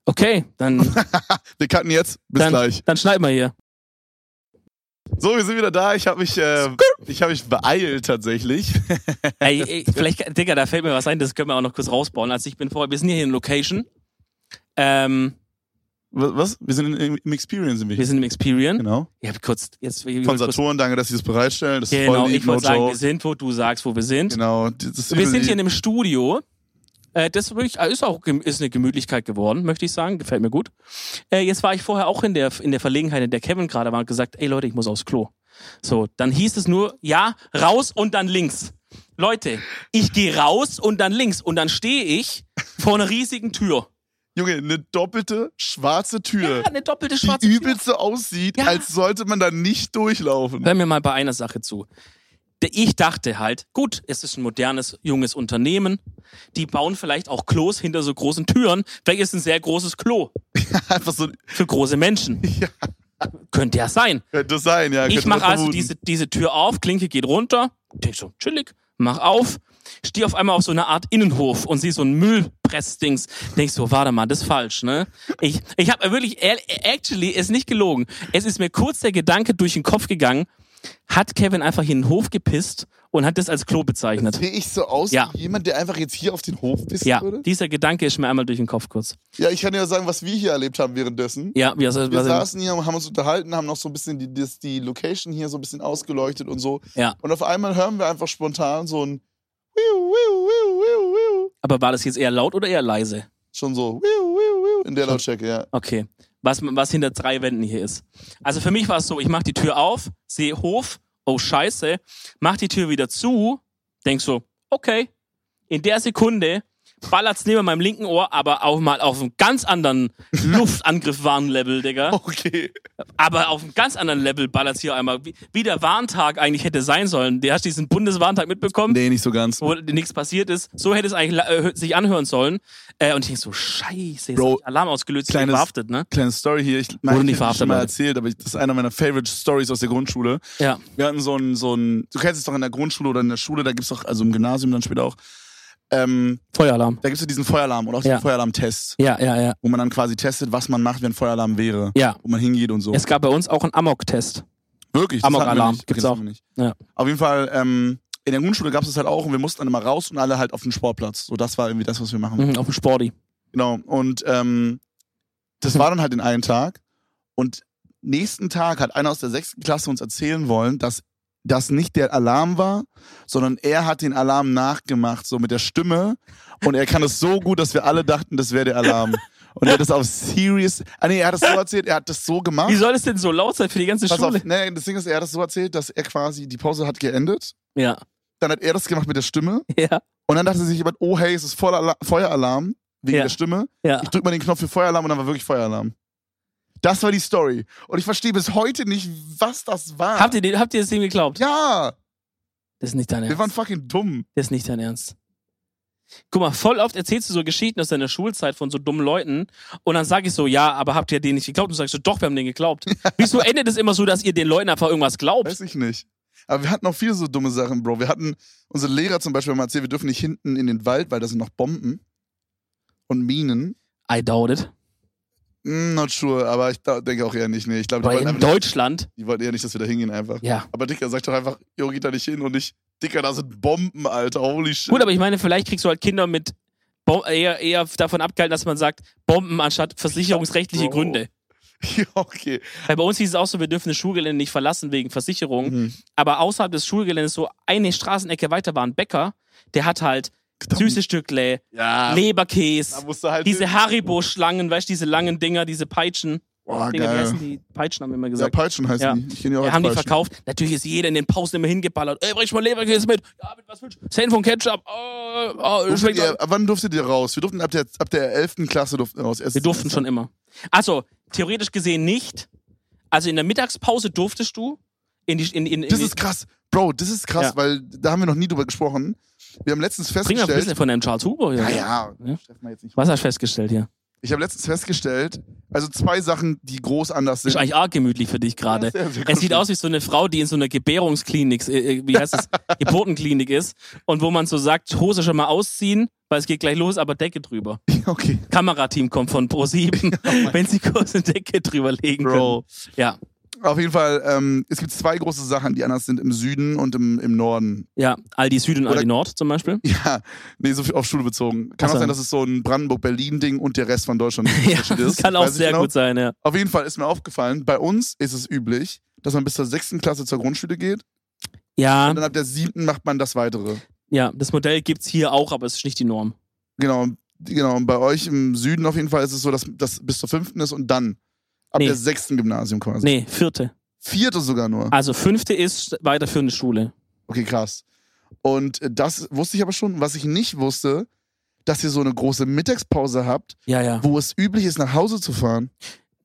Okay, dann, wir cutten jetzt. Bis dann, gleich. dann schneiden wir hier. So, wir sind wieder da. Ich habe mich, äh, ich habe mich beeilt tatsächlich. Ey, ey, vielleicht, Digga, da fällt mir was ein, das können wir auch noch kurz rausbauen. Also ich bin vorher, wir sind hier in Location. Ähm, Was? was? Wir sind in, im Experience im wir sind im Experion. Genau. Ich hab kurz, jetzt, ich Von hab kurz, Saturn, danke, dass sie das bereitstellen. Das ist Genau, voll lieb, ich wollte no sagen, joke. wir sind, wo du sagst, wo wir sind. Genau. Das ist Wir sind hier in lieb. einem Studio. Äh, Das wirklich- äh, ist auch gem- ist eine Gemütlichkeit geworden, möchte ich sagen. Gefällt mir gut. Äh, Jetzt war ich vorher auch in der, in der Verlegenheit, in der Kevin gerade war und gesagt, ey Leute, ich muss aufs Klo. So, dann hieß es nur, ja, raus und dann links. Leute, ich gehe raus und dann links. Und dann stehe ich vor einer riesigen Tür. Junge, eine doppelte schwarze Tür. Ja, eine doppelte die schwarze Tür. übelst so aussieht, Ja. als sollte man da nicht durchlaufen. Hör mir mal bei einer Sache zu. Der- Ich dachte halt, gut, es ist ein modernes, junges Unternehmen. Die bauen vielleicht auch Klos hinter so großen Türen. Vielleicht ist es ein sehr großes Klo Einfach so ein für große Menschen. Ja. Könnte ja sein. Könnte sein, ja. Ich könnte mache man also vermuten. diese, diese Tür auf, Klinke geht runter, denk so, chillig, mach auf, stehe auf einmal auf so einer Art Innenhof und sehe so ein Müllpressdings. Denk so, warte mal, das ist falsch, ne? Ich, ich habe wirklich, ehr- actually, ist nicht gelogen. Es ist mir kurz der Gedanke durch den Kopf gegangen, hat Kevin einfach hier in den Hof gepisst und hat das als Klo bezeichnet. Sehe ich so aus Ja. wie jemand, der einfach jetzt hier auf den Hof pissen Ja, würde? dieser Gedanke ist mir einmal durch den Kopf kurz. Ja, ich kann dir sagen, was wir hier erlebt haben währenddessen. Ja, wie, also, Wir was, saßen hier und haben uns unterhalten, haben noch so ein bisschen die, das, die Location hier so ein bisschen ausgeleuchtet und so. Ja. Und auf einmal hören wir einfach spontan so ein Wiu, Wiu, Wiu, Wiu, Wiu. aber war das jetzt eher laut oder eher leise? Schon so Wiu, Wiu, Wiu. in der Schon- Lautstärke, ja. Okay. Was, was hinter drei Wänden hier ist. Also für mich war es so, ich mach die Tür auf, sehe Hof, oh scheiße, mach die Tür wieder zu, denk so, okay. In der Sekunde ballert's neben meinem linken Ohr, aber auch mal auf einem ganz anderen Luftangriff-Warnlevel, Digga. Okay. Aber auf einem ganz anderen Level ballert's hier einmal, wie, wie der Warntag eigentlich hätte sein sollen. Du hast diesen Bundeswarntag mitbekommen Nee, nicht so ganz. wo nichts passiert ist. So hätte es eigentlich la- äh, sich anhören sollen. Äh, und ich denk so, scheiße, jetzt Bro, hab ich Alarm ausgelöst, ich bin kleines- verhaftet, ne? Kleine Story hier. Ich Wurde nicht ich hab die schon verhaftet, mal Leute. erzählt, aber ich, das ist einer meiner favorite Stories aus der Grundschule. Ja. Wir hatten so ein, so ein, du kennst es doch in der Grundschule oder in der Schule, da gibt's doch, also im Gymnasium dann später auch, ähm, Feueralarm. da gibt's ja diesen Feueralarm oder auch Ja. diesen Feueralarmtest, Ja, ja, ja. wo man dann quasi testet, was man macht, wenn Feueralarm wäre. Ja. Wo man hingeht und so. Es gab bei uns auch einen Amok-Test. Wirklich, das Amok-Alarm hatten wir nicht. gibt's Das auch. hatten wir Nicht. Ja. Auf jeden Fall, ähm, in der Grundschule gab's das halt auch und wir mussten dann immer raus und alle halt auf den Sportplatz. So, das war irgendwie das, was wir machen. Mhm, auf dem Sporty. Genau. Und ähm, das war dann halt in einem Tag. Und nächsten Tag hat einer aus der sechsten Klasse uns erzählen wollen, dass das nicht der Alarm war, sondern er hat den Alarm nachgemacht, so mit der Stimme. Und er kann es so gut, dass wir alle dachten, das wäre der Alarm. Und er hat das auf Serious. Ah, nee, er hat das so erzählt, er hat das so gemacht. Wie soll es denn so laut sein für die ganze Pass Schule? auf, nee, das Ding ist, er hat das so erzählt, dass er quasi die Pause hat geendet. Ja. Dann hat er das gemacht mit der Stimme. Ja. Und dann dachte sich jemand, oh hey, es ist voller Ala- Feueralarm wegen Ja. der Stimme. Ja. Ich drück mal den Knopf für Feueralarm und dann war wirklich Feueralarm. Das war die Story. Und ich verstehe bis heute nicht, was das war. Habt ihr, den- habt ihr das dem geglaubt? Ah. ja, Das ist nicht dein wir waren Ernst. fucking dumm. Das ist nicht dein Ernst. Guck mal, voll oft erzählst du so Geschichten aus deiner Schulzeit von so dummen Leuten und dann sag ich so, ja, aber habt ihr denen nicht geglaubt? Und du sagst so, doch, wir haben denen geglaubt. Wieso endet es immer so, dass ihr den Leuten einfach irgendwas glaubt? Weiß ich nicht. Aber wir hatten auch viele so dumme Sachen, Bro. Wir hatten, unsere Lehrer zum Beispiel haben erzählt, wir dürfen nicht hinten in den Wald, weil da sind noch Bomben und Minen. I doubt it. Mm, not sure, aber ich da- denke auch eher nicht. Nee, ich glaube, die, Aber wollten in einfach- Deutschland, die wollten eher nicht, dass wir da hingehen einfach. ja. Aber Dicker, sag doch einfach, Jo, geht da nicht hin und nicht, Dicker, da sind Bomben, Alter, holy shit. Gut, aber ich meine, vielleicht kriegst du halt Kinder mit Bom eher, eher davon abgehalten, dass man sagt, Bomben anstatt versicherungsrechtliche Bro. Gründe. ja, okay. Weil bei uns hieß es auch so, wir dürfen das Schulgelände nicht verlassen wegen Versicherung. Mhm. Aber außerhalb des Schulgeländes, so eine Straßenecke weiter war ein Bäcker, der hat halt süße Stückle, Ja, da Leberkäse, musst du halt diese Haribo-Schlangen, weißt du, diese langen Dinger, diese Peitschen. Boah, Dinger, wie Ah, geil. heißen die? Peitschen haben wir immer Ja, gesagt. Peitschen heißen Ja. die. Ich kenn die auch Ja, als haben die Peitschen. verkauft. Natürlich ist jeder in den Pausen immer hingeballert. Ey, bring mal Leberkäse mit. Ja, mit was willst du? Zehn von Ketchup. Oh, oh, Durftet schmeckt ihr, ab äh, wann durftet ihr raus? Wir durften ab der, ab der 11. Klasse durften raus. Erst- Wir durften schon immer. Also, theoretisch gesehen nicht. Also in der Mittagspause durftest du in die. In, in, in Das die- ist krass. Bro, das ist krass, Ja. weil da haben wir noch nie drüber gesprochen. Wir haben letztens Bring mal ein festgestellt. bisschen von deinem Charles Huber hier. Ja, ja. Ja. Steff mal jetzt nicht. Was hast du festgestellt hier? Ich habe letztens festgestellt, also zwei Sachen, die groß anders sind. Ist eigentlich arg gemütlich für dich gerade. Sehr, sehr Es sieht gut. aus wie so eine Frau, die in so einer Gebärungsklinik, äh, äh, wie heißt es, Geburtenklinik ist und wo man so sagt, Hose schon mal ausziehen, weil es geht gleich los, aber Decke drüber. Okay. Kamerateam kommt von Pro7, wenn sie kurz eine Decke drüber legen Bro. können. Ja, Auf jeden Fall, ähm, es gibt zwei große Sachen, die anders sind im Süden und im, im Norden. ja, Aldi Süd und Oder- Aldi Nord zum Beispiel. Ja, nee, so viel auf Schule bezogen. Kann Ach so. auch sein, dass es so ein Brandenburg-Berlin-Ding und der Rest von Deutschland Ja, Unterschied das ist. kann auch Weiß ich sehr genau. gut sein, ja. Auf jeden Fall ist mir aufgefallen, bei uns ist es üblich, dass man bis zur sechsten Klasse zur Grundschule geht Ja, und Ah. dann ab der siebten macht man das Weitere. ja, das Modell gibt's hier auch, aber es ist nicht die Norm. Genau, genau. Und bei euch im Süden auf jeden Fall ist es so, dass das bis zur fünften ist und dann ab Nee. der sechsten Gymnasium quasi. Nee, vierte. Vierte sogar nur. Also fünfte ist weiterführende Schule. Okay, krass. Und äh, das wusste ich aber schon. Was ich nicht wusste, dass ihr so eine große Mittagspause habt, Ja, ja. wo es üblich ist, nach Hause zu fahren.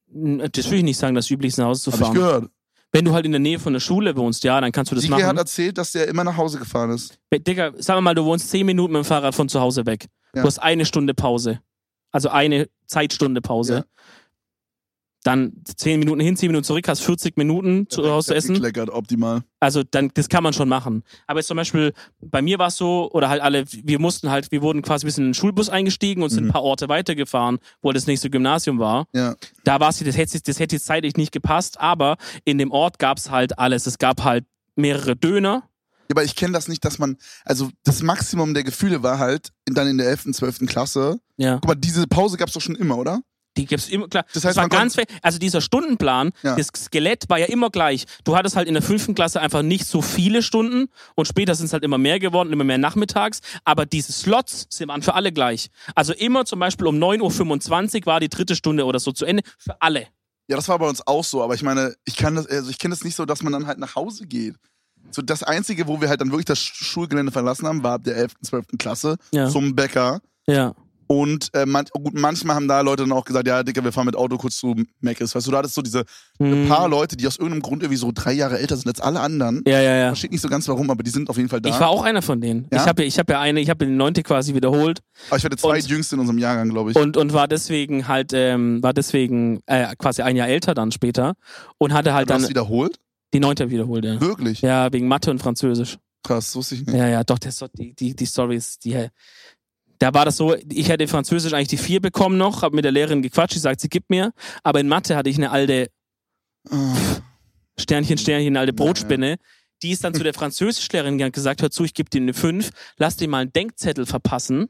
Das will ich nicht sagen, das üblichste nach Hause zu Habe ich fahren. gehört. Wenn du halt in der Nähe von der Schule wohnst, ja, dann kannst du das Dike hat machen. erzählt, dass der immer nach Hause gefahren ist. Be- Digga, sagen wir mal, du wohnst zehn Minuten mit dem Fahrrad von zu Hause weg. Ja. Du hast eine Stunde Pause. Also eine Zeitstunde Pause. Ja. Dann zehn Minuten hin, zehn Minuten zurück, hast 40 Minuten zu Hause zu essen. Leckert, optimal. Also dann, das kann man schon machen. Aber jetzt zum Beispiel, bei mir war es so, oder halt alle, wir mussten halt, wir wurden quasi ein bisschen in den Schulbus eingestiegen und sind Mhm. ein paar Orte weitergefahren, wo das nächste Gymnasium war. Ja. Da war es, das hätte, das hätte jetzt zeitlich nicht gepasst, aber in dem Ort gab es halt alles. Es gab halt mehrere Döner. Aber ich kenne das nicht, dass man, also das Maximum der Gefühle war halt in- dann in der 11., 12. Klasse. Ja. Guck mal, diese Pause gab es doch schon immer, oder? Die gibt's immer, klar. Das Das, heißt, war man kommt- ganz, fe- also dieser Stundenplan, Ja. das Skelett war ja immer gleich. Du hattest halt in der fünften Klasse einfach nicht so viele Stunden und später sind es halt immer mehr geworden, immer mehr nachmittags, aber diese Slots sind waren für alle gleich. Also immer zum Beispiel um 9.25 Uhr war die dritte Stunde oder so zu Ende, für alle. Ja, das war bei uns auch so, aber ich meine, ich kann das, also ich kenne das nicht so, dass man dann halt nach Hause geht. So das Einzige, wo wir halt dann wirklich das Sch- Schulgelände verlassen haben, war ab der 11., 12. Klasse Ja. zum Bäcker. ja. Und äh, man, gut, manchmal haben da Leute dann auch gesagt, ja, Dicker, wir fahren mit Auto kurz zu Meckes. Weißt du, da hattest so diese Hm. paar Leute, die aus irgendeinem Grund irgendwie so drei Jahre älter sind als alle anderen. Ja, ja, ja. Versteht nicht so ganz warum, aber die sind auf jeden Fall da. Ich war auch einer von denen. Ja? Ich habe ja, ich hab ja eine, ich habe die neunte quasi wiederholt aber ich war der und- zweitjüngste in unserem Jahrgang, glaube ich. und, und war deswegen halt, ähm, war deswegen äh, quasi ein Jahr älter dann später und hatte halt du hast dann wiederholt? die neunte wiederholt, ja. Wirklich? Ja, wegen Mathe und Französisch. Krass, wusste ich nicht. Ja, ja, doch, der, Sto- die, die, die Stories, die. Da war das so, ich hätte in Französisch eigentlich die vier bekommen noch, hab mit der Lehrerin gequatscht, die sagt, sie gibt mir. Aber in Mathe hatte ich eine alte Ah. Sternchen, Sternchen, eine alte Naja. Brotspinne. Die ist dann zu der Französischlehrerin gegangen und gesagt, hör zu, ich gebe dir eine fünf, lass dir mal einen Denkzettel verpassen.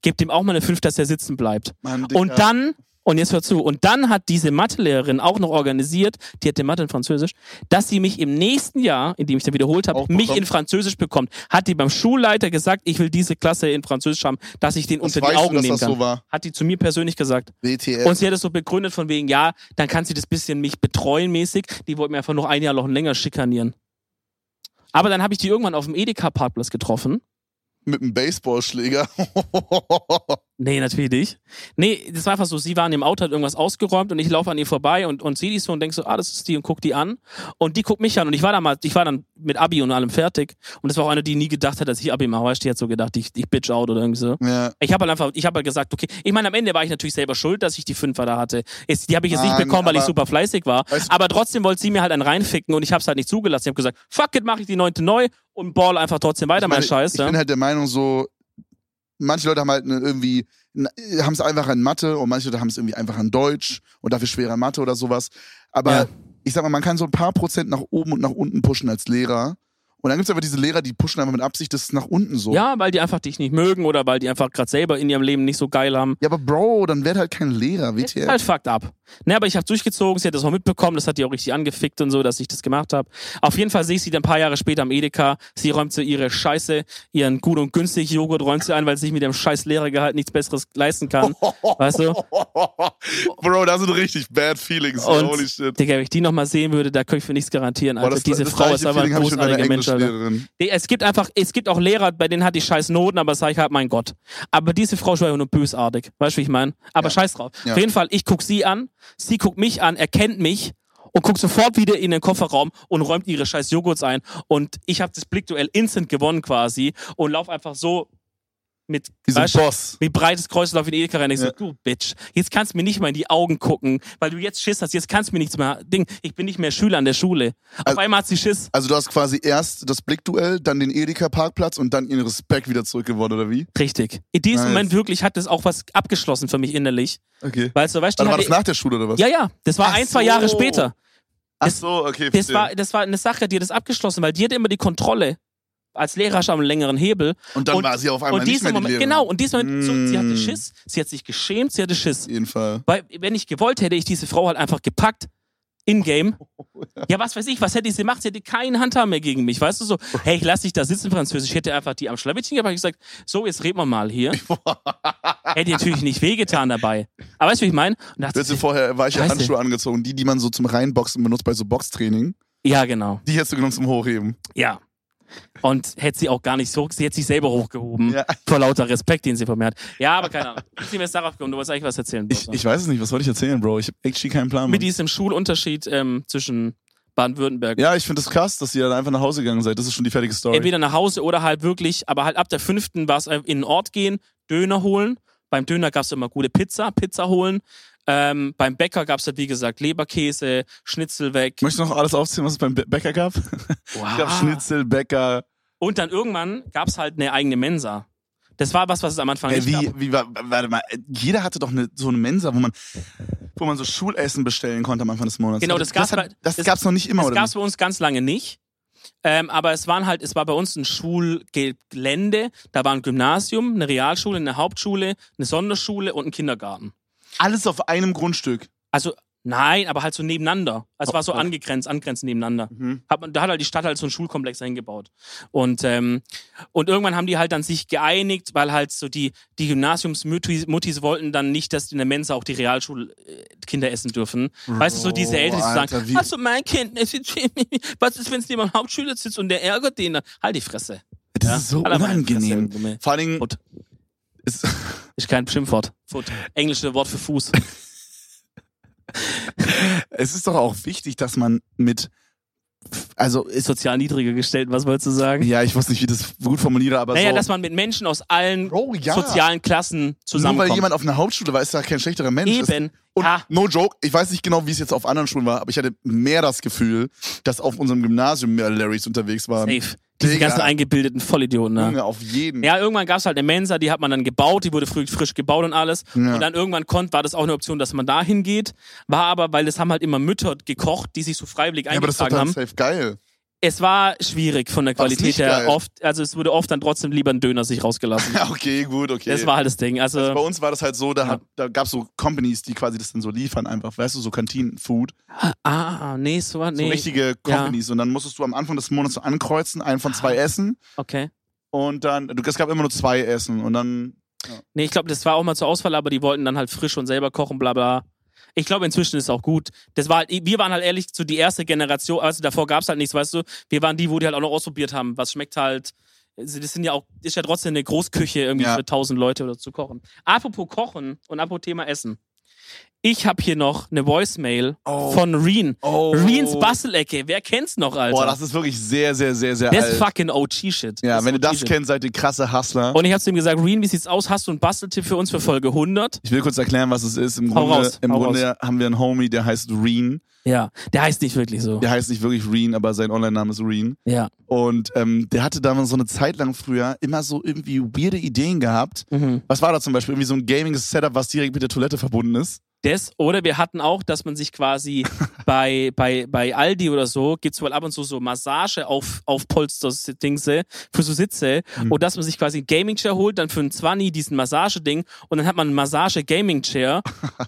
gebt ihm auch mal eine 5, dass er sitzen bleibt. Mann, Dicker. Und dann, und jetzt hör zu, und dann hat diese Mathelehrerin auch noch organisiert, die hatte Mathe in Französisch, dass sie mich im nächsten Jahr, in dem ich dann wiederholt habe, Auch mich bekommt. in Französisch bekommt. Hat die beim Schulleiter gesagt, ich will diese Klasse in Französisch haben, dass ich den Das unter die weißt du, Augen dass nehmen das kann. so war. Hat die zu mir persönlich gesagt. WTF. Und sie hat es so begründet von wegen, ja, dann kann sie das bisschen mich betreuen mäßig. Die wollten mir einfach noch ein Jahr noch länger schikanieren. Aber dann habe ich die irgendwann auf dem Edeka-Parkplatz getroffen. mit einem Baseballschläger. Nee, natürlich nicht. Nee, das war einfach so, sie war in dem Auto, hat irgendwas ausgeräumt und ich laufe an ihr vorbei und, und sehe die so und denk so, ah, das ist die und guck die an. Und die guckt mich an und ich war damals, ich war dann mit Abi und allem fertig. Und das war auch eine, die nie gedacht hat, dass ich Abi mache. Weißt du, die hat so gedacht, ich, ich bitch out oder irgendwie so. ja. Ich habe halt einfach, ich habe halt gesagt, okay, ich meine, am Ende war ich natürlich selber schuld, dass ich die Fünfer da hatte. Ist, die habe ich jetzt Ah, nicht nee, bekommen, weil ich aber- super fleißig war. Weißt du- aber trotzdem wollte sie mir halt einen reinficken und ich habe es halt nicht zugelassen. Ich habe gesagt, fuck it, mache ich die neunte neu und ball einfach trotzdem weiter, mein meine, Scheiß. Ich ja. bin halt der Meinung, so, manche Leute haben halt ne- irgendwie, haben es einfach in Mathe und manche Leute haben es irgendwie einfach in Deutsch und dafür schwerer in Mathe oder sowas. Aber Ja. ich sag mal, man kann so ein paar Prozent nach oben und nach unten pushen als Lehrer. Und dann gibt es aber diese Lehrer, die pushen einfach mit Absicht das nach unten so. Ja, weil die einfach dich nicht mögen oder weil die einfach gerade selber in ihrem Leben nicht so geil haben. Ja, aber Bro, dann werd halt kein Lehrer, Ist WTF. Halt fucked up. Ne, aber ich habe durchgezogen, sie hat das auch mitbekommen, das hat die auch richtig angefickt und so, dass ich das gemacht habe. Auf jeden Fall sehe ich sie dann ein paar Jahre später am Edeka. Sie räumt so ihre Scheiße, ihren gut und günstig Joghurt räumt sie ein, weil sie sich mit dem scheiß Lehrergehalt nichts Besseres leisten kann. Weißt du? Bro, da sind richtig bad feelings. Und- Holy shit. Digga, wenn ich die nochmal sehen würde, da könnte ich für nichts garantieren. Boah, Alter, das- diese das Frau gleiche ist aber ein Feeling hab ich mit meiner großartiger Mensch, Alter. Englischlehrerin. Nee, Es gibt einfach, es gibt auch Lehrer, bei denen hat die scheiß Noten, aber sag ich halt, mein Gott. Aber diese Frau ist einfach nur bösartig. Weißt du, wie ich meine? Aber scheiß drauf. Ja. Auf jeden Fall, ich guck sie an, sie guckt mich an, erkennt mich und guckt sofort wieder in den Kofferraum und räumt ihre scheiß Joghurts ein. Und ich habe das Blickduell instant gewonnen quasi und lauf einfach so mit, Wie so ein weißt du, Boss. wie breites Kreislauf in Edeka rein. Ich so, Ja. du Bitch, jetzt kannst du mir nicht mal in die Augen gucken, weil du jetzt Schiss hast, jetzt kannst du mir nichts mehr, Ding, ich bin nicht mehr Schüler an der Schule. Auf Also- einmal hat sie Schiss. Also du hast quasi erst das Blickduell, dann den Edeka-Parkplatz und dann ihren Respekt wieder zurückgewonnen, oder wie? Richtig. In diesem Nice. Moment wirklich hat das auch was abgeschlossen für mich innerlich. Okay. Weißt du, weißt du, Also die war hatte- das nach der Schule oder was? ja, ja, das war Ach ein, zwei so. Jahre später. Ach so, okay. Das verstehe. war, das war eine Sache, die hat das abgeschlossen, weil die hatte immer die Kontrolle. Als Lehrer hast du einen längeren Hebel. und dann und- war sie auf einmal und nicht mehr diesen die Moment, Lehrerin. genau, und diesen Moment, so, sie hatte Mm. Schiss, sie hat sich geschämt, sie hatte Schiss. Auf jeden Fall. Weil, wenn ich gewollt hätte, ich diese Frau halt einfach gepackt. In-game. Ja, was weiß ich, was hätte ich sie gemacht? Sie hätte keinen Handhaben mehr gegen mich, weißt du so? Hey, ich lass dich da sitzen, Französisch. Ich hätte einfach die am Schlawittchen gepackt und gesagt, so, jetzt reden wir mal hier. hätte natürlich nicht wehgetan dabei. Aber weißt du, wie ich meine? Und dachte Willst du ich, vorher weiche Scheiße. Handschuhe angezogen, die, die man so zum Reinboxen benutzt bei so Boxtraining, ja, genau. die hättest du genommen zum Hochheben. Ja. Und hätte sie auch gar nicht so, sie hätte sich selber hochgehoben. Ja. Vor lauter Respekt, den sie von mir hat. Ja, aber keine Ahnung. Ich bin jetzt darauf gekommen, du wolltest eigentlich was erzählen. Ich, Bowser. ich weiß es nicht, was wollte ich erzählen, Bro? Ich habe actually keinen Plan. Mit Mann. diesem Schulunterschied ähm, zwischen Baden-Württemberg. Ja, ich finde das krass, dass ihr dann einfach nach Hause gegangen seid. Das ist schon die fertige Story. Entweder nach Hause oder halt wirklich, aber halt ab der fünften war es äh, in den Ort gehen, Döner holen. Beim Döner gab es immer gute Pizza, Pizza holen. Ähm, beim Bäcker gab es halt, wie gesagt, Leberkäse, Schnitzel weg. Möchtest du noch alles aufzählen, was es beim Bä- Bäcker gab? Wow. Es gab Schnitzel, Bäcker. Und dann irgendwann gab es halt eine eigene Mensa. Das war was, was es am Anfang Ey, nicht Äh, wie, gab. wie, wa- warte mal, jeder hatte doch eine, so eine Mensa, wo man, wo man so Schulessen bestellen konnte am Anfang des Monats. Also Genau, das gab's das, bei- hat, das das- gab's noch nicht immer, Das oder? gab es bei uns ganz lange nicht. Ähm, aber es waren halt, es war bei uns ein Schulgelände. Da war ein Gymnasium, eine Realschule, eine Hauptschule, eine Sonderschule und ein Kindergarten. nicht? Alles auf einem Grundstück. Also nein, aber halt so nebeneinander. Also es war so Oh, oh. angegrenzt, angrenzt nebeneinander. Mhm. hat man, da hat halt die Stadt halt so einen Schulkomplex hingebaut. Und, ähm, und irgendwann haben die halt dann sich geeinigt, weil halt so die, die Gymnasiumsmuttis Muttis wollten dann nicht, dass in der Mensa auch die Realschulkinder essen dürfen. weißt du, so diese Eltern, die so Alter, sagen, wie- also mein Kind, es ist- was ist, wenn es neben einem Hauptschüler sitzt und der ärgert den dann? Halt die Fresse. Das Ja? ist so Halt einfach die Fresse, unangenehm. du Dumme. Vor allen Dingen, Foot. es, Ist kein Schimpfwort. Foot. Englische Wort für Fuß. es ist doch auch wichtig, dass man mit, also, Ist es, sozial niedriger gestellt, was wolltest du sagen? ja, ich weiß nicht, wie ich das gut formuliere, aber naja, so. dass man mit Menschen aus allen Bro, ja. sozialen Klassen Nur zusammenkommt. weil jemand auf einer Hauptschule war, ist ja kein schlechterer Mensch. Es- Eben. Und ja. no joke, ich weiß nicht genau, wie es jetzt auf anderen Schulen war, aber ich hatte mehr das Gefühl, dass auf unserem Gymnasium mehr Larrys unterwegs waren. Safe. Diese Ähm, Digga. ganzen eingebildeten Vollidioten. Ne? Junge, auf jeden. Ja, irgendwann gab es halt eine Mensa, die hat man dann gebaut, die wurde früh, frisch gebaut und alles. Ja. Und dann irgendwann konnt, war das auch eine Option, dass man da hingeht. War aber, weil das haben halt immer Mütter gekocht, die sich so freiwillig Ja, aber das ist doch eingetragen dann haben. safe geil. Es war schwierig von der War's Qualität nicht her. geil? Oft, also es wurde oft dann trotzdem lieber ein Döner sich rausgelassen. okay, gut, okay. Das war halt das Ding. Also, also bei uns war das halt so, da, Ja. hat- da gab es so Companies, die quasi das dann so liefern, einfach, weißt du, so Kantinen-Food. ah, nee, so war, nee. So richtige Companies. Und dann musstest du am Anfang des Monats so ankreuzen, einen von Ah. zwei Essen. Okay. Und dann, du- es gab immer nur zwei Essen. Und dann, Nee, ich glaube, das war auch mal zur Auswahl, aber die wollten dann halt frisch und selber kochen, bla bla. Ich glaube, inzwischen ist es auch gut. Das war halt, wir waren halt ehrlich so die erste Generation, also davor gab es halt nichts, weißt du. Wir waren die, wo die halt auch noch ausprobiert haben. Was schmeckt halt, also das sind ja auch, ist ja trotzdem eine Großküche irgendwie Ja. für tausend Leute oder zu kochen. Apropos Kochen und apropos Thema Essen. Ich habe hier noch eine Voicemail Oh. von Reen. oh. Reens Bastelecke, wer kennt's noch, Alter? Boah, das ist wirklich sehr, sehr, sehr, sehr Das alt. ist fucking OG-Shit. ja, wenn ihr das OG-Shit. kennt, seid ihr krasse Hustler. Und ich habe zu ihm gesagt, Reen, wie sieht's aus? Hast du einen Basteltipp für uns für Folge 100? ich will kurz erklären, was es ist. Im Hau Grunde, raus, im hau Grunde haben wir einen Homie, der heißt Reen. Ja, der heißt nicht wirklich so. Der heißt nicht wirklich Reen, aber sein Online-Name ist Reen. Ja. Und ähm, der hatte damals so eine Zeit lang früher immer so irgendwie weirde Ideen gehabt. Mhm. Was war da zum Beispiel? Irgendwie so ein Gaming-Setup, was direkt mit der Toilette verbunden ist. Das, oder wir hatten auch, dass man sich quasi bei, bei, bei Aldi oder so, gibt's wohl ab und zu so Massage auf, auf Polster-Dingse für so Sitze. Mhm. Und dass man sich quasi einen Gaming-Chair holt, dann für einen 20 diesen Massageding und dann hat man einen Massage-Gaming-Chair.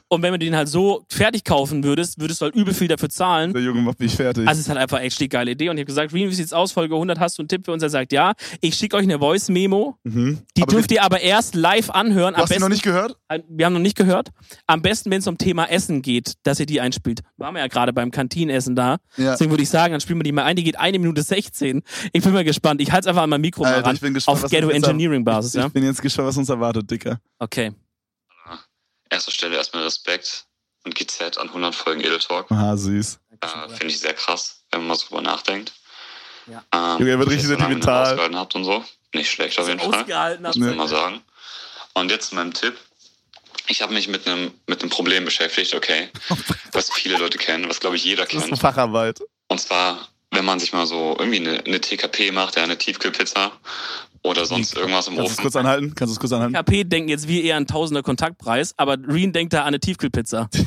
und wenn du den halt so fertig kaufen würdest, würdest du halt übel viel dafür zahlen. Der Junge macht mich fertig. Also es ist halt einfach echt die geile Idee. Und ich habe gesagt, Reen, wie sieht's aus? Folge 100, hast du einen Tipp für uns? Er sagt, ja. Ich schicke euch eine Voice-Memo. mhm. Die aber wir- dürft ihr aber erst live anhören. Du hast ihn noch nicht gehört? wir haben noch nicht gehört. Am besten, wenn es um Thema Essen geht, dass ihr die einspielt. Waren wir ja gerade beim Kantinenessen da. Ja. Deswegen würde ich sagen, dann spielen wir die mal ein. Die geht eine Minute 16. Ich bin mal gespannt. Ich halte es einfach an mein Mikro mal Alter, ran. ich bin gespannt, Auf was Ghetto uns jetzt er- Engineering Basis, Ich ja? bin jetzt gespannt, was uns erwartet, Dicker. Okay. erster Stelle erstmal Respekt und GZ an 100 Folgen Edel Talk. Ah, süß. Äh, Finde ich sehr krass, wenn man mal so drüber nachdenkt. Ja. Ähm, Junge, er wird dass ihr richtig so lange sentimental. Ausgehalten habt und so. Nicht schlecht auf jeden Fall. Ausgehalten hast Muss Nee. man mal sagen. Und jetzt zu meinem Tipp. Ich habe mich mit einem mit einem Problem beschäftigt, okay, was viele Leute kennen, was glaube ich jeder Das ist kennt. Facharbeit. Und zwar, wenn man sich mal so irgendwie eine, eine TKP macht, ja, eine Tiefkühlpizza oder sonst irgendwas im Kannst du es Ofen. kurz anhalten? Kannst du es kurz anhalten? KP denken jetzt wir eher an Tausender Kontaktpreis, aber Reen denkt da an eine Tiefkühlpizza.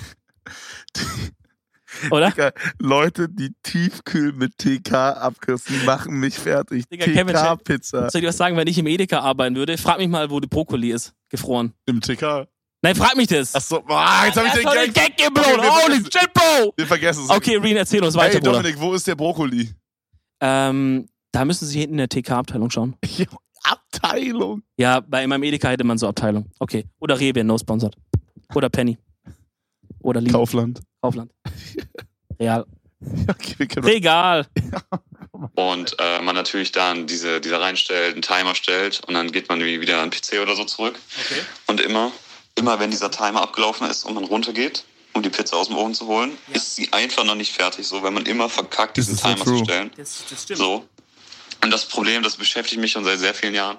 Oder? Digga, Leute, die Tiefkühl mit TK abkürzen, machen mich fertig. Digga, Kevin, check- TK-Pizza. Soll ich dir was sagen, wenn ich im Edeka arbeiten würde? Frag mich mal, wo die Brokkoli ist. Gefroren. Im TK. Nein, frag mich das. Achso, ah, jetzt habe ich den Erst noch Gag. Gag geblown. Okay, wir- Holy shit, Bro! Wir vergessen es. Okay, Reen, erzähl uns weiter, hey, Bruder. Dominik, wo ist der Brokkoli? Ähm, da müssen Sie hinten in der TK-Abteilung schauen. Abteilung. Ja, bei meinem Edeka hätte man so Abteilung. Okay. Oder Rewe, no sponsored. Oder Penny. Oder Lidl. Kaufland. Kaufland. Real. Okay, wir können Regal. Und äh, man natürlich dann diese, diese reinstellt, einen Timer stellt und dann geht man wie- wieder an den PC oder so zurück. Okay. Und immer, immer wenn dieser Timer abgelaufen ist und man runtergeht, um die Pizza aus dem Ofen zu holen, ist sie einfach noch nicht fertig, so wenn man immer verkackt, Das diesen ist so Timer true. zu stellen. Das, das stimmt. So. Und das Problem, das beschäftigt mich schon seit sehr vielen Jahren.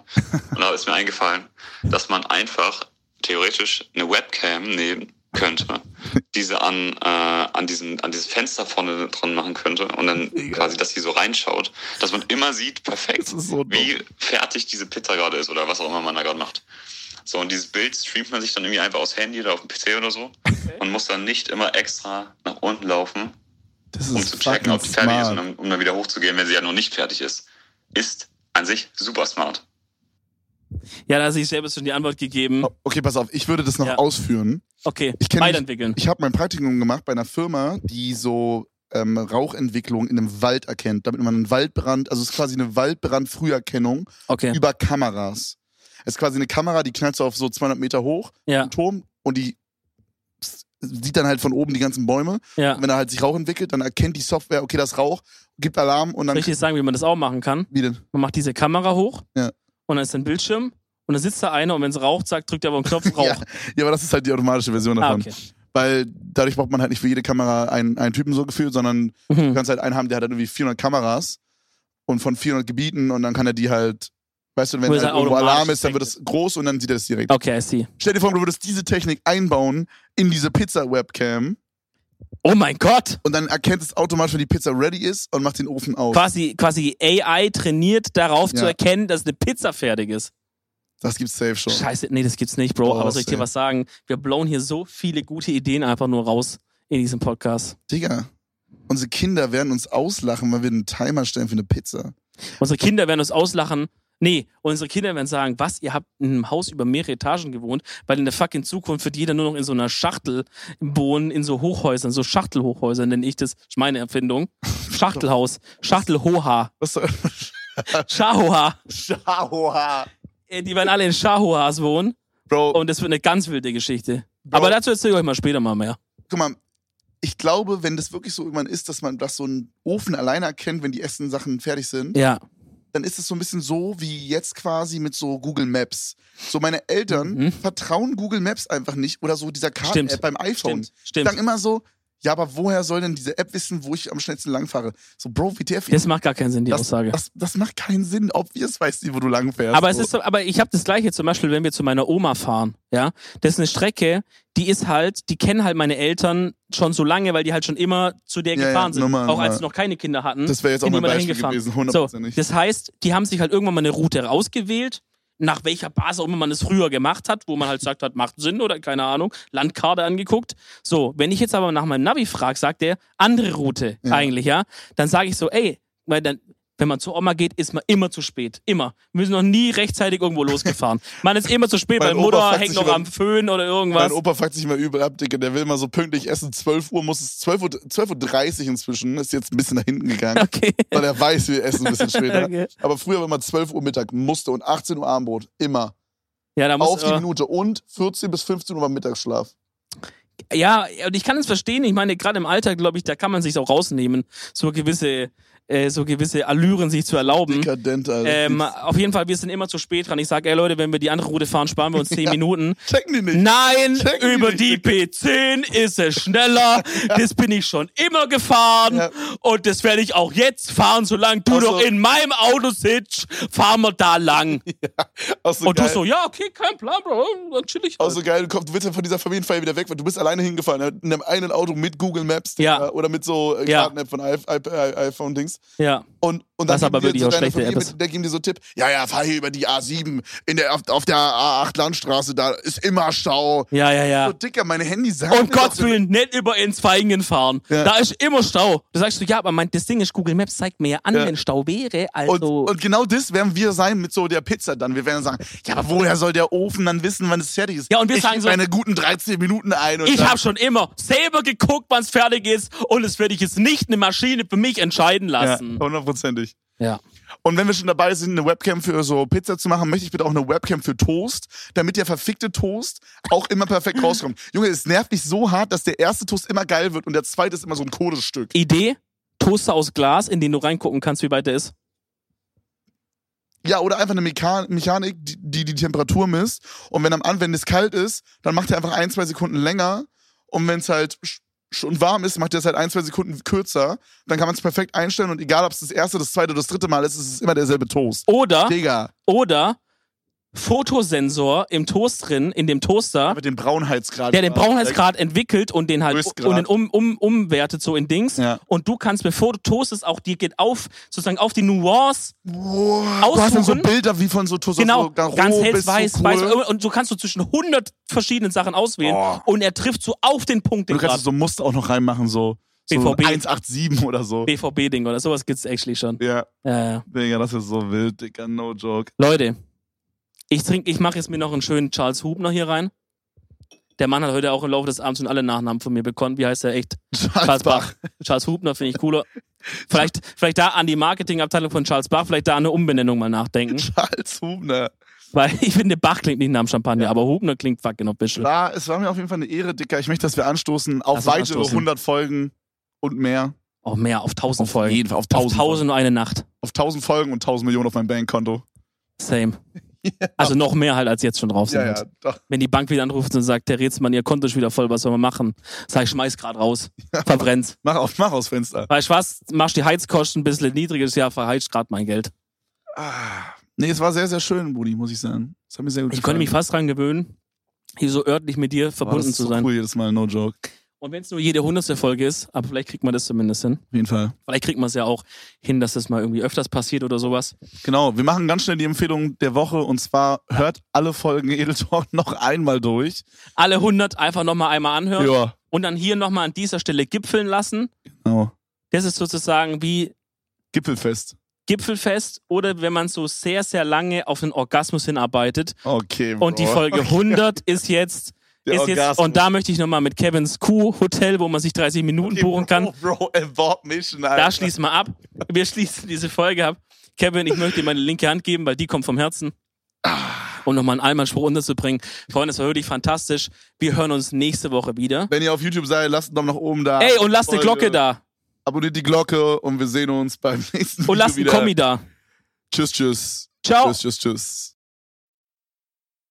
Und da ist mir eingefallen, dass man einfach theoretisch eine Webcam nehmen könnte, diese an, äh, an, diesen, an dieses Fenster vorne dran machen könnte und dann quasi, dass sie so reinschaut, dass man immer sieht, perfekt, Das ist so dumm. wie fertig diese Pizza gerade ist oder was auch immer man da gerade macht. So, und dieses Bild streamt man sich dann irgendwie einfach aufs Handy oder auf dem PC oder so und muss dann nicht immer extra nach unten laufen, das um ist zu checken, ob die fucking fertig ist und smart. dann, um dann wieder hochzugehen, wenn sie ja noch nicht fertig ist, ist an sich super smart. Ja, da hat sich selber schon die Antwort gegeben. Oh, Okay, pass auf, ich würde das noch Hm? Ja. Hm. ausführen. Okay. Ich kenn mich- Weiterentwickeln. Ich habe mein Praktikum gemacht bei einer Firma, die so ähm, Rauchentwicklung in einem Wald erkennt, damit man einen Waldbrand, also es ist quasi eine Waldbrandfrüherkennung Okay. über Kameras. Es ist quasi eine Kamera, die knallt so auf so 200 Meter hoch, Ja. einen Turm und die sieht dann halt von oben die ganzen Bäume. Ja. Wenn da halt sich Rauch entwickelt, dann erkennt die Software, okay, das ist Rauch, gibt Alarm und dann... Soll ich dir sagen, wie man das auch machen kann? Wie denn? Man macht diese Kamera hoch Ja. und dann ist ein Bildschirm und dann sitzt da einer und wenn es raucht, sagt, drückt er auf den Knopf, Rauch. Ja, aber das ist halt die automatische Version ah, davon. okay. Weil dadurch braucht man halt nicht für jede Kamera einen, einen Typen so gefühlt, sondern Du Mhm. kannst halt einen haben, der hat halt irgendwie 400 Kameras und von 400 Gebieten und dann kann er die halt, weißt du, wenn Wo es halt halt irgendwo Alarm automatisch Oh. ist, dann wird es groß und dann sieht er das direkt. Okay, I see. Stell dir vor, du würdest diese Technik einbauen in diese Pizza-Webcam Oh mein Gott! und dann erkennt es automatisch, wenn die Pizza ready ist und macht den Ofen aus. quasi, quasi AI trainiert darauf Ja. zu erkennen, dass eine Pizza fertig ist. Das gibt's safe schon. Scheiße, nee, das gibt's nicht, Bro. Boah, aber soll ich dir ey. was sagen? Wir blown hier so viele gute Ideen einfach nur raus in diesem Podcast. Digga, Unsere Kinder werden uns auslachen, weil wir einen Timer stellen für eine Pizza. Unsere Kinder werden uns auslachen. Nee, unsere Kinder werden sagen, was, ihr habt in einem Haus über mehrere Etagen gewohnt, weil in der fucking Zukunft wird jeder nur noch in so einer Schachtel wohnen, in so Hochhäusern, so Schachtelhochhäusern nenne ich das, ist meine Erfindung. Schachtelhaus, Schachtelhoha, Was soll Schahoha. Schaua. Äh, Die werden alle in Schahohas wohnen Bro, und das wird eine ganz wilde Geschichte. Bro. Aber dazu erzähle ich euch mal später mal mehr. guck mal, ich glaube, wenn das wirklich so irgendwann ist, dass man das so einen Ofen alleine erkennt, wenn die ersten Sachen fertig sind, Ja. dann ist es so ein bisschen so wie jetzt quasi mit so Google Maps. So meine Eltern Mhm. vertrauen Google Maps einfach nicht oder so dieser Karten-App Stimmt. beim iPhone. Stimmt, stimmt. Sagen immer so, ja, aber woher soll denn diese App wissen, wo ich am schnellsten langfahre? So, Bro, WTF, Das macht gar keinen Sinn, die das, Aussage. das, das macht keinen Sinn. Obvious weiß die, wo du langfährst. Aber es so. ist, so- aber ich habe das gleiche zum Beispiel, wenn wir zu meiner Oma fahren, ja. Das ist eine Strecke, die ist halt, die kennen halt meine Eltern schon so lange, weil die halt schon immer zu der Ja, ja, gefahren sind, normal, auch als normal. sie noch keine Kinder hatten. Das wäre jetzt auch sind die mein immer dahin Beispiel gefahren. gewesen, so, hundertprozentig. das heißt, die haben sich halt irgendwann mal eine Route rausgewählt, nach welcher Basis auch immer man es früher gemacht hat, wo man halt sagt hat, macht Sinn oder keine Ahnung, Landkarte angeguckt. So, wenn ich jetzt aber nach meinem Navi frage, sagt der andere Route Ja. eigentlich, ja, dann sage ich so, ey, weil dann wenn man zur Oma geht, ist man immer zu spät. Immer. Wir sind noch nie rechtzeitig irgendwo losgefahren. Man ist immer zu spät, Mein weil Opa Mutter fragt hängt sich noch immer- am Föhn oder Mein irgendwas. Opa fuckt sich immer übel ab, Digga. Der will mal so pünktlich essen. 12 Uhr muss es, 12 Uhr, 12.30 Uhr inzwischen, ist jetzt ein bisschen nach hinten gegangen. Okay. Weil er weiß, wir essen ein bisschen später. Okay. Aber früher war immer 12 Uhr Mittag, musste und 18 Uhr Abendbrot, immer. Ja, da Auf muss die aber- Minute. Und 14 bis 15 Uhr war Mittagsschlaf. Ja, und ich kann es verstehen. Ich meine, gerade im Alltag, glaube ich, da kann man sich auch rausnehmen, so gewisse, äh, so gewisse Allüren sich zu erlauben. Dekadent, Alter. Mhm. Ähm, auf jeden Fall, wir sind immer zu spät dran. Ich sage, ey Leute, wenn wir die andere Route fahren, sparen wir uns 10 Ja. Minuten. Checken die nicht. Nein, Checken die über nicht. die P10 ist es schneller. Das bin ich schon immer gefahren. Ja. Und das werde ich auch jetzt fahren, solange du Also- noch in meinem Auto sitzt, fahren wir da lang. Auch so Und du geil. so, ja, okay, kein Plan, Bro, dann chill ich. Auch Halt. so geil, du, kommst, du willst ja von dieser Familienfeier wieder weg, weil du bist alleine hingefahren, in einem eigenen Auto mit Google Maps Ja. Digga, oder mit so äh, Ja. Karten-App von I- I- I- iPhone-Dings. ja. Und, und dann Was geben aber dir wirklich so auch deine schlechte Familie App ist. mit- Da geben die so Tipp, ja, ja, fahr hier über die A7, in der, auf, auf der A8 Landstraße, da ist immer Stau. Ja, ja, ja. So, Dicker, meine Handy sagt Um mir doch, Gottes Willen, nicht über ins Feingen fahren. Genau. Ja. Da ist immer Stau. Du sagst du, ja, aber mein, das Ding ist, Google Maps zeigt mir ja an, Ja. wenn Stau wäre. Und, Also. und genau das werden wir sein mit so der Pizza dann. Wir werden sagen, ja, aber woher soll der Ofen dann wissen, wann es fertig ist? Ja, und wir ich sagen gebe so- meine guten 13 Minuten ein. Und ich dann- habe schon immer selber geguckt, wann es fertig ist und es werde ich jetzt nicht eine Maschine für mich entscheiden Ja, lassen. hundertprozentig. Ja. Und wenn wir schon dabei sind, eine Webcam für so Pizza zu machen, möchte ich bitte auch eine Webcam für Toast, damit der verfickte Toast auch immer perfekt rauskommt. Junge, es nervt mich so hart, dass der erste Toast immer geil wird und der zweite ist immer so ein Kodesstück. Idee: Toaster aus Glas, in den du reingucken kannst, wie weit der ist. Ja, oder einfach eine Meka Mechanik, die, die die Temperatur misst. Und wenn am Anfang es kalt ist, dann macht er einfach ein, zwei Sekunden länger. Und wenn es halt sch- schon warm ist, macht er es halt ein, zwei Sekunden kürzer. Dann kann man es perfekt einstellen und egal, ob es das erste, das zweite oder das dritte Mal ist, es ist immer derselbe Toast. Oder, Digga, oder Fotosensor im Toast drin, in dem Toaster, mit dem Braunheitsgrad. der den Braunheitsgrad entwickelt und den halt Höchstgrad. und den um, um, umwertet so in Dings. Ja. Und du kannst, bevor du toastest, auch dir geht auf, sozusagen auf die Nuance Wow. Du hast dann so aussuchen. Bilder wie von so Toast. Genau, so Garo ganz bis hell, zu weiß, Kohl. weiß. Und so kannst du zwischen 100 verschiedenen Sachen auswählen Oh. und er trifft so auf den Punkt den Du kannst Grad. so Muster auch noch reinmachen, so, so BVB. 187 oder so. BVB-Ding oder sowas gibt's actually schon. Ja, Ja, ja. Digga, das ist so wild, Digga, no joke. Leute, ich trinke, ich mache jetzt mir noch einen schönen Charles Hubner hier rein. Der Mann hat heute auch im Laufe des Abends schon alle Nachnamen von mir bekommen. Wie heißt er echt? Charles Bach. Charles Hubner finde ich cooler. Vielleicht, vielleicht da an die Marketingabteilung von Charles Bach, vielleicht da an eine Umbenennung mal nachdenken. Charles Hubner. Weil ich finde, Bach klingt nicht nach dem Champagner, aber Hubner klingt fucking noch ein bisschen. War, es war mir auf jeden Fall eine Ehre, Dicker. Ich möchte, dass wir anstoßen auf Lass uns weitere anstoßen. 100 Folgen und mehr. Auch mehr, auf 1000 Folgen. jeden Fall, auf Auf 1000. Auf 1000, tausend und eine Nacht. Folgen und 1000 Millionen auf meinem Bankkonto. Same. Also noch mehr halt als jetzt schon drauf sind. Ja, ja. halt. Doch. Wenn die Bank wieder anruft und sagt, Herr Rätsmann, ihr Konto ist wieder voll, was soll man machen? Sag ich, schmeiß grad raus. Verbrennt. Mach auf, mach aus Fenster. Weißt du was? Machst die Heizkosten ein bisschen niedriger, das Jahr verheizt grad mein Geld. Ah. Nee, es war sehr, sehr schön, Budi, muss ich sagen. Es hat mir sehr gut Ich gefallen. konnte mich fast dran gewöhnen, hier so örtlich mit dir Boah, das verbunden ist zu so sein. cool jedes Mal, no joke. Und wenn es nur jede hundertste Folge ist, aber vielleicht kriegt man das zumindest hin. Auf jeden Fall. Vielleicht kriegt man es ja auch hin, dass das mal irgendwie öfters passiert oder sowas. Genau, wir machen ganz schnell die Empfehlung der Woche und zwar hört alle Folgen Edel Talk noch einmal durch. Alle 100 einfach nochmal einmal anhören Ja. und dann hier nochmal an dieser Stelle gipfeln lassen. Genau. Das ist sozusagen wie Gipfelfest. Gipfelfest oder wenn man so sehr, sehr lange auf den Orgasmus hinarbeitet. Oh. Okay, Bro. Und die Folge 100 ist jetzt. Der Ist jetzt, Orgasmus. und da möchte ich nochmal mit Kevins Q-Hotel, wo man sich 30 Minuten okay, buchen kann. Bro, Bro erwart mich. Nein. Da schließen wir ab. Wir schließen diese Folge ab. Kevin, ich möchte dir meine linke Hand geben, weil die kommt vom Herzen. Ah. Um nochmal einen Allmannspruch unterzubringen. Freunde, es war wirklich fantastisch. Wir hören uns nächste Woche wieder. Wenn ihr auf YouTube seid, lasst einen Daumen nach oben da. Ey, und lasst eine Folge. Glocke da. Abonniert die Glocke und wir sehen uns beim nächsten Und Video lasst einen wieder. Kommi da. Tschüss, tschüss. Ciao. Tschüss, tschüss, tschüss.